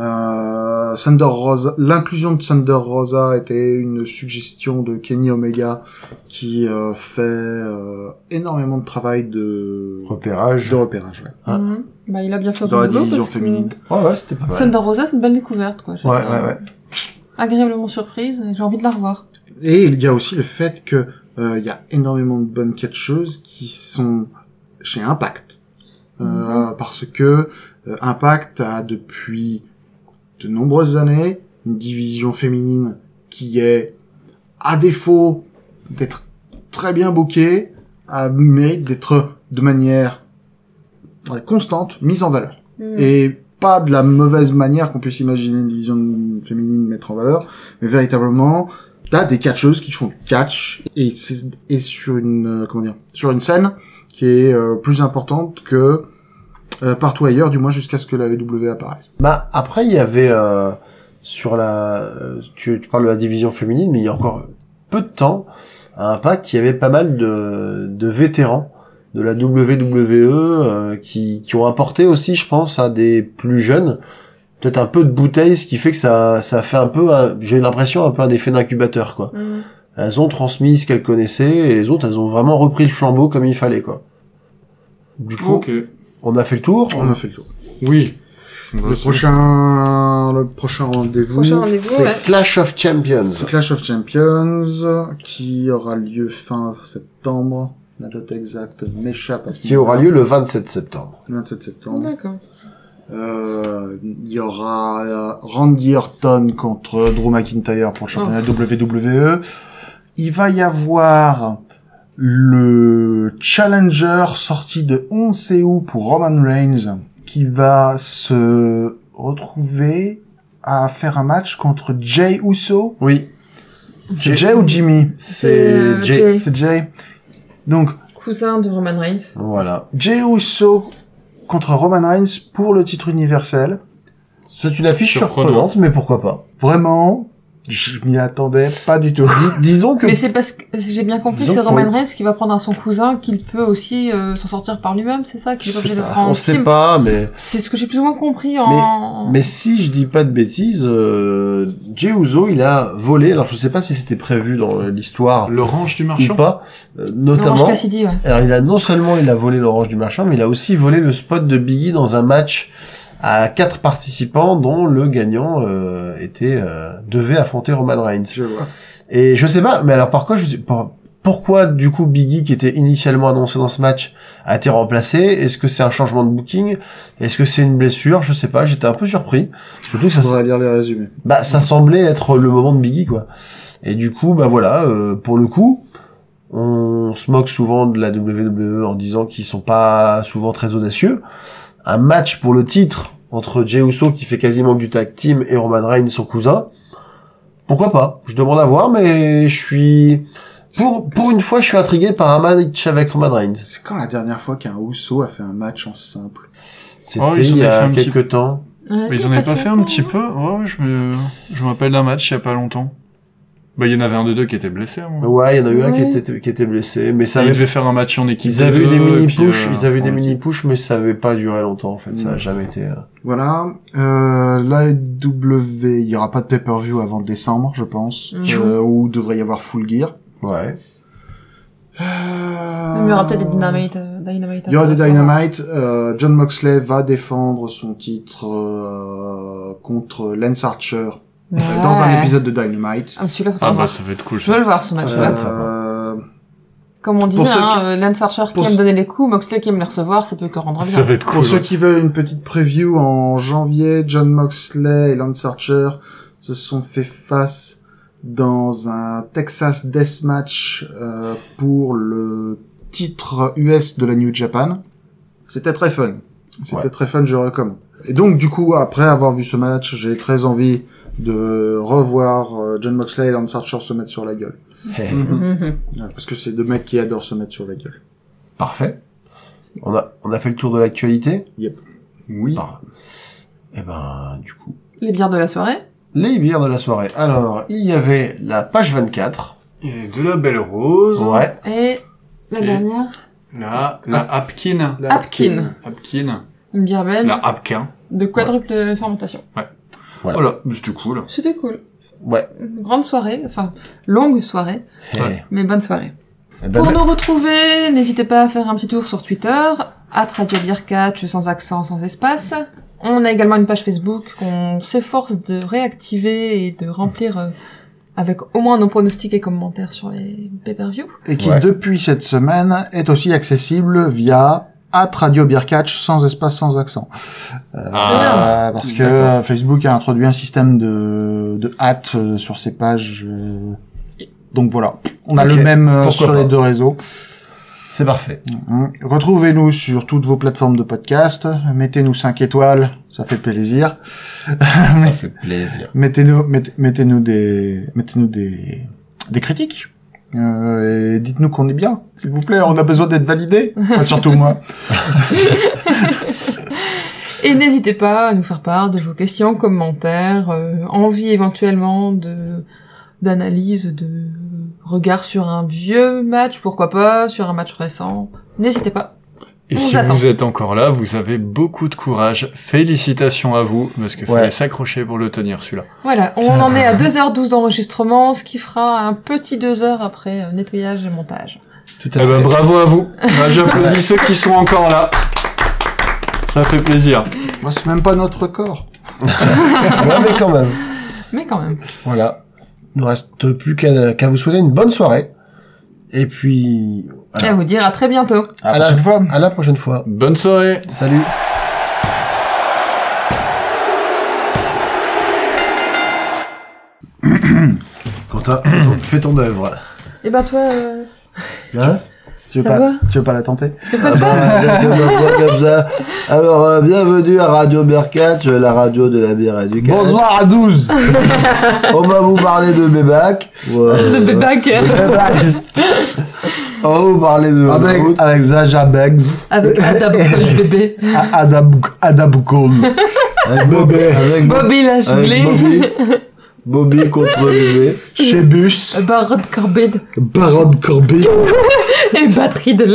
A: Euh, Thunder Rosa, l'inclusion de Thunder Rosa était une suggestion de Kenny Omega qui euh, fait euh, énormément de travail de
B: Repérage.
A: de repérage. ouais.
B: Ah.
C: Mhm. Bah, il a bien fait
A: Dans
C: le
A: la
C: boulot
A: division
C: parce que
A: féminine.
B: Ouais, ouais, c'était pas mal.
C: Thunder Rosa, c'est une belle découverte quoi. J'étais,
B: Ouais, ouais, ouais.
C: Agréablement surprise, et j'ai envie de la revoir.
A: Et il y a aussi le fait que euh, il y a énormément de bonnes catcheuses qui sont chez Impact. Euh, Parce que euh, Impact a depuis de nombreuses années une division féminine qui est, à défaut d'être très bien bookée, a le mérite d'être de manière euh, constante mise en valeur
C: Mhm.
A: et pas de la mauvaise manière qu'on puisse imaginer une division féminine mettre en valeur, mais véritablement, t'as des catcheuses qui font du catch et, c'est- et sur une euh, comment dire, sur une scène qui est euh, plus importante que euh, partout ailleurs, du moins jusqu'à ce que la EW apparaisse.
B: Bah, après, il y avait, euh, sur la, euh, tu, tu parles de la division féminine, mais il y a encore peu de temps, à Impact, il y avait pas mal de, de vétérans de la WWE euh, qui, qui ont apporté aussi, je pense, à des plus jeunes, peut-être un peu de bouteille, ce qui fait que ça, ça fait un peu, un- j'ai l'impression, un peu un effet d'incubateur, quoi.
C: Mhm.
B: Elles ont transmis ce qu'elles connaissaient, et les autres, elles ont vraiment repris le flambeau comme il fallait, quoi. Du coup,
D: Ok.
B: on a fait le tour.
A: On a fait le tour.
D: Oui. Bah,
A: Le prochain, le prochain rendez-vous,
C: Prochain rendez-vous,
B: C'est
C: ouais.
B: Clash of Champions.
A: c'est Clash of Champions qui aura lieu fin septembre. La date exacte m'échappe à ce
B: qui aura
A: moment-là.
B: lieu le 27 septembre.
A: le 27 septembre.
C: Oh, D'accord.
A: Euh, il y aura euh, Randy Orton contre Drew McIntyre pour le championnat WWE. Il va y avoir le challenger sorti de on sait où pour Roman Reigns qui va se retrouver à faire un match contre Jay Uso.
B: Oui,
A: C'est Jay ou Jimmy
C: C'est
B: Jay.
C: Jay,
A: C'est Jay. Donc
C: cousin de Roman Reigns.
B: Voilà.
A: Jay Uso contre Roman Reigns pour le titre universel.
B: C'est une affiche
D: Surprenant.
B: surprenante, mais pourquoi pas.
A: Vraiment,
E: Je m'y attendais pas du tout.
B: Dis- disons que
C: Mais c'est parce que si j'ai bien compris,
B: Disons
C: c'est
B: que
C: Roman
B: pour-
C: Reigns qui va prendre à son cousin qu'il peut aussi euh, s'en sortir par lui-même, c'est ça Qu'il est
B: Je
C: pas
B: sais
C: obligé
B: pas.
C: d'être
B: on
C: en
B: sait
C: team.
B: pas, mais
C: C'est ce que j'ai plus ou moins compris en.
B: mais si je dis pas de bêtises, euh, Jey Uso, il a volé. Alors je sais pas si c'était prévu dans l'histoire
D: L'orange du
B: ou
D: marchand.
C: Bah,
B: pas, euh,
C: Orange
B: notamment.
C: Cassidy, ouais.
B: Alors il a non seulement il a volé l'orange du marchand, mais il a aussi volé le spot de Biggie dans un match à quatre participants dont le gagnant euh, était euh, devait affronter Roman Reigns.
A: Je vois.
B: Et je sais pas, mais alors par quoi je sais- pour- pourquoi du coup Biggie qui était initialement annoncé dans ce match a été remplacé Est-ce que c'est un changement de booking Est-ce que c'est une blessure Je sais pas, j'étais un peu surpris. Surtout que ça,
A: Faudra lire les résumés.
B: bah, ça semblait être le moment de Biggie quoi. Et du coup, bah voilà, euh, pour le coup, on se moque souvent de la WWE en disant qu'ils sont pas souvent très audacieux. Un match pour le titre entre Jey Uso qui fait quasiment du tag team et Roman Reigns son cousin. Pourquoi pas Je demande à voir, mais je suis pour pour une fois, je suis intrigué par un match avec Roman Reigns.
A: C'est quand la dernière fois qu'un Ousso a fait un match en simple
B: C'était
D: Oh, ils ont
B: il y
D: fait
B: a
D: un petit-
B: quelques temps.
D: Mais ils en avaient pas fait un
C: hein.
D: petit peu Ouais, je me, je me rappelle d'un match il y a pas longtemps. Bah, il y en avait un de deux qui était blessé, moi.
B: Ouais, il y en a eu un qui
C: Ouais.
B: était qui était blessé, mais ça
D: ils
B: avait
D: devaient faire un match en équipe.
B: Ils
D: de
B: avaient eu
D: deux,
B: des
D: et
B: mini
D: puis,
B: push,
D: euh,
B: ils avaient eu des
D: en
B: mini
D: équipe.
B: push, mais ça avait pas duré longtemps en fait. Ça a
A: Mm.
B: jamais été. euh,
A: Voilà. Euh, L'AEW, il y aura pas de pay-per-view avant décembre, je pense.
C: Mm.
A: Euh, ou devrait y avoir Full Gear.
B: Ouais.
C: Mais il y aura peut-être des Dynamite. euh, dynamite
A: Il y aura des
C: intéressants.
A: Dynamite. Euh, John Moxley va défendre son titre euh, contre Lance Archer euh,
C: Ouais.
A: dans un épisode de Dynamite.
C: Ah, mais celui-là, faudra
D: Ah bah,
C: voir.
D: ça va être cool,
C: Je
D: ça.
C: veux le voir, son
A: Ah,
C: match.
B: Ça, ça va être sympa.
A: Euh,
C: Comme on dit,
A: Pour ceux
C: hein,
A: qui-
C: euh, Lance Archer qui
A: pour
C: aime
A: ceux-
C: donner les coups, Moxley qui aime les recevoir, ça peut que rendre bien.
D: Ça va être cool.
A: Pour ceux
D: ouais.
A: qui veulent une petite preview, en janvier, John Moxley et Lance Archer se sont fait face dans un Texas Death Match euh, pour le titre US de la New Japan. C'était très fun. C'était
B: Ouais.
A: très fun, je recommande. Et donc, du coup, après avoir vu ce match, j'ai très envie de revoir euh, John Moxley et Lance Archer se mettre sur la gueule.
D: Eh.
C: Mhm.
A: Ouais, Parce que c'est deux mecs qui adorent se mettre sur la gueule.
B: Parfait. On a on a fait le tour de l'actualité.
D: Oui.
B: Par- Eh ben du coup,
C: Les bières de la soirée.
B: les bières de la soirée. Alors il y avait la page 24.
D: Et de la belle rose.
B: Ouais.
C: Et la
D: Et-
C: dernière,
D: La, la Hapkin.
C: Hapkin.
D: Hapkin.
C: Une bière belge
D: La Hapkin.
C: de quadruple fermentation.
B: Voilà.
D: Voilà. mais C'était cool.
C: C'était cool.
B: Ouais.
C: Une grande soirée, enfin, longue soirée,
D: Ouais.
C: mais bonne soirée.
B: Eh ben,
C: Pour
B: mais-
C: nous retrouver, n'hésitez pas à faire un petit tour sur Twitter, à Radio Beer Catch, sans accent, sans espace. On a également une page Facebook qu'on s'efforce de réactiver et de remplir euh, avec au moins nos pronostics et commentaires sur les pay-per-views.
E: Et qui,
B: Ouais.
E: depuis cette semaine, est aussi accessible via at Radio Beer Catch, sans espace, sans accent.
D: Ah.
E: Euh, parce que
B: D'accord.
E: euh, Facebook a introduit un système de, de hâte euh, sur ses pages. euh, Donc voilà, on a
B: Ok,
E: le même euh,
B: pourquoi
E: sur
B: pas.
E: les deux réseaux.
B: C'est parfait.
E: Mhm. Retrouvez-nous sur toutes vos plateformes de podcast. Mettez-nous 5 étoiles, ça fait plaisir.
D: Ah
B: ça fait plaisir.
E: Mettez-nous mettez, nous des mettez-nous des des critiques. Euh, et dites-nous qu'on est bien, s'il vous plaît. On a besoin d'être validé. Enfin, surtout moi.
C: Et n'hésitez pas à nous faire part de vos questions, commentaires, euh, envie éventuellement de d'analyse, de regard sur un vieux match, pourquoi pas, sur un match récent. N'hésitez pas.
D: Et
C: On
D: si
C: vous
D: vous êtes encore là, vous avez beaucoup de courage. Félicitations à vous, parce que
B: Ouais.
D: fallait s'accrocher pour le tenir, celui-là.
C: Voilà, on
B: Ah.
C: en est à 2h12 d'enregistrement, ce qui fera un petit 2 heures après euh, nettoyage et montage.
B: Tout à
D: Eh
B: fait.
D: ben, bravo à vous. Moi, J'applaudis ceux qui sont encore là. Ça fait plaisir.
E: Moi, c'est même pas notre corps.
B: Ouais, mais quand même.
C: Mais quand même.
B: Voilà. Il nous reste plus qu'à qu'à vous souhaiter une bonne soirée. Et puis
C: Et à vous dire à très bientôt.
E: À
B: à
E: la
B: la-
E: prochaine fois.
B: à la prochaine fois.
D: Bonne soirée.
B: Salut. Quentin, fais ton- fais ton œuvre.
C: Et ben toi, euh,
B: Hein
E: Tu veux
C: Ça
E: pas,
C: va
E: tu veux pas la tenter
C: je peux
B: Ah
C: pas.
B: bah, comme- comme- comme- comme ça. Alors, euh, bienvenue à Radio Bercatch, la radio de la bière et du catch.
E: Bonsoir à 12
B: On va vous parler de Bébac.
C: Le
B: Ouais.
C: Bedak, euh,
B: On va vous parler de
E: avec,
B: route.
E: avec Zaja Beggs,
C: avec Adam, le bébé.
E: à Adab, Adab Gold.
B: Avec Bobby. Avec
C: Bobby la
B: avec
C: gelée.
B: Bobby. Bobby contre Bébé.
A: Chez Bus,
C: Baron Corbett
A: Baron Corbin.
C: et Batterie de